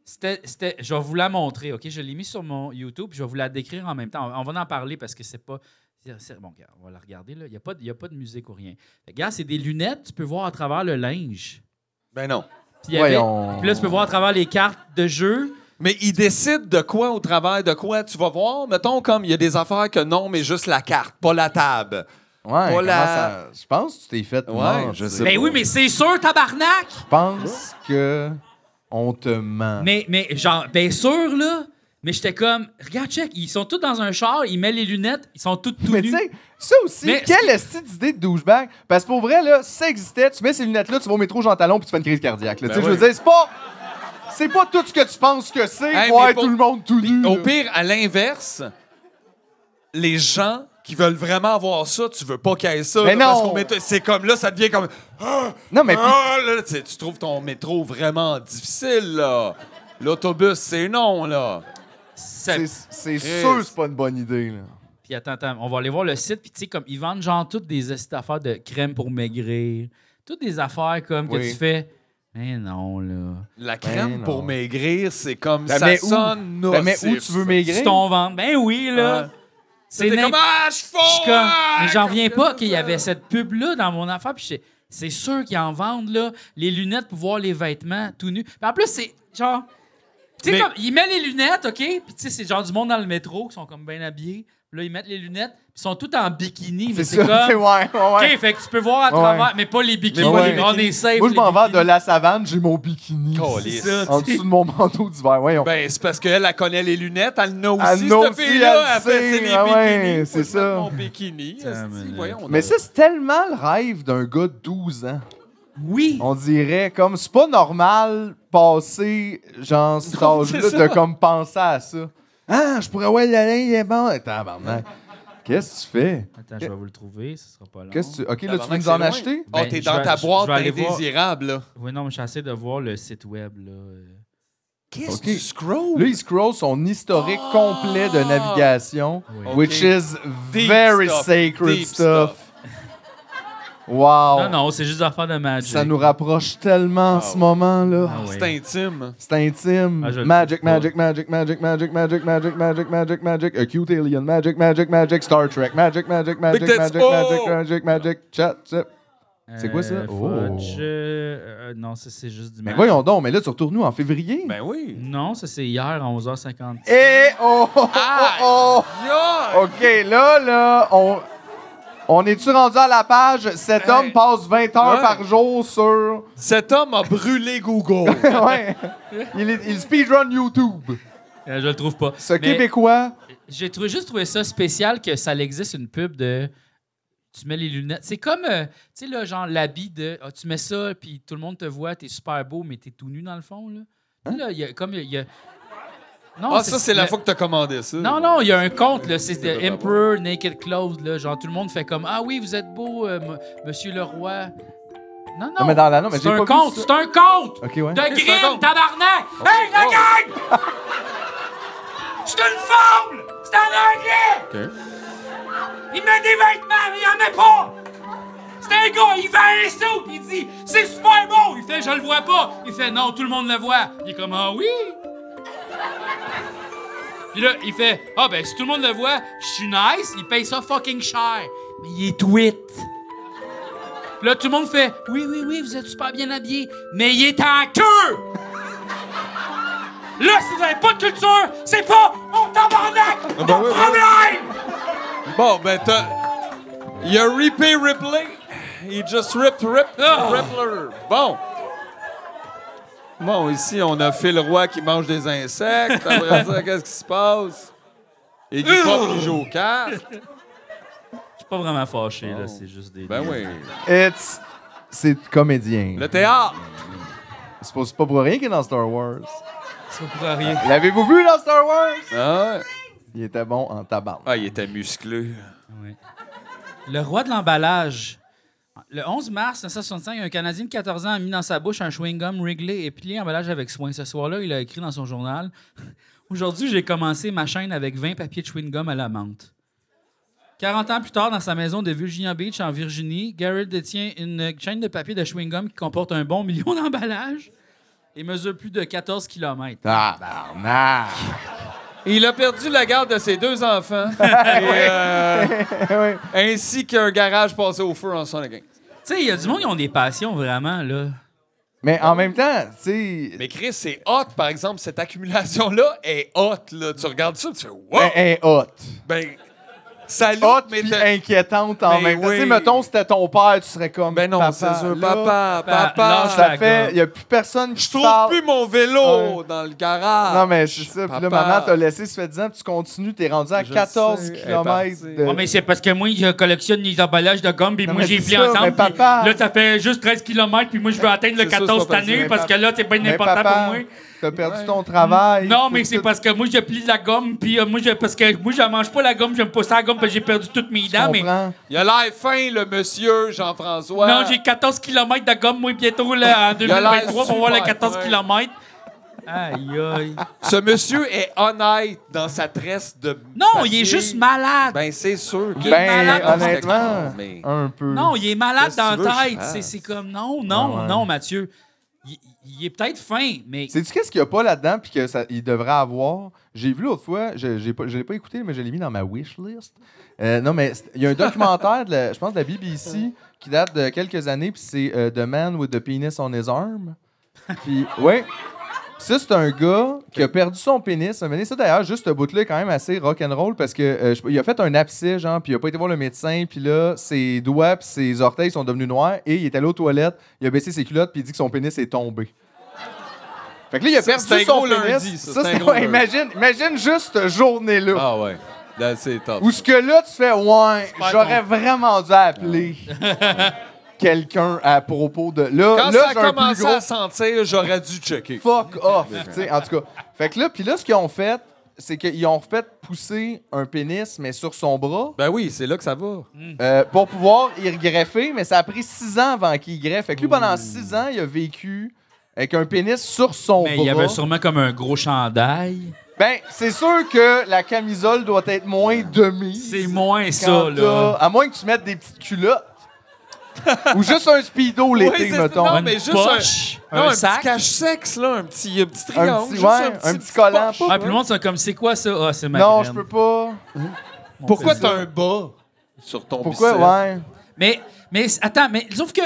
S1: C'était, c'était, je vais vous la montrer, OK? Je l'ai mis sur mon YouTube, je vais vous la décrire en même temps. On, on va en parler parce que c'est pas... c'est- c'est- bon, regarde, on va la regarder, là. Il n'y a, pas de- il y a pas de musique ou rien. Regarde, c'est des lunettes, tu peux voir à travers le linge.
S3: Ben non.
S1: Puis il y avait-
S2: Voyons.
S1: puis là, tu peux voir à travers les cartes de jeu.
S3: Mais il décide de quoi au travers de quoi tu vas voir. Mettons comme il y a des affaires que non, mais juste la carte, pas la table.
S2: Ouais, comment
S3: la-
S2: ça- Je pense que tu t'es fait
S3: Ouais,
S2: mordre,
S3: je
S2: tu
S3: sais
S2: sais.
S3: pas.
S1: Ben oui, mais c'est sûr, tabarnak!
S2: Je pense que on te ment.
S1: Mais, mais genre, bien sûr, là. Mais j'étais comme, regarde, check, ils sont tous dans un char, ils mettent les lunettes, ils sont tous tout
S2: Mais tu
S1: nus.
S2: sais, ça aussi,
S1: Mais-
S2: quelle est d'idée de douchebag? Parce que pour vrai, là, si ça existait, tu mets ces lunettes-là, tu vas au métro Jean Talon puis tu fais une crise cardiaque. là.
S3: Ben
S2: Tu sais, Je
S3: oui.
S2: veux dire, c'est pas. C'est pas tout ce que tu penses que c'est,
S3: Hey,
S2: voir
S3: mais pour-
S2: tout le monde tout nu.
S3: Au
S2: là.
S3: pire, à l'inverse, les gens qui veulent vraiment avoir ça, tu veux pas qu'il y ait ça.
S2: Mais
S3: là, parce
S2: non!
S3: qu'on met- C'est comme là, ça devient comme. Ah!
S2: Non, mais
S3: Ah! Là, tu sais, tu trouves ton métro vraiment difficile, là. L'autobus, c'est non, là.
S1: Ça-
S2: c'est c'est sûr que c'est pas une bonne idée. Là.
S1: Puis attends, attends, on va aller voir le site. Puis tu sais, comme ils vendent genre toutes des esti d'affaires de crème pour maigrir. Toutes des affaires comme que
S2: Oui.
S1: tu fais. Mais non, là.
S3: La
S2: Ben
S3: crème
S2: non.
S3: pour maigrir, c'est comme
S2: T'as
S3: ça
S2: mis où?
S3: sonne
S2: Ben, mais où
S3: nocif.
S2: tu veux
S1: C'est
S2: maigrir? Euh,
S1: ton ventre. Ben oui, là.
S3: Ouais.
S1: C'est
S3: T'es
S1: n'importe-
S3: comme, ah, je suis
S1: Je
S3: fort!
S1: suis comme, mais j'en
S3: Comme
S1: reviens
S3: ça,
S1: pas
S3: ça.
S1: qu'il y avait cette pub-là dans mon affaire. Puis j'étais- c'est sûr qu'ils en vendent, là, les lunettes pour voir les vêtements tout nus. Puis en plus, c'est genre. Tu sais,
S3: Mais-
S1: comme, ils mettent les lunettes, OK? Puis tu sais, c'est genre du monde dans le métro qui sont comme bien habillés. Puis là, ils mettent les lunettes. puis Ils sont tous en bikini. Mais
S2: C'est
S1: c'est
S2: ça. c'est-
S1: comme.
S2: Ouais, ouais, ouais.
S1: OK, fait que tu peux voir à
S2: Ouais.
S1: travers, mais pas les bikinis.
S2: Mais pas les
S1: On
S2: bikinis.
S1: est safe.
S2: Moi, je
S1: les
S2: m'en vais à de
S1: bikinis.
S2: la savane, j'ai mon bikini.
S3: Calice.
S1: C'est ça,
S2: En
S1: tu sais.
S2: dessous de mon manteau d'hiver. Voyons.
S3: Ben, c'est parce qu'elle, elle connaît les lunettes, elle n'a
S2: Elle
S3: aussi,
S2: n'a
S3: cette
S2: aussi,
S3: fille-là,
S2: elle
S3: elle fait c'est les
S2: sait. Ah ouais,
S3: bikinis.
S2: c'est
S3: Faut que je mette
S2: ça.
S3: Mon bikini, esti,
S1: minute.
S3: voyons.
S2: mais
S3: là.
S2: ça, c'est tellement le rêve d'un gars de 12 ans.
S1: Oui.
S2: On dirait comme c'est pas normal passer genre cet
S3: Non,
S2: âge-là
S3: c'est ça.
S2: de comme penser à ça. Ah, je pourrais ouais le lin, il est bon. Eh, Attends, maman. Qu'est-ce que tu fais
S1: Attends, je vais vous le trouver, ce sera pas long.
S2: Qu'est-ce que tu OK, là tu
S3: Tabarnak,
S2: veux nous
S3: c'est
S2: en
S3: loin.
S2: acheter
S3: Ah,
S1: Ben,
S3: t'es
S1: je
S3: dans
S1: vais-
S3: ta
S1: je- je
S3: boîte
S1: vais aller voir.
S3: indésirable, là.
S1: Oui, non, mais j'essaie de voir le site web, là. euh.
S3: Qu'est-ce
S2: Ok.
S3: scrolls?
S2: Là, il scroll son historique complet de navigation,
S1: Oui.
S2: which
S3: Ah! Ok.
S2: is
S3: Deep
S2: very
S3: stuff,
S2: sacred
S3: deep
S2: stuff. Wow.
S1: Non, non, c'est juste affaire de Magic.
S2: Ça nous rapproche tellement en
S3: Wow.
S2: ce moment là.
S1: Ah ouais.
S3: C'est intime.
S2: C'est intime.
S1: Ah, je le
S2: magic,
S1: trouve pas.
S2: magic, magic, magic, magic, magic, magic, magic, magic, magic, acute alien, magic, magic, magic, Star Trek, magic, magic, magic,
S3: Big tits.
S2: magic,
S3: Oh!
S2: magic, magic, magic, chat, chat. C'est quoi ça?
S1: Euh,
S2: Oh.
S1: Fudge, euh, euh, non, ça c'est juste du
S2: Mais
S1: Magic.
S2: voyons donc, mais là, tu retournes-nous en février?
S3: Ben oui.
S1: Non, ça c'est hier à 11h50.
S2: Eh oh! oh,
S3: Aïe!
S2: oh, oh.
S3: Yo!
S2: OK, là, là, on... On est-tu rendu à la page? Cet
S3: Hey.
S2: homme passe 20 heures
S3: Ouais.
S2: par jour sur...
S3: Cet homme a brûlé Google.
S2: ouais. Il, est- il speedrun YouTube.
S1: Euh, je le trouve pas.
S2: Ce
S1: Mais
S2: Québécois...
S1: J'ai trou- juste trouvé ça spécial que ça existe une pub de. Tu mets les lunettes. C'est comme, euh, tu sais, là, genre l'habit de. ah, tu mets ça, puis tout le monde te voit, t'es super beau, mais t'es tout nu dans le fond, là. Tu
S2: Hein?
S1: sais, là, il y a comme. il y a- Non,
S3: Ah, ça, c'est la
S1: le-
S3: fois que t'as commandé ça.
S1: Non, non, il y a un compte, là, c'est
S3: C'est
S1: de Emperor Naked Clothes, là. Genre, tout le monde fait comme Ah oui, vous êtes beau, euh, m- monsieur le roi. Non,
S2: Non,
S1: non.
S2: mais dans la... Non, mais
S1: c'est
S2: j'ai pas
S1: un
S2: vu
S1: compte,
S2: ça.
S1: c'est un compte
S2: OK, ouais.
S1: de Grimm,
S3: compte.
S1: tabarnak! Hey, la
S2: oh.
S1: gang!
S8: C'est une fable! C'est en anglais!
S3: Ok.
S8: Il met des vêtements, mais il en met pas! C'est un gars, il fait un saut, il dit
S1: C'est super beau! Il fait Je le vois pas! Il fait Non, tout le monde le voit! Il est comme Ah oui! Puis là, il fait Ah ben, si tout le monde le voit, je suis nice, il paye ça fucking cher! Mais il est tweet! Puis là, tout le monde fait Oui, oui, oui, vous êtes super bien habillé, mais il est en queue!
S8: Là, si vous avez pas de culture, c'est pas mon tabarnak!
S3: Ah,
S8: Mon
S3: ben oui, oui.
S8: problème!
S3: Bon, ben t'as. Il a ripé Ripley. Il just ripped, ripped,
S2: Ah.
S3: Rippler. Bon. Bon, ici, on a Phil Roy qui mange des insectes. Après ça, qu'est-ce qui se passe? Et Guy Pop qui joue aux cartes.
S1: Je suis pas vraiment fâché, là, c'est juste des.
S3: Ben oui.
S2: It's... C'est comédien.
S3: Le théâtre.
S2: C'est pas, c'est pas pour rien qu'il est dans Star Wars.
S1: Ça pour rien.
S2: L'avez-vous vu dans Star Wars?
S3: Ah, ouais.
S2: Il était bon en tabac.
S3: ah, il était musclé.
S1: Le roi de l'emballage. Le 11 mars 1965, un Canadien de 14 ans a mis dans sa bouche un chewing-gum Wrigley et plié emballage avec soin. Ce soir-là, il a écrit dans son journal Aujourd'hui, j'ai commencé ma chaîne avec 20 papiers de chewing-gum à la menthe. 40 ans plus tard, dans sa maison de Virginia Beach, en Virginie, Garrett détient une chaîne de papier de chewing-gum qui comporte un bon million d'emballages et mesure plus de 14 km.
S2: Tabarnak!
S3: Il a perdu la garde de ses deux enfants. Et, euh,
S2: oui.
S3: ainsi qu'un garage passé au feu en 75.
S1: Tu sais, il y a du monde qui ont des passions vraiment, là.
S2: Mais en même temps, tu sais.
S3: Mais Chris, c'est hot, par exemple, cette accumulation-là est hot, là. Tu regardes ça, tu fais « Wow!
S2: Elle est hot.
S3: Ben, ça loupe,
S2: Ben, Hot
S3: mais
S2: puis
S3: t'as-
S2: inquiétante en
S3: Mais
S2: même temps.
S3: oui.
S2: Tu sais, mettons, c'était ton père, tu serais comme.
S3: Ben non,
S2: papa,
S3: c'est sûr.
S2: là,
S3: Papa,
S1: Pa-
S3: papa.
S1: lâche la-
S2: Ça fait. Il n'y a plus personne qui
S3: Je trouve
S2: parle.
S3: plus mon vélo dans le garage.
S2: Non, mais c'est ça. Puis là,
S3: Papa.
S2: maman t'a laissé, ça fait 10 ans, puis tu continues, t'es rendu à
S3: Je
S2: 14
S3: sais, elle est
S2: km.
S3: partie.
S2: De...
S1: Ouais, mais c'est parce que moi, je collectionne les emballages de gomme, puis
S2: Non,
S1: moi,
S2: mais
S1: j'ai
S2: c'est
S1: pris
S2: ça,
S1: ensemble.
S2: mais
S1: puis
S2: papa-
S1: Là, ça fait juste 13 km, puis moi, je veux atteindre le
S3: C'est ça,
S1: 14
S3: c'est
S1: cette
S3: pas
S1: année,
S3: possible.
S1: parce que là, c'est bien
S2: Mais
S1: important
S2: papa,
S1: pour moi.
S2: T'as perdu ton travail.
S1: Non,
S2: Faut
S1: mais
S2: que
S1: c'est
S2: tu-
S1: parce que moi, je plie la gomme, puis euh, moi, je, parce que moi, je mange pas la gomme, j'aime pas ça la gomme, parce que j'ai perdu toutes mes dents, mais...
S2: comprends.
S3: Il a l'air fin, le monsieur Jean-François.
S1: Non, j'ai 14 km de gomme, moi, bientôt, là, en
S3: Il a l'air
S1: 2023, pour voir les
S3: super
S1: 14
S3: fin.
S1: km. Aïe, aïe.
S3: Ce monsieur est honnête dans sa tresse de.
S1: Non,
S3: papier.
S1: il est juste malade.
S3: Ben, c'est sûr que.
S1: est
S2: Ben,
S1: malade,
S3: dans cette
S2: honnêtement,
S3: corde, mais-
S2: un peu.
S1: Non, il est malade
S3: Qu'est-ce que
S1: dans
S3: tu veux que
S1: la
S3: je
S1: tête. C'est-
S3: fasse?
S1: C'est comme, non, non,
S2: Ah ouais.
S1: non, Mathieu. Il, il est peut-être fin, mais...
S2: Sais-tu qu'est-ce qu'il n'y a pas là-dedans puis que ça, il devrait avoir? J'ai vu l'autre fois, je ne pas, je l'ai pas écouté, mais je l'ai mis dans ma wish list. Euh, non, mais c'est- il y a un documentaire, de la- je pense, de la BBC qui date de quelques années, puis c'est euh, The Man with the Penis on His Arm. Puis, ouais. Ça, c'est un gars qui a perdu son pénis. Un moment donné, Ça, d'ailleurs, juste ce bout-là est quand même assez rock'n'roll parce que euh, je- il a fait un abcès, genre, puis il a pas été voir le médecin, puis là, ses doigts puis ses orteils sont devenus noirs et il est allé aux toilettes, il a baissé ses culottes, puis il dit que son pénis est tombé. Fait que là, il a
S3: Ça,
S2: perdu
S3: c'est un
S2: son
S3: gros
S2: pénis.
S3: lundi, ça, c'est un
S2: c'est-
S3: gros
S2: ouais,
S3: lundi.
S2: imagine, imagine juste cette journée-là.
S3: Ah ouais. Là, c'est top.
S2: Où ce que là, tu fais, ouais,
S1: pas
S2: j'aurais vraiment dû appeler quelqu'un à propos de. Là,
S3: Ah. Quand
S2: là,
S3: ça a
S2: j'ai un plus
S3: commencé
S2: gros
S3: à sentir, j'aurais dû checker.
S2: fuck off. tu sais, en tout cas. Fait que là, puis là, ce qu'ils ont fait, c'est qu'ils ont fait pousser un pénis, mais sur son bras,
S3: Ben oui, c'est là que ça va.
S2: euh, pour pouvoir y regreffer, mais ça a pris six ans avant qu'il greffe. Fait que lui, pendant six ans, il a vécu euh, avec un pénis sur son
S1: Mais
S2: bras.
S1: il y avait sûrement comme un gros chandail.
S2: Ben, c'est sûr que la camisole doit être moins demi.
S1: C'est moins ça, là.
S2: À moins que tu mettes des petites culottes. Ou juste un speedo l'été,
S3: c'est-
S2: mettons.
S3: non,
S1: Une
S3: mais juste
S1: poche,
S3: un, non, un,
S1: sac.
S3: petit cache-sexe, là, un petit, un petit
S2: Un
S3: triangle.
S2: petit,
S3: juste
S2: ouais, un petit, collant.
S1: Ah, puis le monde, c'est comme, c'est quoi ça? Ah, c'est ma
S2: Non,
S1: graine.
S2: je peux pas.
S1: On
S3: Ah, Pourquoi
S1: fait
S3: t'as
S1: ça.
S3: un bas sur ton
S2: Pourquoi?
S3: bicep?
S2: Ouais.
S1: Mais, mais attends, mais sauf que,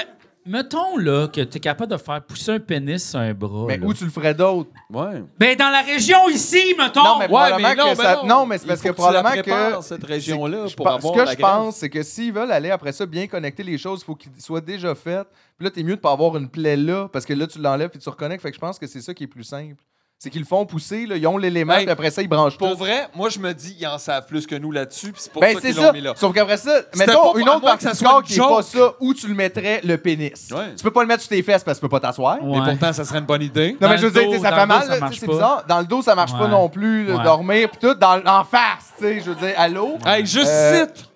S1: mettons là, que t'es capable de faire pousser un pénis sur un bras.
S2: Mais
S1: là.
S2: où tu le ferais d'autres?
S3: Ouais.
S1: Ben, dans la région ici, mettons!
S2: Non, mais- Probablement que
S3: non,
S2: ça- non, mais c'est
S3: Il
S2: parce
S3: faut
S2: que
S3: tu la
S2: probablement
S3: prépares,
S2: que-
S3: cette région-là
S2: Je
S3: pour
S2: pense-
S3: avoir
S2: ce que
S3: la
S2: je
S3: graisse.
S2: pense, c'est que s'ils veulent aller après ça bien connecter les choses, il faut qu'ils soient déjà faites. Puis là, t'es mieux de pas avoir une plaie là, parce que là, tu l'enlèves puis tu reconnectes. Fait que je pense que c'est ça qui est plus simple. C'est qu'ils le font pousser, là, ils ont l'élément,
S3: Hey,
S2: puis après ça, ils branchent pas.
S3: Ben, Pour vrai, moi je me dis ils en savent plus que nous là-dessus, puis c'est pour
S2: Ben,
S3: ça
S2: c'est
S3: qu'ils
S2: ça.
S3: l'ont mis là.
S2: Sauf qu'après ça,
S3: C'était
S2: mettons
S3: pas-
S2: une
S3: à
S2: autre
S3: moins que
S2: partie
S3: ça
S2: du
S3: soit
S2: corps
S3: une
S2: qui est pas
S3: joke.
S2: ça, où tu le mettrais le pénis.
S3: Ouais.
S2: Tu peux pas le mettre sur tes fesses parce que tu peux pas t'asseoir.
S1: Ouais.
S3: Mais pourtant, ça serait une bonne idée.
S2: Non,
S1: Dans
S2: mais je veux
S1: le
S2: dire,
S1: dos,
S2: tu sais, ça
S1: dans
S2: fait
S1: le dos,
S2: mal,
S1: ça
S2: là, tu sais,
S1: marche
S2: c'est
S1: pas.
S2: bizarre. Dans le dos, ça marche pas
S1: Ouais.
S2: non plus, là,
S1: Ouais.
S2: dormir, puis tout, dans, l- en face, tu sais, je veux dire, allô?
S3: Hey, juste
S2: Euh,
S3: cite.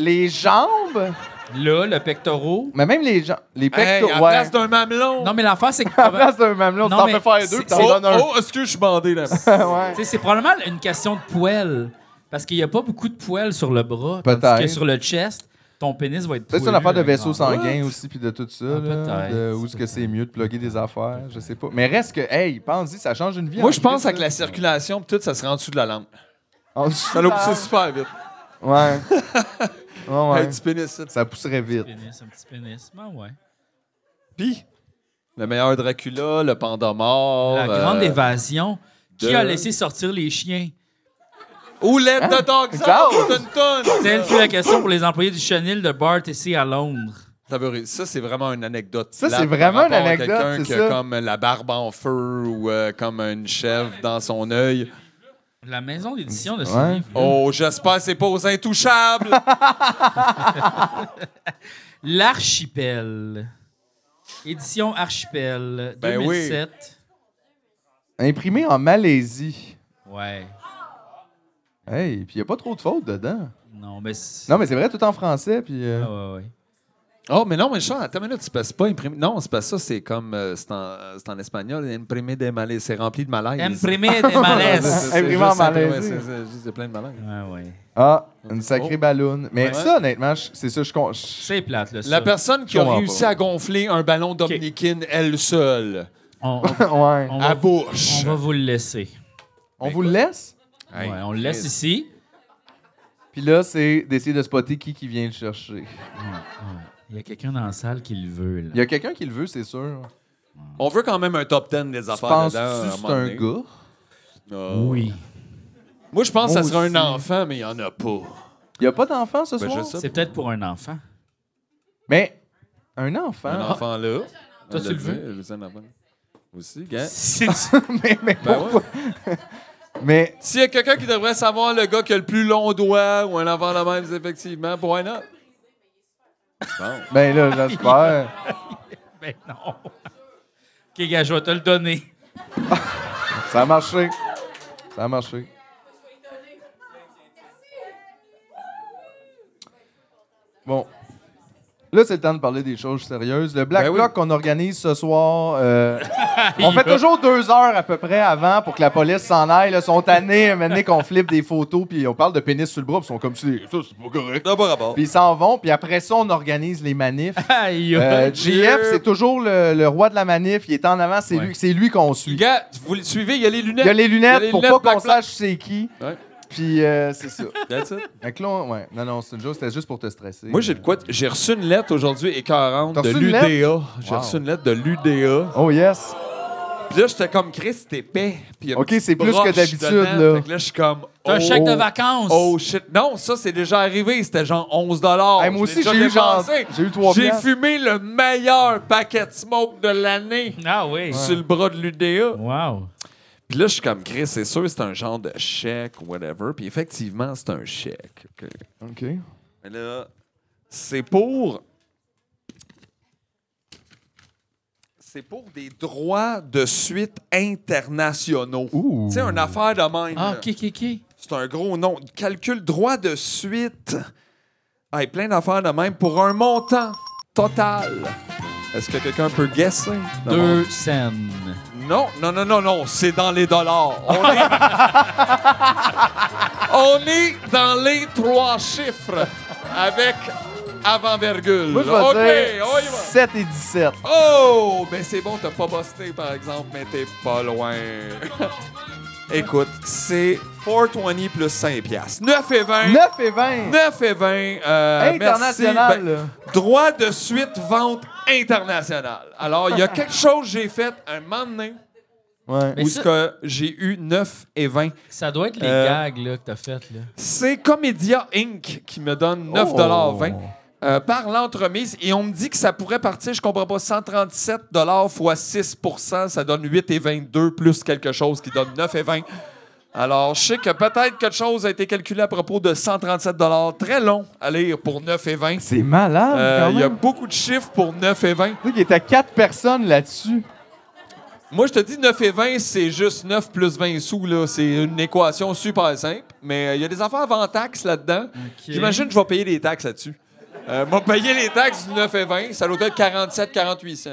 S2: Les jambes,
S1: Là, le pectoral.
S2: mais même les jambes, les
S3: Hey,
S2: pectoraux.
S3: en
S2: ouais.
S3: place d'un mamelon.
S1: Non, mais l'affaire, c'est que.
S2: En place d'un mamelon, tu
S1: Ah, ben, Non,
S2: t'en
S1: mais
S2: fais faire deux,
S1: c'est-
S2: puis t'en
S3: oh,
S2: donnes un.
S3: oh, est-ce que je suis bandé là
S2: Ouais.
S1: Tu sais, c'est probablement une question de poêle. Parce qu'il n'y a pas beaucoup de poêle sur le bras. tandis
S2: Peut-être.
S1: que sur le chest, ton pénis va être.
S2: Peut-être c'est une
S1: poilu,
S2: affaire de
S1: là,
S2: vaisseau
S1: grand.
S2: sanguin aussi, puis de tout ça, là,
S1: peut-être.
S2: de où est-ce que c'est mieux de plugger des affaires, je sais pas. Mais reste que, hey, pense-y, ça change une vie.
S3: Moi,
S2: en
S3: je pense
S2: plus,
S3: avec la circulation, pis tout, ça serait en dessous de la lampe.
S2: En dessous
S3: Ça
S2: de
S3: l'a
S2: la-
S3: poussé super vite.
S2: Ah, Ouais. Ouais, ouais.
S3: Hey, du pénis, ça.
S2: Ça pousserait vite.
S1: Pénis, un petit pénis. Ben ouais.
S3: Pis, le meilleur Dracula, le panda mort.
S1: La grande
S3: euh,
S1: évasion. Qui a
S3: de-
S1: laissé sortir les chiens?
S3: Ou Let
S2: Ah,
S3: the Dogs
S2: Out.
S3: Out, c'est une tonne.
S1: Telle fut la question pour les employés du chenil de Bart ici à Londres.
S3: Ça, veut- ça, c'est vraiment une anecdote.
S2: Ça,
S3: plate
S2: c'est
S3: par
S2: vraiment
S3: rapport
S2: une
S3: à
S2: anecdote,
S3: Quelqu'un
S2: c'est
S3: qui
S2: ça.
S3: a comme la barbe en feu ou euh, comme une chèvre dans son œil.
S1: La maison d'édition de ce
S2: Ouais.
S1: livre.
S3: Oh, j'espère que c'est pas aux intouchables.
S1: L'Archipel. Édition Archipel
S3: Ben
S1: 2007.
S2: Imprimé en Malaisie.
S1: Ouais.
S2: Hey, puis il a pas trop de fautes dedans.
S1: Non, mais. c'est-
S2: Non, mais c'est vrai, tout en français, puis... euh,
S1: Ah ouais, ouais.
S3: oh, mais non, mais Charles, attends une minute, c'est pas, c'est pas imprimé. Non, c'est pas ça, c'est comme. euh, c'est en, euh, c'est en espagnol, imprimé des malaises. C'est rempli de malaise.
S1: Imprimé des malaises.
S3: C'est
S2: Imprimé
S3: juste
S2: en
S3: imprimé,
S2: malaise.
S3: ouais, C'est c'est juste plein de malaises.
S1: Ouais, ouais.
S2: Ah, une sacrée balloune. Mais
S3: Ouais.
S2: ça, honnêtement, je- c'est ça, je... con- je-
S1: C'est plate, là.
S3: La
S1: Ça.
S3: personne qui
S2: Je
S3: a
S2: comprends
S3: réussi
S2: pas.
S3: à gonfler un ballon dominicaine elle seule,
S1: On, on-
S2: Ouais.
S1: on
S3: à
S1: va,
S3: bouche.
S1: on va vous le laisser.
S2: On vous le laisse?
S3: Hey,
S1: Ouais, on le laisse
S3: Christ.
S1: ici.
S2: Puis là, c'est d'essayer de spotter qui qui vient le chercher.
S1: Il y a quelqu'un dans la salle qui le veut, là.
S2: Il y a quelqu'un qui le veut, c'est sûr.
S3: On veut quand même un top 10 des
S2: Tu
S3: affaires
S2: penses-tu
S3: dedans. à
S2: que
S3: un
S2: c'est
S3: moment
S2: un
S3: donné.
S2: gars?
S3: Ah,
S1: Oui.
S3: Moi, je pense que ça
S2: Moi
S3: serait un
S2: aussi.
S3: enfant, mais il n'y en a pas.
S2: Il n'y a pas d'enfant ce
S3: Ben,
S2: soir?
S3: je sais.
S1: C'est peut-être pour un enfant.
S2: Mais un enfant.
S3: Un enfant là.
S1: Ah. Toi, tu le veux?
S3: Aussi, gars.
S2: mais mais
S3: Ben
S2: pourquoi? mais
S3: S'il y a quelqu'un qui devrait savoir le gars qui a le plus long doigt ou un enfant de même, c'est effectivement, why not? Bon.
S2: ben là, j'espère.
S1: Ben non. OK, gars, je vais te le donner.
S2: Ça a marché. Ça a marché. Bon. Là, c'est le temps de parler des choses sérieuses. Le Black
S3: Ben oui.
S2: Bloc qu'on organise ce soir, euh, on fait toujours deux heures à peu près avant pour que la police s'en aille. Ils sont tannés, maintenant qu'on flippe des photos, puis on parle de pénis sur le bras, puis ils sont comme ça, ça c'est pas correct.
S3: T'as pas rapport.
S2: Puis ils s'en vont, puis après ça, on organise les manifs.
S1: Aïe,
S2: Euh,
S1: aïe.
S2: GF, c'est toujours le, le roi de la manif. Il est en avant, c'est lui, c'est lui qu'on suit.
S3: Gars, vous le suivez, il y a les
S2: Il
S3: lunettes.
S2: y a les
S3: Il
S2: lunettes
S3: y a les
S2: pour
S3: lunettes
S2: pas
S3: Black
S2: qu'on
S3: Bloc.
S2: sache c'est qui.
S3: Ouais.
S2: Puis euh, c'est ça.
S3: That's it.
S2: Fait que là, on- ouais. Non, non, c'est une joke, c'était juste pour te stresser.
S3: Moi, j'ai de quoi. J'ai reçu une lettre aujourd'hui écœurante
S2: T'as
S3: de
S2: reçu une
S3: l'UDA. J'ai
S2: Wow.
S3: reçu une lettre de l'UDA.
S2: Oh yes!
S3: Puis là, j'étais comme Chris, t'es épais. Puis il y a une
S2: Ok,
S3: petite
S2: c'est plus que
S3: broche
S2: d'habitude,
S3: dedans.
S2: là.
S3: Fait que là, je suis comme.
S1: T'as un
S3: oh,
S1: chèque de vacances.
S3: Oh shit. Non, ça, c'est déjà arrivé. C'était genre 11 dollars.
S2: Hey, moi aussi, j'ai eu genre- j'ai eu trois
S3: J'ai
S2: piastres.
S3: fumé le meilleur paquet de smoke de l'année
S1: Ah oui.
S3: sur le bras de l'UDA.
S1: Wow.
S3: Puis là, je suis comme Chris, c'est sûr, c'est un genre de chèque ou whatever. Puis effectivement, c'est un chèque. ok.
S2: OK.
S3: Mais là, c'est pour. C'est pour des droits de suite internationaux.
S2: Ouh.
S3: Tu sais, une affaire de même.
S1: Ah,
S3: là.
S1: OK, OK, OK.
S3: C'est un gros nom. Calcul droit de suite. Hey, plein d'affaires de même pour un montant total. Est-ce que quelqu'un peut guesser? le
S1: Deux scènes.
S3: non, non, non, non, non, c'est dans les dollars. On est... On est dans les trois chiffres avec avant-virgule.
S2: Moi, je vais
S3: OK,
S2: dire
S3: on y va.
S2: 7 et 17.
S3: Oh, ben c'est bon, t'as pas busté, par exemple, mais t'es pas loin. Écoute, c'est 420 plus 5 piastres. 9 et 20.
S2: 9 et 20!
S3: 9 et 20. euh,
S2: International!
S3: merci. Ben, droit de suite vente internationale. Alors, il y a quelque chose que j'ai fait un moment donné
S2: ouais.
S1: Mais
S3: où
S1: ça-
S3: ce que j'ai eu 9 et 20.
S1: Ça doit être les
S3: Euh,
S1: gags là, que t'as faites. Là.
S3: C'est Comedia Inc. qui me donne 9,20
S2: Oh.
S3: euh, par l'entremise. Et on me dit que ça pourrait partir, je comprends pas, 137 fois 6 ça donne 8,22 plus quelque chose qui donne 9,20 alors, je sais que peut-être quelque chose a été calculé à propos de 137 très long à lire pour 9,20
S2: C'est malade,
S3: Euh,
S2: Ah, quand
S3: Il y a
S2: même.
S3: beaucoup de chiffres pour 9,20
S2: Tu sais qu'il était 4 personnes là-dessus.
S3: Moi, je te dis 9 et 20, c'est juste 9 plus 20 sous. là. C'est une équation super simple. Mais euh, il y a des affaires avant taxes là-dedans. J'imagine que je vais payer des taxes là-dessus. Euh, m'a payé les taxes du 9 et 20. Ça doit être 47, 48 cents.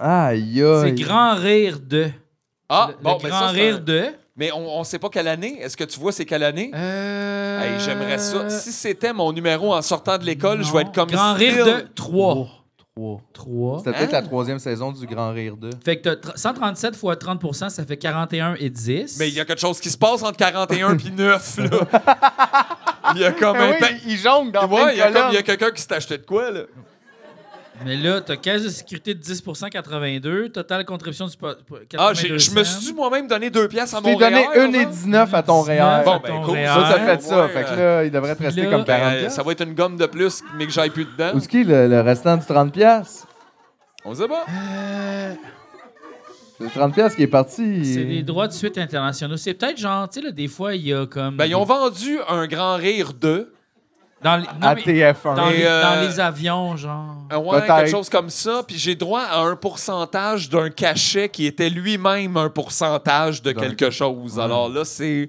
S2: Aïe,
S1: C'est
S2: aïe.
S1: grand rire de.
S3: Ah,
S1: le
S3: bon,
S1: le
S3: mais
S1: grand
S3: ça, c'est
S1: rire
S3: un-
S1: de.
S3: Mais on ne sait pas quelle année. Est-ce que tu vois c'est quelle année?
S1: Euh...
S3: Hey, J'aimerais ça. Si c'était mon numéro en sortant de l'école, je vais être comme
S1: Grand rire
S3: Still.
S1: de 3.
S2: Trois.
S1: 3.
S2: C'était
S3: hein?
S2: peut-être la troisième saison du Grand Rire 2.
S1: Fait que t'as tr- 137 fois 30 ça fait 41 et 10.
S3: Mais il y a quelque chose qui se passe entre 41 et 9. Là. Il y a comme
S1: Ben
S3: un... pa-
S2: Ben il jongle dans
S3: Ouais, Ah, ben, il y a comme- il y a quelqu'un qui s'est acheté de quoi, là?
S1: Mais là, t'as caisse de sécurité de 10 82, totale contribution du. po- po-
S3: Ah, j'ai-
S1: 82
S3: je me
S1: cents.
S3: suis moi-même donné deux pièces à
S2: Tu t'es
S3: mon
S2: donné 1 et 19 à ton REER.
S3: Bon,
S1: à
S3: ben,
S1: ton
S3: cool.
S1: REER.
S2: ça, t'as fait
S3: Ouais,
S2: ça.
S3: euh,
S2: Fait que là, il devrait te rester
S1: là,
S2: comme 40
S3: euh, ça va être une gomme de plus, mais que j'aille plus dedans.
S2: Où est-ce qu'il est, le, le restant du 30 pièces
S3: On sait pas.
S2: C'est le 30 pièces qui est parti.
S1: C'est des droits de suite internationaux. C'est peut-être genre, tu sais, là, des fois, il y a comme.
S3: Ben, ils ont vendu un grand rire de.
S1: Dans les, non,
S2: à
S1: mais-
S2: TF1.
S1: dans,
S3: Et,
S1: les,
S3: euh,
S1: dans les avions, genre.
S3: euh, ouais,
S2: Peut-être.
S3: quelque chose comme ça. Puis j'ai droit à un pourcentage d'un cachet qui était lui-même un pourcentage de quelque chose. Alors là, c'est.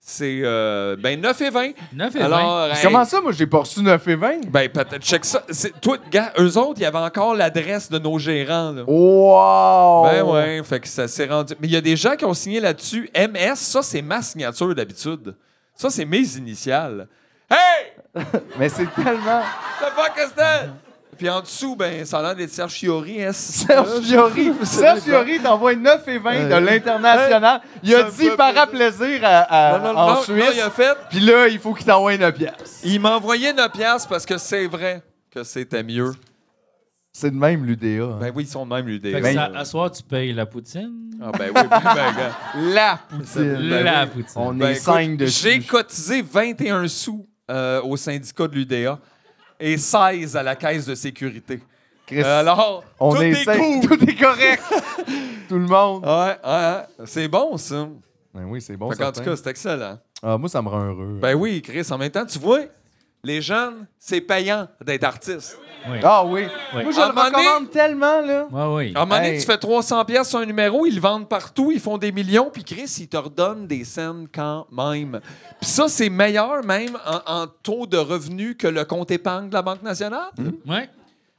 S3: C'est. euh, ben, 9 et 20.
S1: 9 et 20.
S3: Alors. hey,
S2: Comment ça, moi, j'ai pas reçu 9 et 20?
S3: Ben, peut-être. Check ça. C'est- Toi, gars, eux autres, il y avait encore l'adresse de nos gérants, là.
S2: Wow!
S3: Ben ouais, fait que ça s'est rendu. Mais il y a des gens qui ont signé là-dessus. MS, ça c'est ma signature d'habitude. Ça c'est mes initiales. Hey,
S2: Mais c'est tellement...
S3: the fuck is that? Puis en dessous, ben ça a l'air d'être Serge Fiori. S.
S2: Serge Fiori, Serge Fiori t'envoie 9 et 20 de l'international. Il a
S3: Euh, Ça me
S2: dit
S3: fait
S2: paraplaisir à, à-
S3: Non, non,
S2: en
S3: non,
S2: Suisse.
S3: non, il a fait.
S2: Puis là, il faut qu'il t'envoie une pièce.
S3: Il m'a envoyé 9 piastres parce que c'est vrai que c'était mieux.
S2: C'est de même l'UDA. hein.
S3: Ben oui, ils sont de même l'UDA.
S1: Fait que
S2: ben-
S1: ça, à soir, tu payes la poutine.
S3: Ah ben oui, ben, ben, gars.
S2: La poutine.
S1: la poutine.
S2: On
S3: Ben,
S2: est
S3: écoute,
S2: 5 de
S3: J'ai cotisé 21 sous euh, au syndicat de l'UDA et 16 à la caisse de sécurité. Euh,
S2: Chris,
S3: Alors,
S2: on
S3: tout
S2: est
S3: est,
S2: safe.
S3: cool.
S2: Tout est correct. Tout le monde.
S3: Ouais, ouais, ouais. C'est bon, ça.
S2: Ben oui, c'est bon.
S3: Fait qu'en tout
S2: certain.
S3: cas, c'est excellent.
S2: Ah, moi, ça me rend heureux.
S3: Ben oui, Chris, en même temps, tu vois, les jeunes, c'est payant d'être artiste.
S2: ah oui.
S1: Oui.
S2: Moi, je
S3: À un
S2: le
S3: moment donné-
S2: recommande tellement, là.
S1: Oui, oui.
S3: À un moment donné,
S2: Hey.
S3: tu fais 300 pièces sur un numéro, ils le vendent partout, ils font des millions, puis Chris, ils te redonnent des scènes quand même. Puis ça, c'est meilleur même en, en taux de revenu que le compte épargne de la Banque nationale.
S2: Mm-hmm.
S1: Ouais.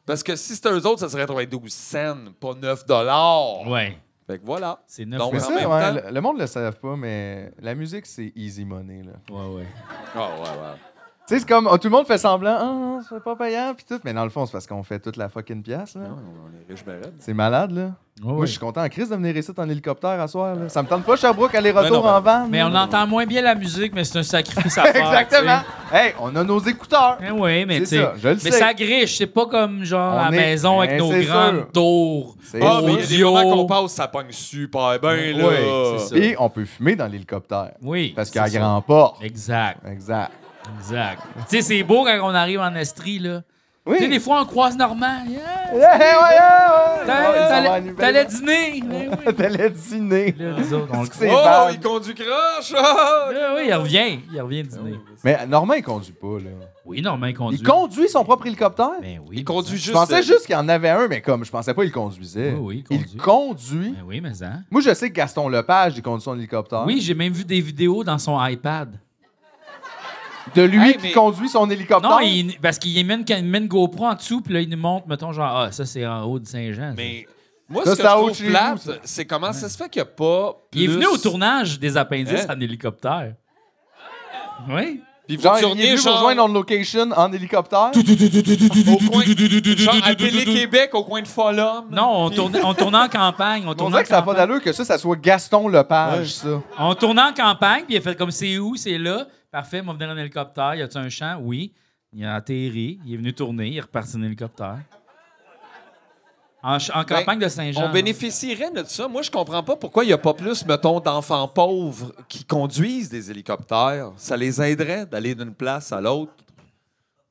S3: Parce que si c'était eux autres, ça serait 92 cents, pas 9 dollars.
S1: Ouais.
S3: Fait que voilà.
S1: C'est neuf.
S3: Donc,
S2: Mais
S3: en
S2: ça,
S3: même
S2: ouais,
S3: temps-
S2: le- le monde le savent pas, mais la musique, c'est easy money, là.
S1: Ouais, ouais.
S3: Ah, ouais, ouais.
S2: Tu sais, c'est comme oh, tout le monde fait semblant, ah, non, c'est pas payant, puis tout. Mais dans le fond, c'est parce qu'on fait toute la fucking pièce, là.
S3: Non, on est riche, ben raide.
S2: C'est malade, là.
S1: Ouais,
S2: Moi,
S1: ouais.
S2: je suis content en crise de venir ici en hélicoptère à soir, là. Ça me tente pas, Sherbrooke, aller-retour
S3: Ben non, ben
S2: en van.
S1: Mais
S2: là.
S1: on entend moins bien la musique, mais c'est un sacrifice à faire.
S2: Exactement. Hey, on a nos écouteurs.
S1: tu sais. Eh oui, mais
S2: C'est
S1: tu sais.
S2: ça, je le
S1: Mais
S2: sais.
S1: ça griche, c'est pas comme genre
S2: On
S1: à la
S2: est-
S1: maison avec
S2: Ben,
S1: nos
S2: c'est sûr.
S1: grandes tours.
S2: C'est
S3: Ah, mais il
S2: sûr.
S3: y a des
S1: Audio.
S3: moments qu'on passe, ça pogne super bien, là.
S1: Oui, c'est ça.
S2: Et on peut fumer dans l'hélicoptère.
S1: Oui.
S2: Parce
S1: c'est
S2: qu'à
S1: ça.
S2: grand port.
S1: Exact,
S2: Exact.
S1: exact. tu sais, c'est beau quand on arrive en Estrie, là.
S2: Oui.
S1: Tu sais, des fois, on croise Normand. Yeah!
S2: Eh, Ouais, ouais, ouais,
S1: T'allais-
S2: ouais. Ça va à
S1: T'allais
S2: Nouvelle-
S1: t'allais dîner. Ben oui.
S2: T'allais dîner.
S1: Là, nous autres, on le
S2: C'est que
S1: croise.
S2: c'est
S3: Oh,
S2: bad.
S3: il conduit croche! ah!
S1: Là, oui, il revient. Il revient dîner.
S2: Mais Normand, il conduit pas, là.
S1: Oui, Normand, il conduit.
S2: Il conduit son propre hélicoptère?
S1: Ben oui.
S3: Il conduit
S2: Je
S3: juste.
S2: pensais juste qu'il y en avait un, mais comme je pensais pas qu'il conduisait.
S1: Oui, oui, Oh, il conduit.
S2: Il conduit.
S1: Ben oui, mais hein.
S2: Moi, je sais que Gaston Lepage, il conduit son hélicoptère.
S1: Oui, j'ai même vu des vidéos dans son iPad.
S2: De lui
S3: Hey,
S2: qui
S3: mais-
S2: conduit son hélicoptère.
S1: Non, il- parce qu'il met, une- il met une GoPro en dessous, puis là, il nous montre, mettons, genre, ah, ça, c'est en haut de Saint-Jean. ça.
S3: Mais moi,
S2: Ça,
S3: ce que
S2: c'est
S3: je
S2: à haut
S3: trouve
S2: chez nous, ça.
S3: plate, c'est comment ça se fait qu'il n'y a pas.
S1: Il est venu
S3: plus-
S1: au tournage des appendices
S3: Hein?
S1: en hélicoptère. Oui.
S3: Puis vous
S2: Genre, il est
S3: tourniez
S2: venu
S3: genre,
S2: rejoindre on location en hélicoptère.
S3: au coin. genre à Télé-Québec, au coin de Follum.
S1: Non, on tournait, on tournait en campagne. On
S2: On
S1: tournait,
S2: dirait
S1: en
S2: que ça n'a pas
S1: campagne.
S2: d'allure que ça, ça soit Gaston Lepage, ça.
S1: on tournait en campagne, puis il a fait comme c'est où, c'est là. Parfait, il m'a venu en hélicoptère. Y a-tu un champ? Oui. Il a atterri, il est venu tourner, il est reparti en hélicoptère. En, ch- en campagne de Saint-Jean.
S3: On bénéficierait de ça. Moi, je comprends pas pourquoi il n'y a pas plus, mettons, d'enfants pauvres qui conduisent des hélicoptères. Ça les aiderait d'aller d'une place à l'autre.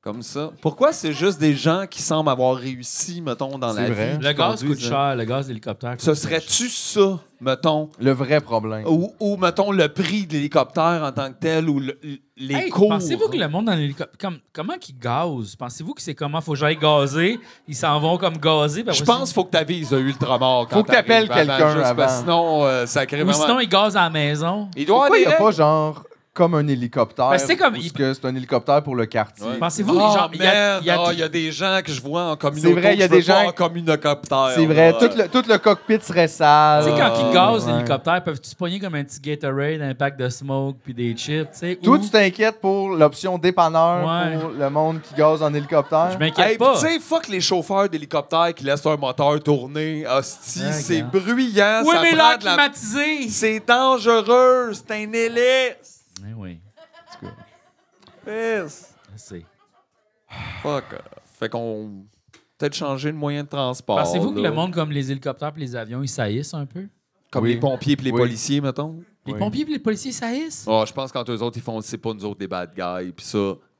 S3: Comme ça. Pourquoi c'est juste des gens qui semblent avoir réussi, mettons, dans
S2: C'est
S3: la
S2: vrai.
S3: vie?
S1: Le
S3: qui
S1: gaz
S3: conduisent,
S1: coûte
S3: hein?
S1: cher, le gaz d'hélicoptère.
S3: Ce
S1: coûte
S3: serait-tu ça, mettons?
S2: Le vrai problème.
S3: Ou, ou, mettons, le prix de l'hélicoptère en tant que tel, ou le- les
S1: Hey,
S3: cours.
S1: Pensez-vous que le monde dans l'hélicoptère, comme, comment qu'ils gazent? Pensez-vous que c'est comment faut que j'aille gazer? Ils s'en vont comme gazer. ben puis
S3: Je
S1: après ça-
S3: pense qu'il faut que tu avises Ultramar. quand
S2: Faut que t'appelles
S3: t'arrives
S2: quelqu'un
S3: juste
S2: avant.
S3: parce que Sinon, euh, ça crée
S1: Ou
S3: vraiment.
S1: sinon, ils gazent à la maison.
S3: il doit
S2: Pourquoi il
S3: aller.
S2: n'y a pas, genre, comme un hélicoptère?
S1: Ben, c'est comme-
S2: où ce que c'est un hélicoptère pour le quartier.
S3: Ouais.
S1: Pensez-vous,
S3: Oh,
S1: les gens- il y a-
S3: man,
S1: il y a-
S3: oh, il y a des gens que je vois en communauté.
S2: C'est vrai, il y a
S3: que je veux
S2: des gens-
S3: pas en communocoptère.
S2: C'est vrai,
S3: là.
S2: tout le, tout le cockpit serait
S1: Tu
S2: sale.
S1: sais, quand ils
S3: Ah,
S1: gazent
S2: ouais.
S1: l'hélicoptère, peuvent-tu se pogner comme un petit Gatorade, un pack de smoke, puis des chips, tu sais?
S2: Toi,
S1: ou-
S2: tu t'inquiètes pour l'option dépanneur
S1: Ouais.
S2: pour le monde qui gaze en hélicoptère.
S1: Je m'inquiète
S3: Hey, pis
S1: pas.
S3: tu sais, fuck les chauffeurs d'hélicoptères qui laissent un moteur tourner. Hostie,
S1: Ouais,
S3: c'est
S1: gars.
S3: bruyant.
S1: Oui,
S3: ça
S1: mais
S3: prend
S1: l'air
S3: de la-
S1: climatisé!
S3: C'est dangereux. C'est un hélice.
S1: Eh oui,
S3: Yes.
S1: je sais.
S3: Fuck. euh, Fait qu'on. Peut-être changer le moyen de transport.
S1: Oh, Pensez-vous que
S3: là.
S1: le monde, comme les hélicoptères et les avions, ils saillissent un peu?
S3: Comme
S2: Oui.
S3: les pompiers puis les
S2: Oui.
S3: policiers, mettons.
S1: Les
S2: Oui.
S1: pompiers et les policiers saillissent?
S3: Ah, je pense quand eux autres, ils font, c'est pas nous autres des bad guys, puis ça,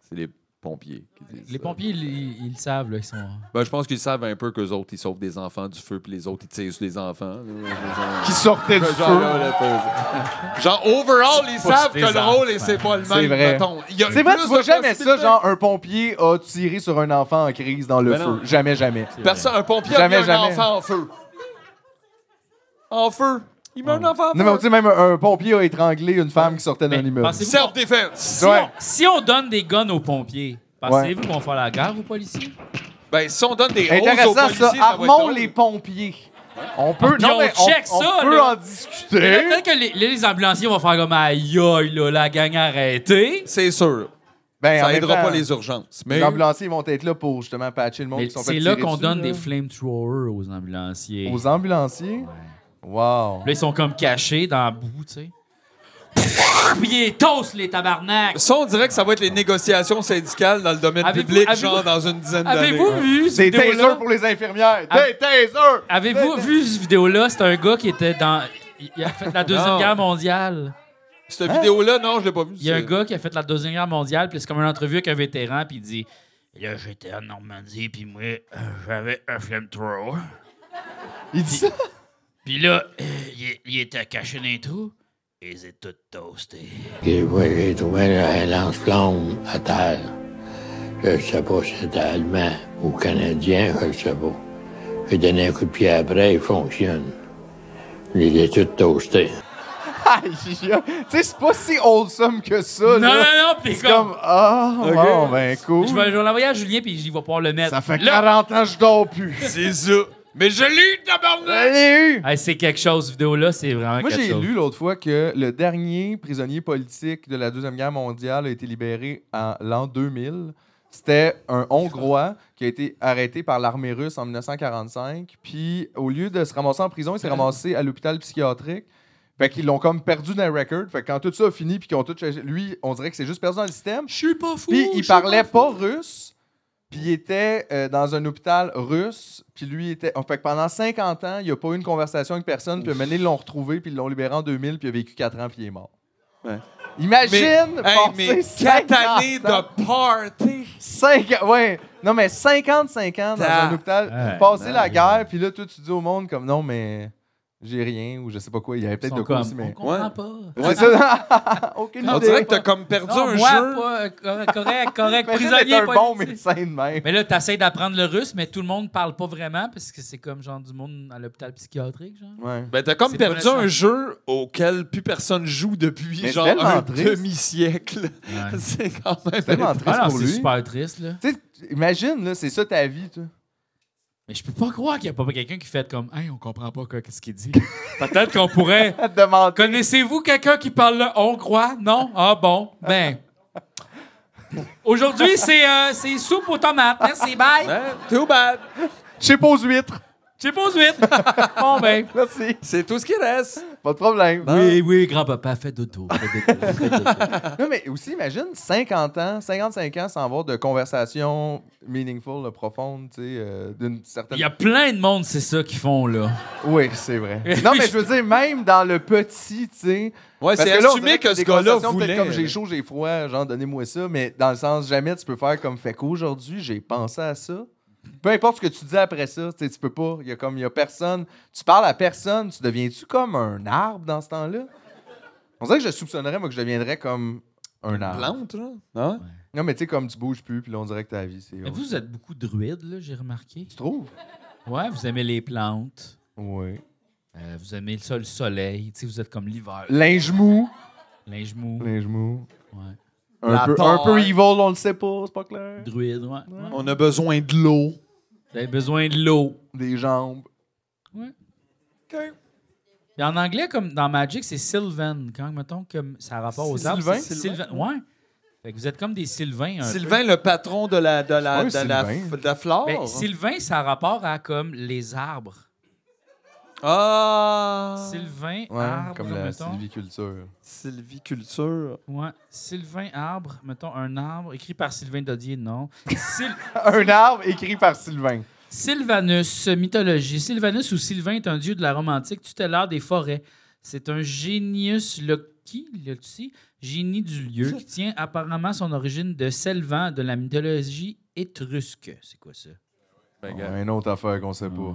S3: c'est les pompiers qui disent
S1: Les
S3: ça.
S1: pompiers, ils- ils ils le savent, là, ils sont...
S3: Ben, je pense qu'ils savent un peu qu'eux autres, ils sauvent des enfants du feu, puis les autres, ils tirent sur les enfants.
S2: Qui sortait du
S3: Genre,
S2: feu.
S3: là, là, t'as- genre, overall, ils savent que
S1: des
S3: le rôle, et c'est pas le
S2: C'est
S3: même,
S2: vrai.
S3: mettons. Il y a
S2: C'est vrai,
S3: plus
S2: tu vois
S3: de
S2: jamais ça,
S3: possibilités.
S2: genre un pompier a tiré sur un enfant en crise dans le
S3: Ben
S2: feu.
S3: non.
S2: Jamais, jamais.
S3: Personne, un pompier a
S2: Jamais,
S3: mis un
S2: jamais.
S3: enfant en feu. En feu. Il met un enfant en feu.
S2: Non, mais tu sais, même un, un pompier a étranglé une femme qui sortait d'un
S1: Mais
S2: immeuble.
S1: pensez-vous-
S3: Self-defense.
S1: Si,
S2: Ouais.
S1: on, si on donne des guns aux pompiers, pensez-vous qu'on va faire la guerre aux policiers?
S3: Ben, si on donne des roses aux
S2: Intéressant
S3: policiers, ça
S2: ça.
S3: va être
S2: Armons
S3: drôle.
S2: les pompiers. On peut,
S1: Ah, puis
S2: non,
S1: on
S2: mais
S1: check
S2: on, on
S1: ça,
S2: peut
S1: là.
S2: en
S1: Mais là,
S2: discuter.
S1: Peut-être que les, les- les ambulanciers vont faire comme aïe aïe, là, la gang arrêtée.
S3: C'est sûr.
S2: Ben, en
S3: Ça
S2: même
S3: aidera
S2: temps,
S3: pas les urgences. Mais
S2: Les ambulanciers vont être là pour justement patcher le monde
S1: Mais
S2: qui sont fait
S1: c'est là
S2: tirer
S1: qu'on
S2: dessus,
S1: donne
S2: là.
S1: des flamethrowers aux ambulanciers.
S2: Aux ambulanciers? Wow.
S1: Là, ils sont comme cachés dans la boue, tu sais. Puis ils toast les tabarnak.
S3: Ça, on dirait que ça va être les négociations syndicales dans le domaine
S1: Avez-vous-
S3: public,
S1: avez-vous-
S3: genre dans une dizaine d'années.
S1: Avez-vous vu cette
S2: Des tasers
S1: vidéo-là?
S2: pour les infirmières.
S1: Ah.
S2: Des tasers!
S1: Avez-vous vu cette vidéo-là? C'est un gars qui était dans. Il a fait la Deuxième
S3: Non.
S1: Guerre mondiale.
S3: Cette vidéo-là, non, je l'ai pas vue.
S1: Il y a un
S3: c'est-
S1: gars qui a fait la Deuxième Guerre mondiale, puis c'est comme une entrevue avec un vétéran, puis il dit Là, j'étais en Normandie, puis moi, euh, j'avais un flamethrower.
S2: Il dit ça?
S1: Puis là, euh, il il était caché dans les trous, et ils étaient tous toastés.
S10: Et moi, j'ai trouvé un lance-flamme à terre. Je ne sais pas si c'était allemand ou canadien, je ne sais pas. J'ai donné un coup de pied après, il fonctionne. Il est tout toasté.
S2: Aïe, aïe. Tu sais, c'est pas si wholesome que ça,
S1: Non, non,
S2: là.
S1: non, puis
S2: C'est
S1: comme.
S2: comme, ah,
S3: Ok.
S2: bon, ben cool.
S1: Je vais, je vais l'envoyer à Julien, puis il va pouvoir le mettre.
S2: Ça fait 40 ans que je dors plus.
S3: C'est ça. Mais je l'ai eu, tabarnak!
S2: Je l'ai eu.
S1: Hey, c'est quelque chose, cette vidéo-là, c'est vraiment
S2: Moi,
S1: quelque
S2: j'ai
S1: chose.
S2: lu l'autre fois que le dernier prisonnier politique de la Deuxième Guerre mondiale a été libéré en l'an 2000. C'était un Hongrois qui a été arrêté par l'armée russe en 1945. Puis, au lieu de se ramasser en prison, il s'est ramassé à l'hôpital psychiatrique. Fait qu'ils l'ont comme perdu dans le record. Fait que quand tout ça a fini, puis qu'ils ont tout... changé- Lui, on dirait que c'est juste perdu dans le système.
S3: Je suis pas fou!
S2: Puis
S3: je
S2: il
S3: suis pas
S2: parlait
S3: fou.
S2: pas russe. Puis il était euh, dans un hôpital russe. Puis lui était. En fait que pendant 50 ans, il a pas eu une conversation avec personne. Puis mené, ils l'ont retrouvé. Puis ils l'ont libéré en 2000. Puis il a vécu 4 ans. Puis il est mort.
S3: Ouais.
S2: Imagine!
S3: Hey,
S2: passer
S3: mais
S2: 50
S3: 4 années
S2: ans-
S3: de party!
S2: Cinq- ouais. Non, mais 55 ans dans
S3: Ta-
S2: un hôpital.
S1: Ouais.
S2: passer la
S1: Ouais.
S2: guerre. Puis là, toi, tu dis au monde comme non, mais j'ai rien. Ou je sais pas quoi. Il y avait
S1: Ils
S2: peut-être
S1: sont
S2: de quoi
S1: comme,
S2: aussi,
S1: On
S2: mais.
S1: comprend
S3: Ouais.
S1: pas.
S2: C'est ça. Aucune
S3: On
S2: idée.
S3: dirait que t'as comme perdu
S1: Non,
S3: un
S1: moi,
S3: jeu.
S1: pas, euh, cor- correct, correct,
S2: Imagine
S1: prisonnier
S2: être un bon
S1: politique.
S2: médecin de même.
S1: Mais là, t'essayes d'apprendre le russe, mais tout le monde parle pas vraiment parce que c'est comme genre du monde à l'hôpital psychiatrique, genre.
S2: Ouais.
S3: Ben, t'as comme
S1: C'est
S3: perdu
S1: pas
S3: un
S1: récent.
S3: jeu auquel plus personne joue depuis
S2: Mais c'est
S3: genre
S2: tellement
S3: un
S2: triste.
S3: demi-siècle. c'est quand même.
S2: C'est tellement triste
S1: Ah non,
S2: pour
S1: c'est
S2: lui.
S1: super triste, là.
S2: Tu sais, imagine, là, c'est ça ta vie, toi.
S1: Mais je peux pas croire qu'il y a pas quelqu'un qui fait comme Hey, on comprend pas quoi, qu'est-ce qu'il dit. Peut-être qu'on pourrait.
S2: À te demander.
S1: Connaissez-vous quelqu'un qui parle le hongrois? Non? Ah bon? Ben. Aujourd'hui, c'est euh, c'est soupe aux tomates. Merci, bye.
S3: Hein? Too bad.
S2: Je sais pas aux huîtres.
S1: J'ai pas suite. Bon, ben.
S2: Merci.
S3: C'est tout ce qui reste.
S2: Pas de problème. Ben.
S1: Oui, oui, grand-papa, fais dodo. Fais dodo, fais dodo.
S2: Non, mais aussi, imagine 50 ans, 55 ans sans avoir de conversation meaningful, là, profonde, tu sais, euh, d'une certaine.
S1: Il y a plein de monde, c'est ça, qui font, là.
S2: Oui, c'est vrai. Non, mais je veux dire, même dans le petit, tu sais.
S3: Ouais,
S2: parce
S3: c'est
S2: que là, on dirait
S3: assumé que
S2: des
S3: ce gars-là
S2: conversations, peut-être
S3: voulait. euh,
S2: Comme j'ai chaud, j'ai froid, genre, donnez-moi ça. Mais dans le sens, jamais tu peux faire comme fait qu'aujourd'hui, j'ai pensé à ça. Peu importe ce que tu dis après ça, tu sais, tu peux pas. Il y a comme, il y a personne. Tu parles à personne, tu deviens-tu comme un arbre dans ce temps-là? On dirait que je soupçonnerais, moi, que je deviendrais comme un arbre.
S3: Plante, là. Hein?
S2: Non, mais tu sais, comme tu bouges plus, puis là, on dirait que ta vie, c'est.
S1: Mais vous, vous êtes beaucoup druides, là, j'ai remarqué.
S2: Tu trouves?
S1: Ouais, vous aimez les plantes.
S2: Oui.
S1: Euh, vous aimez le sol, le soleil. Tu sais, vous êtes comme l'hiver.
S2: Linge mou.
S1: Linge mou.
S2: Linge mou.
S1: Ouais.
S2: Un peu, un peu evil, on le sait pas, c'est pas clair.
S1: Druide, ouais. ouais.
S3: On a besoin de l'eau.
S1: Vous avez besoin de l'eau.
S2: Des jambes.
S1: Puis en anglais, comme dans Magic, c'est Sylvan. Quand, mettons, comme ça a rapport aux arbres.
S2: Sylvain?
S1: c'est Sylvan. Ouais. Fait que vous êtes comme des Sylvains. un
S3: Sylvain, le patron de la, de la,
S2: Ouais,
S3: de la,
S2: Sylvain.
S3: de la flore.
S1: peu. Ben, Sylvain, ça a rapport à comme les arbres.
S3: Ah!
S1: Sylvain,
S2: Ouais,
S1: arbre,
S2: comme la
S1: mettons.
S2: sylviculture.
S3: Sylviculture.
S1: Ouais. Sylvain, arbre, mettons, un arbre, écrit par Sylvain Dodier, non. Syl-
S2: Un arbre écrit par Sylvain.
S1: Sylvanus, mythologie. Sylvanus ou Sylvain est un dieu de la Rome antique, tutélaire des forêts. C'est un génius loci, loci, génie du lieu, qui tient apparemment son origine de Selvan de la mythologie étrusque. C'est quoi ça?
S3: Ben,
S2: On
S3: gars.
S2: a une autre affaire qu'on sait pas.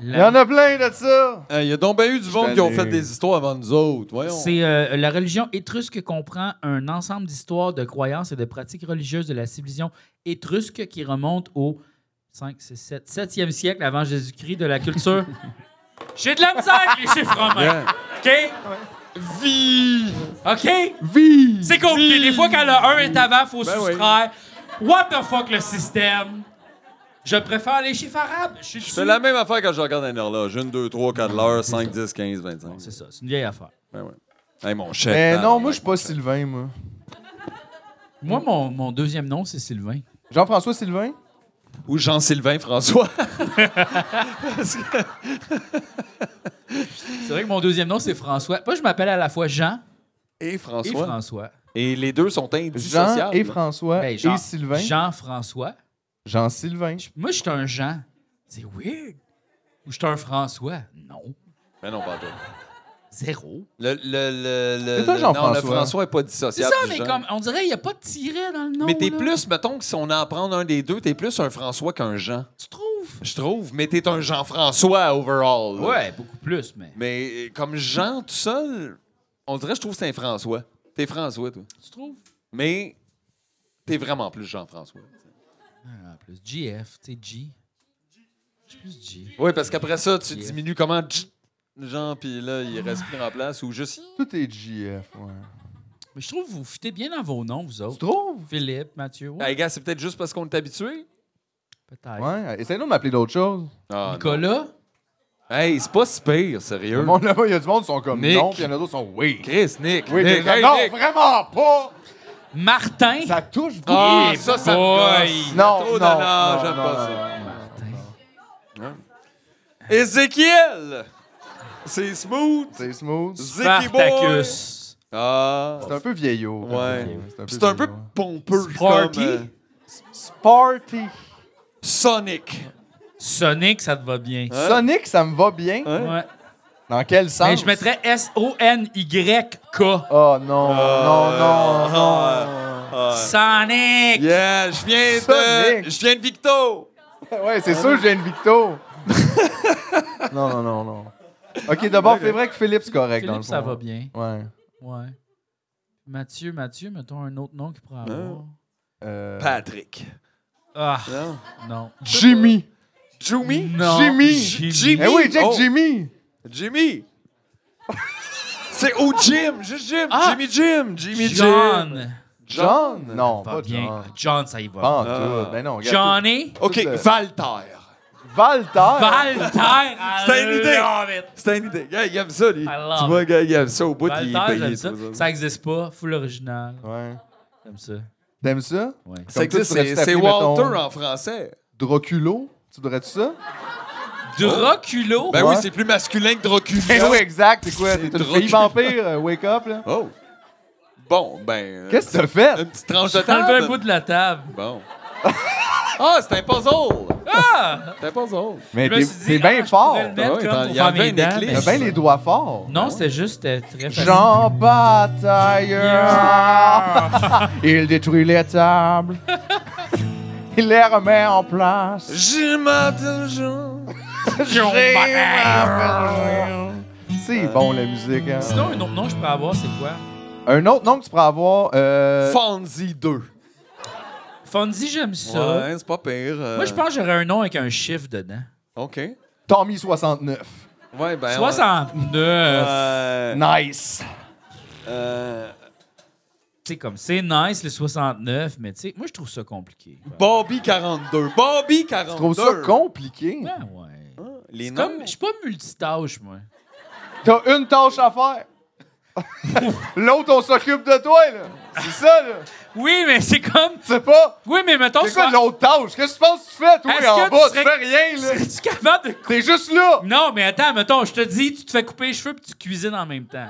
S1: La-
S2: Il y en a plein de ça!
S3: Hey, Il y a donc bien eu du monde
S2: suis
S3: qui ont
S2: allé.
S3: fait des histoires avant nous autres. Voyons.
S1: C'est euh, la religion étrusque comprend un ensemble d'histoires, de croyances et de pratiques religieuses de la civilisation étrusque qui remonte au 5, 6, 7, 7e siècle avant Jésus-Christ de la culture. J'ai de la misère avec les chiffres romains.
S3: Bien.
S1: OK?
S3: Vie!
S1: OK?
S2: Vie!
S1: C'est compliqué. Des fois, quand le 1 est avant, faut
S3: Ben
S1: soustraire. What the fuck, le système? Je préfère les chiffres arabes. Je suis
S3: C'est
S1: dessus.
S3: la même affaire quand je regarde un horloge. 1, 2, 3, 4 l'heure, 5, 10, 15, 25.
S1: C'est ça, c'est une vieille affaire.
S3: Ben ouais. Hey, mon chef. hein.
S2: Mais Ben non, moi, je suis
S3: tabarnak,
S2: pas
S3: mon chef.
S2: Sylvain, moi.
S1: Moi, mon, mon deuxième nom, c'est Sylvain.
S2: Jean-François Sylvain?
S3: Ou Jean-Sylvain François.
S1: C'est vrai que mon deuxième nom, c'est François. Moi, je m'appelle à la fois Jean
S3: Et
S1: et
S3: François.
S1: François.
S3: Et, les deux sont indissociables.
S2: Jean et François
S1: Ben,
S2: et
S1: Jean-
S2: Sylvain.
S1: Jean-François.
S2: Jean-Sylvain.
S1: Je- Moi, je suis un Jean. C'est weird. Ou je suis un François. Non.
S3: Ben non, pas toi.
S1: Zéro.
S3: Le, le, le, le-
S2: C'est toi,
S3: le-
S2: Jean-François.
S3: Non, le François n'est pas
S1: C'est
S3: dissociable.
S1: ça,
S3: du
S1: mais
S3: genre.
S1: comme on dirait, il n'y a pas de tiret dans le nom.
S3: Mais t'es
S1: là.
S3: plus, mettons que si on en prend un des deux, t'es plus un François qu'un Jean.
S1: Tu trouves?
S3: Je trouve, mais t'es un Jean-François overall. là.
S1: Ouais, beaucoup plus, mais.
S3: Mais euh, comme Jean tout seul, on dirait que je trouve que c'est un François. T'es François, toi.
S1: Tu trouves?
S3: Mais t'es vraiment plus Jean-François.
S1: Ah, plus GF, tu sais, G. Je suis plus G.
S3: Oui, parce qu'après ça, tu
S1: Yeah.
S3: diminues comment J- Jean, puis là, il reste plus en place ou juste.
S2: Tout est JF, ouais.
S1: Mais je trouve que vous fitez bien dans vos noms, vous
S2: Tu
S1: autres.
S2: trouves?
S1: Philippe, Mathieu, ouais,
S3: Hey, gars, c'est peut-être juste parce qu'on est habitué.
S1: peut-être.
S2: Ouais. Essaye-nous de m'appeler d'autres choses.
S3: Ah, non.
S1: Nicolas,
S3: Hey, c'est pas si pire, sérieux.
S2: Le monde là-bas, il y a du monde qui sont comme
S3: Nick.
S2: non, puis il y en a d'autres qui sont oui.
S3: Chris, Nick.
S2: Oui,
S3: Nick,
S2: mais
S3: hey,
S2: non,
S3: Nick.
S2: vraiment pas!
S1: Martin.
S2: Ça touche beaucoup.
S3: Ah, ça, ça me
S1: boy.
S3: gosse.
S2: Non,
S3: Trop
S2: non,
S3: d'honneur,
S2: non,
S3: j'aime
S2: non,
S3: pas
S2: non,
S3: ça. Hein?
S2: non, non.
S3: Ézéchiel! C'est smooth!
S2: C'est smooth.
S3: Zeki boy!
S1: Spartacus.
S3: Ah!
S2: C'est un peu vieillot. comme
S3: Ouais.
S2: film, C'est un hein.
S3: Puis C'est un peu
S2: vieillot.
S3: pompeux.
S1: Sparky?
S3: comme, euh,
S2: Sparty.
S3: Sonic.
S1: Sonic, ça te va bien.
S3: Hein?
S2: Sonic, ça me va bien.
S3: Hein?
S1: Ouais.
S2: Dans quel sens?
S1: Mais Ben, je mettrais S-O-N-Y-K.
S2: Oh non, non, non, euh.
S3: ah,
S2: non.
S1: Sonic!
S3: Yeah, je viens de.
S2: Sonic.
S3: Je viens de Victo!
S2: Ouais, c'est sûr, j'ai une victo. non, non, non, non. Ok, d'abord, c'est vrai que Philippe, c'est correct dans le
S1: Philippe, ça
S2: fond.
S1: va bien.
S2: Ouais.
S1: Ouais. Mathieu, Mathieu, mettons un autre nom qui pourrait avoir.
S2: Euh,
S3: Patrick.
S1: Ah,
S3: Non.
S1: non.
S2: Jimmy.
S3: Jimmy?
S1: Non.
S2: Jimmy.
S3: Jimmy.
S2: Eh oui, Jack
S3: Oh,
S2: Jimmy.
S3: Jimmy! C'est au Jim! Juste Jim!
S1: Ah!
S3: Jimmy Jim! Jimmy Jim!
S1: John.
S2: John? Non,
S1: Va
S2: pas
S1: bien.
S2: John.
S1: John, ça y va.
S2: Pas en
S3: Ah.
S2: tout. Ben non, regarde.
S1: Johnny.
S3: OK,
S2: Tout, euh,
S3: Valter.
S2: Valter.
S1: Valter.
S3: C'est une idée.
S1: I love it.
S3: C'était une idée. Gars, il aime ça, lui. Tu
S1: love
S3: vois, gars, il aime ça au bout. il est
S1: Valter,
S3: payé,
S1: j'aime
S3: c'est
S1: ça.
S3: pour
S1: Ça n'existe pas. Full original.
S2: Ouais.
S1: Comme ça.
S3: Oh.
S2: T'aimes ça?
S1: Ouais.
S3: Ça existe, c'est c'est Walter en français.
S2: Droculo? Tu voudrais-tu ça?
S1: Draculo.
S3: Ben
S2: Ouais.
S3: oui, c'est plus masculin que Dracula.
S2: Ben oui, exact. C'est quoi? T'es une
S3: Droculo.
S2: fille vampire? euh, wake up, là.
S3: Oh. Bon, ben. euh,
S2: Qu'est-ce que t'as fait?
S3: Une petite tranche de table.
S1: Enlevez un bout de la table.
S3: Bon. ah, c'est un puzzle.
S1: Ah!
S3: C'est un puzzle.
S2: Mais
S1: Je me
S2: t'es
S1: suis dit,
S2: t'es
S1: ah,
S2: bien
S1: je
S2: fort.
S1: pourrais le
S2: T'as
S1: mettre
S3: Ah ouais,
S1: comme
S3: t'en-
S1: pour
S3: il y en
S1: faire
S3: avait
S1: mes
S3: une
S1: dents,
S3: éclipse. Ben
S1: mais-
S3: T'as
S2: bien les doigts forts.
S1: Non, c'était juste euh, très facile.
S2: Jean Batailleur, il détruit les tables. Il les remet en place.
S3: J'ai ma Jean.
S2: Jean Batailleur. C'est bon la musique. hein.
S1: Euh, Sinon, un autre nom que je pourrais avoir, c'est quoi?
S2: Un autre nom que tu pourrais avoir. euh,
S3: Fonzie 2.
S1: Fonzie, j'aime ça.
S3: Ouais, c'est pas pire. euh,
S1: Moi, je pense que j'aurais un nom avec un chiffre dedans.
S3: OK.
S2: Tommy 69.
S3: Ouais, ben. ouais.
S1: 69.
S3: Euh,
S2: Nice.
S3: euh,
S1: Tu sais, comme, c'est nice, le 69, mais tu sais, moi, je trouve ça compliqué.
S3: Bobby 42. Bobby 42.
S2: Je trouve ça compliqué.
S1: Ben ouais.
S3: Les
S1: C'est
S3: noms.
S1: Comme, je suis pas multitâche, moi.
S2: T'as une tâche à faire. L'autre, on s'occupe de toi, là. C'est ça, là.
S1: Oui, mais c'est comme...
S2: C'est pas.
S1: Oui, mais mettons...
S2: C'est quoi l'autre tâche? Qu'est-ce que tu penses que tu fais, toi,
S1: Est-ce que
S2: en
S1: tu
S2: bas? Tu
S1: serais-
S2: fais rien, là.
S1: Es-tu capable de...
S2: T'es juste là.
S1: Non, mais attends, mettons, je te dis, tu te fais couper les cheveux puis tu cuisines en même temps.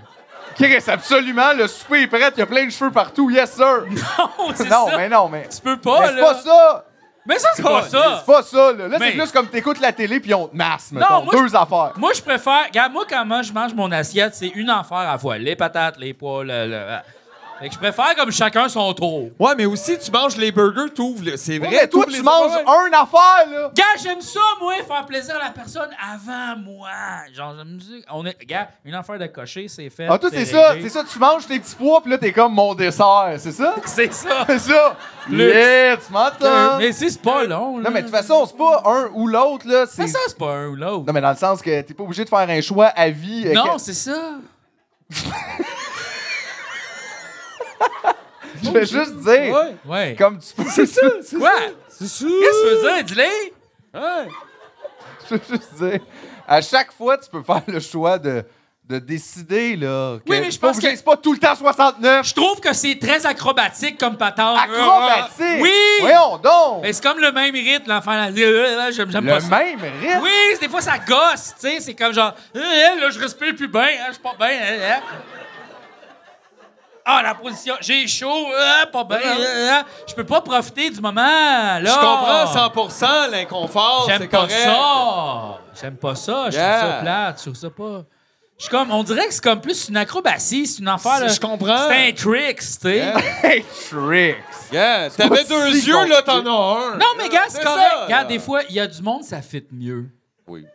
S2: Chris, absolument, le souper est prêt, il y a plein de cheveux partout, yes sir!
S1: Non, c'est
S2: non,
S1: ça.
S2: mais non, mais.
S1: Tu peux pas,
S2: mais c'est
S1: là.
S2: pas ça!
S1: Mais ça, c'est pas ça.
S2: C'est pas ça, là. Là,
S1: Mais-
S2: c'est plus comme t'écoutes la télé puis on te masse, mettons.
S1: moi,
S2: Deux affaires.
S1: Moi, je préfère. Regarde, moi, comment je mange mon assiette, c'est une affaire à la fois. Les patates, les poils. Le, le- Fait que je préfère comme chacun son tour.
S3: Ouais, mais aussi, tu manges les burgers, t'ouvres. le- C'est
S2: Ouais,
S3: vrai,
S2: mais toi,
S3: t'ouvres les-
S2: tu manges
S3: Ouais.
S2: un affaire, là!
S1: Gars, j'aime ça, moi, faire plaisir à la personne avant moi. Genre, j'aime ça. On est. Gars, une affaire de cocher, c'est fait.
S2: Ah, toi, c'est ça,
S1: réglé.
S2: c'est ça, tu manges tes petits pois puis là, t'es comme mon dessert, c'est ça?
S1: C'est ça.
S2: C'est ça!
S1: Luxe.
S2: Yeah, tu m'entends?
S1: Mais si, c'est pas long, là.
S2: Non, mais de toute façon, c'est pas un ou l'autre, là. C'est...
S1: Mais ça, c'est pas un ou l'autre.
S2: Non, mais dans le sens que t'es pas obligé de faire un choix à vie. euh,
S1: Non,
S2: que-
S1: c'est ça.
S2: je vais juste dire,
S3: Ouais.
S1: Ouais.
S2: comme tu peux. C'est ça!
S1: Quoi? C'est ça. Qu'est-ce que tu veux dire? Dis-le.
S3: Ouais.
S2: Je veux juste dire, à chaque fois, tu peux faire le choix de, de décider, là. que
S1: Oui, mais
S2: t'es
S1: je
S2: pas
S1: pense
S2: obligé-
S1: que-
S2: C'est pas tout le temps 69!
S1: Je trouve que c'est très acrobatique comme patente.
S2: Acrobatique!
S1: Oui!
S2: Voyons donc!
S1: Mais c'est comme le même rythme, l'enfant. là, euh, là, J'aime j'aime pas
S2: le
S1: ça.
S2: même rythme!
S1: Oui, c'est- des fois ça gosse, tu sais, c'est comme genre, Euh, euh, là je respire plus bien, hein, je suis pas bien. hein, hein. Ah la position, j'ai chaud, euh, pas bien, euh, hein. je peux pas profiter du moment. Là.
S3: Je comprends 100 l'inconfort, c'est
S1: Ah! J'aime pas
S3: correct.
S1: ça. J'aime pas ça, je trouve
S3: Yeah.
S1: ça plate, je trouve ça pas. Je suis comme, on dirait que c'est comme plus une acrobatie, c'est une affaire. là.
S3: Je comprends.
S1: C'est un trick, tu sais.
S2: Hey, tricks!
S3: Yeah, T'avais deux
S2: si
S3: yeux, là, t'en as un.
S1: Non, mais gars, c'est
S3: C'est
S1: correct.
S3: ça.
S1: Regarde, des fois, il y a du monde, ça fit mieux.
S3: Oui.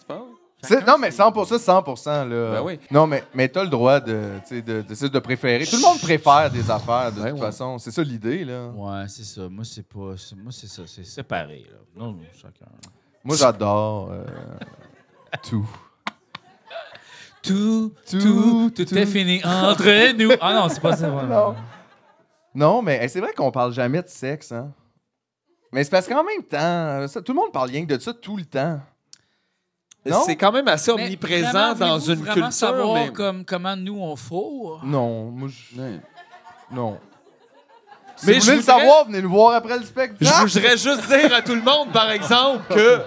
S3: Tu penses?
S2: C'est- Non, mais 100%, 100%, là.
S3: Ben oui.
S2: Non, mais, mais t'as le droit de, tu sais, de, de, de préférer. Tout le monde préfère des affaires, de
S3: Ben
S2: toute
S3: ouais.
S2: façon. C'est ça l'idée, là.
S1: Ouais, c'est ça. Moi, c'est pas. c'est- Moi, c'est ça. C'est séparé, là. Non, non, chacun.
S2: Moi, j'adore euh, tout.
S1: Tout, tout,
S2: Tout,
S1: tout,
S2: tout.
S1: est fini entre nous. Ah non, c'est pas ça. ouais.
S2: Non. Non, mais hey, c'est vrai qu'on parle jamais de sexe, hein. Mais c'est parce qu'en même temps, ça, tout le monde parle rien que de ça tout le temps. Non?
S3: C'est quand même assez
S1: Mais vraiment,
S3: omniprésent dans
S1: voulez-vous
S3: une
S1: vraiment
S3: culture.
S1: savoir
S3: mais-
S1: comme, comment nous, on fourre?
S2: Non, moi, je... Non.
S3: Mais
S2: Mais si
S3: je
S2: vous voulez le
S3: voudrais-
S2: savoir, venez le voir après le spectacle.
S3: Je voudrais juste dire à tout le monde, par exemple, que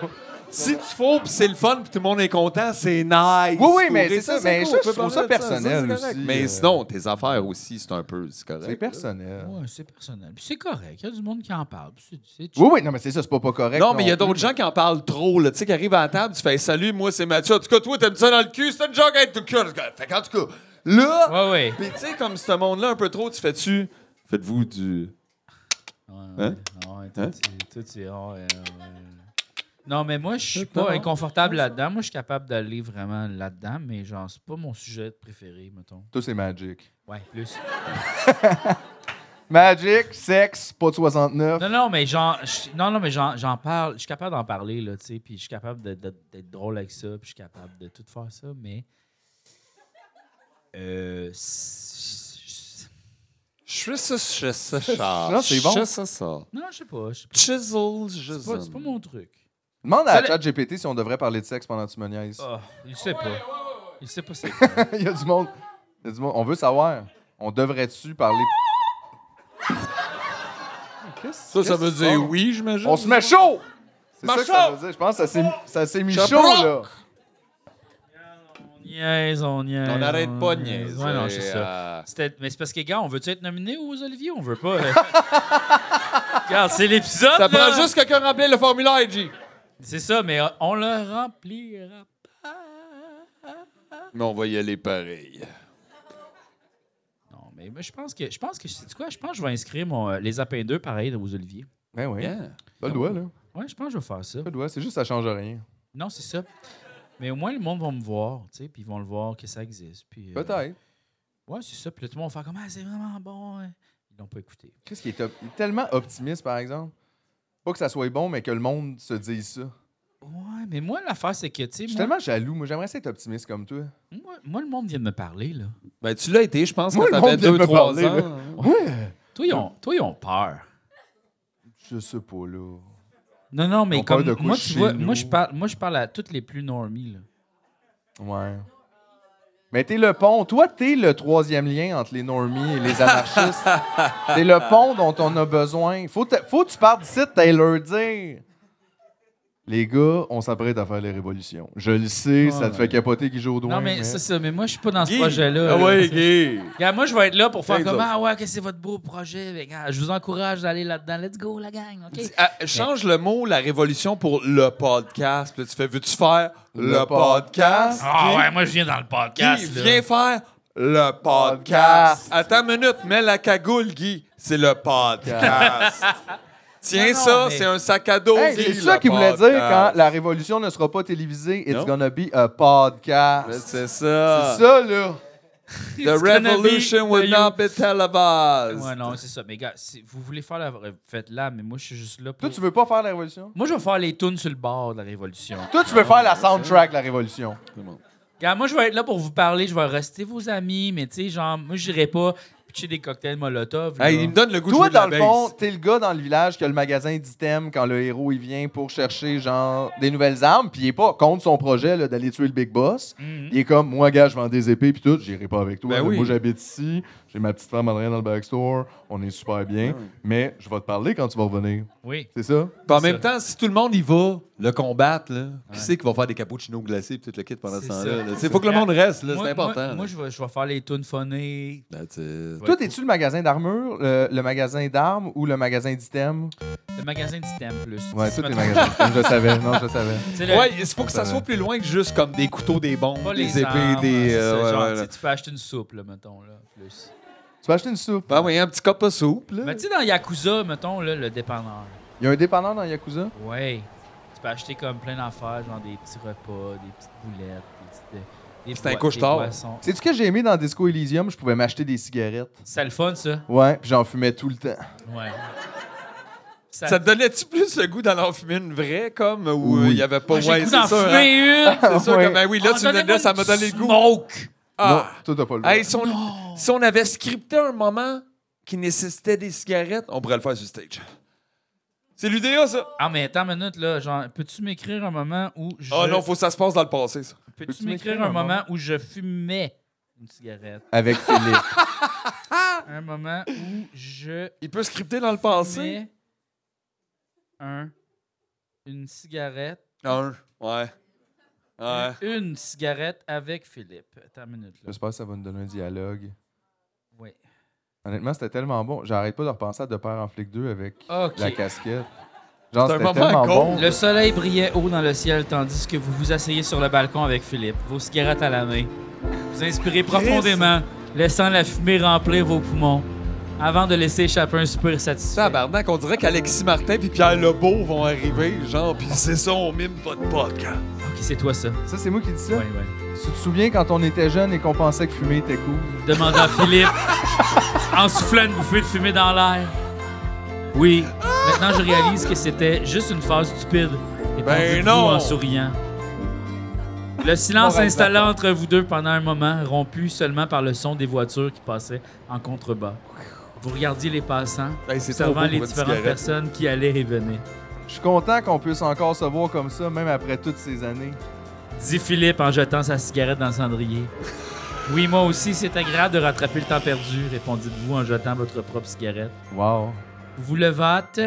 S3: si tu fous pis c'est le fun pis tout le monde est content, c'est nice.
S2: Oui, oui, mais
S3: Fourrer,
S2: c'est ça, mais
S3: c'est
S2: ça,
S3: cool,
S2: je
S3: on peut
S2: trouve ça
S3: parler de c'est
S2: personnel
S3: correct.
S2: aussi,
S3: Mais
S2: euh.
S3: sinon, tes affaires aussi, c'est un peu, c'est correct.
S2: C'est personnel.
S1: Ouais, c'est personnel. Puis c'est correct. Il y a du monde qui en parle. Puis c'est- c'est chill.
S2: Oui, oui, non, mais c'est ça, c'est pas, pas correct.
S3: Non, mais il y a
S2: plus.
S3: d'autres gens qui en parlent trop, là. Tu sais, qui arrivent à la table, tu fais Salut, moi, c'est Mathieu. En tout cas, toi, t'aimes ça dans le cul, c'est une joke à être tout cul. Fait qu'en tout cas, là,
S1: Ouais, ouais.
S3: pis tu sais, comme ce monde-là, un peu trop, tu fais-tu. Faites-vous du.
S1: Ouais,
S3: Hein?
S1: ouais, ouais, toi,
S3: Hein?
S1: tu- toi, tu- ouais, ouais, ouais. Non, mais moi, je suis pas inconfortable là-dedans. Moi, je suis capable d'aller vraiment là-dedans, mais genre, c'est pas mon sujet préféré, mettons.
S2: Tout, c'est magic.
S1: Ouais, plus.
S2: Magic, sexe, pas de 69.
S1: Non, non, mais genre, je- non, non, mais j'en, j'en parle. Je suis capable d'en parler, là, tu sais, puis je suis capable de- de- d'être drôle avec ça, puis je suis capable de tout faire ça, mais. Euh. c'est-
S3: Je suis ça, je ça,
S2: Non, c'est bon.
S3: Je ça, ça.
S1: Non, je sais pas. je-
S3: Chisel,
S1: C'est pas, c'est pas mon truc.
S2: Demande
S1: Ça
S2: à
S1: l'est-
S2: ChatGPT si on devrait parler de sexe pendant que tu me niaises.
S1: Ah, il sait pas. Il sait pas c'est quoi.
S2: il y a du monde. Il y a du monde. On veut savoir. On devrait-tu parler.
S3: Ça, ça veut
S2: Qu'est-ce que
S3: dire
S2: ça?
S3: oui, j'imagine.
S2: On se met chaud! C'est ça que ça
S3: Machaud!
S2: veut dire. Je pense que ça s'est- ça s'est mis
S3: Ça
S2: chaud,
S3: broque!
S2: là.
S1: On niaise, on niaise.
S3: On n'arrête pas de niaiser.
S1: Ouais, non, c'est ça.
S3: Euh,
S1: C'était- Mais c'est parce que, gars, on veut-tu être nominé aux Olivier? On veut pas. euh. Regarde, c'est l'épisode.
S3: Ça
S1: là.
S3: prend juste quelqu'un remplir le formulaire, G.
S1: C'est ça, mais euh, on le remplira pas.
S3: Mais on va y aller pareil.
S1: Non, mais moi, je pense que. Je pense que. C'est quoi? Je pense que je vais inscrire mon, euh, les Apins 2 pareil aux Olivier.
S2: Ben oui.
S3: Yeah.
S2: Pas le doigt, là.
S1: Ouais, je pense que je vais faire ça.
S2: Pas le doigt. C'est juste, ça change rien.
S1: Non, c'est ça. Mais au moins, le monde va me voir, tu sais, puis ils vont le voir que ça existe. puis, euh,
S2: Peut-être.
S1: Ouais, c'est ça. Puis là, tout le monde va faire comme, ah, c'est vraiment bon. hein. Ils l'ont pas écouté.
S2: Qu'est-ce qui est op- il est tellement optimiste, par exemple? Pas que ça soit bon, mais que le monde se dise ça.
S1: Ouais, mais moi, l'affaire, c'est que, tu
S2: Je
S1: sais,
S2: suis
S1: moi,
S2: tellement jaloux. Moi, j'aimerais ça être optimiste comme toi.
S1: moi, moi, le monde vient de me parler, là.
S3: Ben, tu l'as été, je pense,
S2: Moi,
S3: quand
S2: le
S3: t'avais
S2: monde vient de me
S3: 2-3 ans.
S2: parler, là.
S1: Toi, ils ont, toi, ils ont peur.
S2: Je sais pas, là.
S1: Non, non, mais
S2: Ils ont peur
S1: comme
S2: de quoi
S1: moi, tu
S2: chez
S1: vois,
S2: nous?
S1: moi je parle, moi je parle à toutes les plus normies. Là.
S2: Ouais. Mais t'es le pont. Toi, t'es le troisième lien entre les normies et les anarchistes. t'es le pont dont on a besoin. Faut, te- faut que tu partes d'ici, t'ailles leur dire. Les gars, on s'apprête à faire les révolutions. Je le sais, ça te fait capoter qui joue au doigt.
S1: non, mais
S2: mais-
S1: c'est ça, mais moi je suis pas dans ce
S3: Guy.
S1: projet-là.
S3: Ah
S1: là.
S3: ouais, Guy.
S1: Regarde, moi je vais être là pour faire
S3: Thanks
S1: comme
S3: up.
S1: ah ouais, que c'est votre beau projet. mais gars, je vous encourage d'aller là-dedans. Let's go la gang, ok.
S3: Ah, change le mot la révolution pour le podcast. Puis là, tu fais veux-tu faire le,
S2: Le
S3: podcast?
S1: Ah
S3: Guy?
S1: ouais, moi je viens dans le podcast.
S3: Guy,
S1: là.
S3: viens faire le podcast. Attends une minute, mets la cagoule, Guy. C'est le podcast. Tiens
S1: Non, non,
S3: ça,
S1: mais-
S3: c'est un sac à dos.
S2: Hey,
S3: Guy,
S2: c'est
S3: le
S2: ça qu'il voulait dire quand
S3: podcast.
S2: la révolution ne sera pas télévisée. It's
S3: Non.
S2: gonna be a podcast.
S3: Ben,
S2: C'est
S3: C'est ça.
S2: ça, là.
S3: The
S1: It's gonna be
S3: revolution
S1: the
S3: will
S1: you-
S3: not be televised.
S1: Ouais, non, c'est ça. Mais gars, si vous voulez faire la faites-la, mais moi je suis juste là pour.
S2: Toi, tu veux pas faire la révolution?
S1: Moi je vais faire les tunes sur le bord de la révolution.
S2: Toi, tu veux faire la soundtrack de la révolution.
S1: Regarde, moi, je vais être là pour vous parler. Je vais rester vos amis, mais tu sais, genre, moi, j'irai pas pitcher des cocktails Molotov. là.
S3: Hey, il me donne le goût
S2: Toi,
S3: de jouer
S2: dans
S3: de
S2: le
S3: la
S2: fond,
S3: bass.
S2: t'es le gars dans le village qui a le magasin d'items quand le héros il vient pour chercher genre des nouvelles armes, puis il est pas contre son projet là, d'aller tuer le big boss.
S1: Mm-hmm.
S2: Il est comme moi gars, je vends des épées puis tout, j'irai pas avec toi.
S3: Hmm. Ben
S2: là.
S3: oui.
S2: Moi j'habite
S3: Ben
S2: ici, j'ai ma petite femme Adrien dans le backstore, on est super bien, mais je vais te parler quand tu vas revenir.
S1: Oui.
S2: C'est ça?
S3: Puis en
S1: C'est
S3: même temps, si tout le monde y va, le combattre, là, qui c'est qui va faire des cappuccinos glacés et tout le kit pendant ce
S1: C'est
S3: temps-là?
S1: ça.
S3: Il faut que le monde reste, là,
S1: Moi-
S3: c'est
S1: Moi,
S3: important.
S1: moi, je, vais, je vais faire les tunes phonées.
S3: That's it.
S2: Toi, t'es-tu le magasin d'armure, le, le magasin d'armes ou le magasin d'items?
S1: Le magasin d'items plus.
S2: Ouais,
S1: Si
S2: tout
S1: tu
S2: est
S1: me-
S2: magasin d'items. Je le savais, non, je le savais.
S1: tu sais, le-
S3: Ouais, il faut que ça soit plus loin que juste comme des couteaux, des bombes,
S1: pas
S3: des
S1: les
S3: épées,
S1: armes, hein,
S3: des.
S1: c'est
S3: euh,
S1: ça,
S3: ouais,
S1: genre,
S3: ouais,
S1: tu sais,
S3: ouais.
S1: tu peux acheter une soupe, là, mettons, là, plus.
S2: Tu vas acheter une soupe.
S3: Ben oui, un petit cop à soupe. là.
S1: Mais tu sais, dans Yakuza, mettons, là, le dépanneur.
S2: Il y a un dépanneur dans Yakuza?
S1: Ouais. Tu peux acheter comme plein d'affaires, genre des petits repas, des petites boulettes, des petites. Des
S3: C'est un
S1: boi-
S3: couche-tard.
S1: des boissons.
S2: C'est ce que j'ai aimé dans Disco Elysium, je pouvais m'acheter des cigarettes.
S1: C'est le fun, ça.
S2: Ouais, puis j'en fumais tout le temps.
S1: Ouais.
S3: Ça te donnait-tu plus le goût d'en fumer une vraie, comme, ou euh, il
S2: Oui.
S3: n'y avait pas.
S1: Moi, j'ai le
S3: Ouais,
S1: goût
S3: c'est
S1: d'en
S3: sûr. hein.
S1: fumer une.
S3: C'est sûr
S2: Ouais.
S3: que, ben oui, là,
S1: Ah,
S3: tu me
S1: donnez-moi
S3: donnes, ça
S1: une
S3: m'a donné le
S1: petite
S3: goût.
S1: Smoke.
S3: Ah!
S2: Non, toi, t'as pas le droit.
S3: Hey, si, on, si on avait scripté un moment qui nécessitait des cigarettes, on pourrait le faire sur stage. C'est l'UDA, ça?
S1: Ah, mais attends une minute, là. Genre, peux-tu m'écrire un moment où je.
S3: Ah non, faut que ça se passe dans le passé, ça.
S1: Peux-tu m'écrire un moment où je fumais une cigarette?
S2: Avec Philippe.
S1: Un moment où je
S3: Il peut scripter dans le passé?
S1: fumais un, une cigarette.
S3: Un. Ouais. Ouais.
S1: Une cigarette avec Philippe. Attends une minute, là.
S2: J'espère que ça va nous donner un dialogue.
S1: Oui.
S2: Honnêtement, c'était tellement bon. J'arrête pas de repenser à De Père en flic 2 avec
S1: OK.
S2: la casquette. Genre,
S3: Ah, C'est un
S2: c'était
S3: moment
S2: tellement
S3: cool.
S2: bon.
S1: Le soleil brillait haut dans le ciel tandis que vous vous asseyez sur le balcon avec Philippe, vos cigarettes à la main. Vous inspirez profondément, laissant la fumée remplir vos poumons avant de laisser échapper un soupir satisfait.
S3: Tabarnak, on dirait qu'Alexis Martin puis Pierre Lebeau vont arriver, genre, puis c'est ça, on mime votre hein. podcast.
S1: Ok, c'est toi ça.
S2: Ça, c'est moi qui dis ça.
S1: Ouais, ouais.
S2: Tu te souviens quand on était jeune et qu'on pensait que fumer était cool?
S1: Demanda Philippe en soufflant une bouffée de fumée dans l'air. Oui, maintenant je réalise que c'était juste une phase stupide. Et
S3: Ben
S1: ben
S3: non.
S1: en souriant. Le silence
S3: On reste
S1: s'installa entre vous deux pendant un moment, rompu seulement par le son des voitures qui passaient en contrebas. Vous regardiez les passants,
S3: Hey, c'est trop beau
S1: observant
S3: pour
S1: les
S3: votre
S1: différentes
S3: cigarette.
S1: personnes qui allaient et venaient.
S2: Je suis content qu'on puisse encore se voir comme ça, même après toutes ces années.
S1: Dit Philippe en jetant sa cigarette dans le cendrier. Oui, moi aussi, c'est agréable de rattraper le temps perdu, répondit-vous en jetant votre propre cigarette.
S2: Wow.
S1: Vous levâtes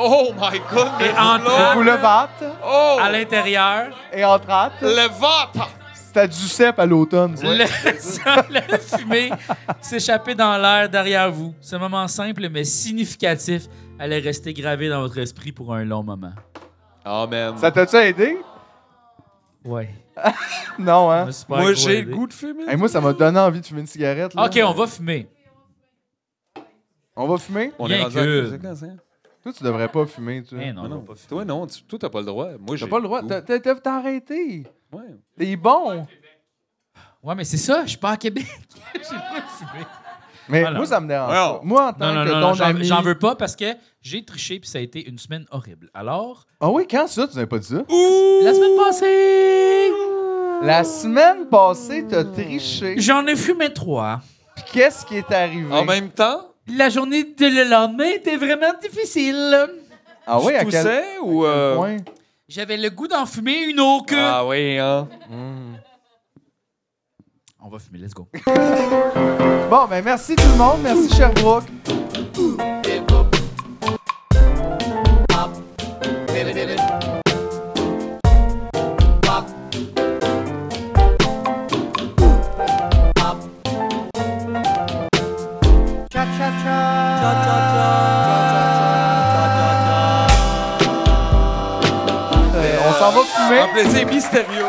S3: Oh my god,
S1: Et
S3: mais
S1: en
S3: Ah, là,
S2: Vous le vape
S3: Oh!
S1: à l'intérieur.
S2: et entre hâte.
S3: Le vape!
S2: C'était du cep à l'automne. ça.
S1: Laissant la fumée s'échapper dans l'air derrière vous. Ce moment simple mais significatif allait rester gravé dans votre esprit pour un long moment.
S3: Oh man.
S2: Ça t'a-tu aidé?
S1: Ouais.
S2: Non, hein?
S3: Moi, j'ai le goût de fumer.
S2: Hey, moi, ça m'a donné envie de fumer une cigarette. là.
S1: Ok, on va fumer.
S2: On va fumer?
S3: On
S1: Bien
S3: est rendu à
S1: que-
S3: la conséquence, hein?
S2: Toi, tu devrais pas fumer, tu.
S1: Eh
S2: T'as
S1: non,
S3: Non,
S1: on
S3: non.
S1: va pas fumer.
S3: Toi, non, tu- toi, t'as pas le droit. Moi, j'ai.
S2: pas le droit.
S3: goût.
S2: T'as- t'as- T'as arrêté.
S3: Ouais.
S2: T'es bon.
S1: Ouais, mais c'est ça, je suis pas à Québec. j'ai pas fumé.
S2: Mais
S1: Voilà.
S2: moi, ça me dérange
S3: Wow.
S2: pas. Moi, en tant
S1: Non, non,
S2: que
S1: non,
S2: ton
S1: non, j'en
S2: ami...
S1: j'en veux pas parce que j'ai triché puis ça a été une semaine horrible. Alors,
S2: Ah oui, quand ça, tu n'avais pas dit ça?
S1: la semaine passée,
S2: La semaine passée, t'as triché.
S1: j'en ai fumé trois.
S2: Puis qu'est-ce qui est arrivé?
S3: En même temps,
S1: La journée de le lendemain était vraiment difficile.
S2: ah oui,
S3: tu
S2: à quel
S3: toussais ou. euh,
S2: point?
S1: J'avais le goût d'en fumer une autre.
S3: Ah oui, hein.
S1: On va fumer, let's go.
S2: Bon, ben merci tout le monde. Merci, Sherbrooke. Euh, on s'en va fumer.
S3: Un plaisir mystérieux.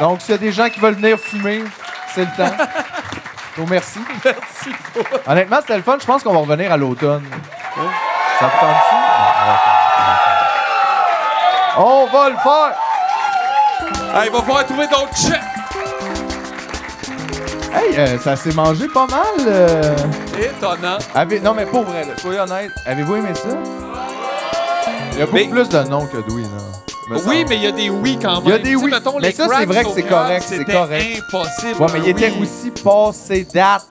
S2: Donc, s'il y a des gens qui veulent venir fumer, c'est le temps. Donc, merci.
S3: Merci beaucoup.
S2: Honnêtement, c'était le fun. Je pense qu'on va revenir à l'automne. Ça te tente-tu? On va le faire!
S3: Hey, Ah, il va falloir trouver d'autres chèques.
S2: Hey, euh, ça s'est mangé pas mal. euh.
S3: Étonnant.
S2: Avez- Non, mais pour vrai, là, soyez honnête. Avez-vous aimé ça? Il y a beaucoup
S3: Mais-
S2: plus de noms que d'oui, là. me
S3: Oui,
S2: semble.
S3: mais il y a des oui quand même.
S2: Il y a des
S3: Tu sais,
S2: oui.
S3: mettons,
S2: Mais
S3: les
S2: ça, c'est
S3: cracks
S2: vrai que
S3: au
S2: c'est
S3: crack,
S2: correct, c'est
S3: c'était
S2: correct.
S3: impossible.
S2: Ouais, mais il
S3: un
S2: était
S3: oui.
S2: aussi passé date.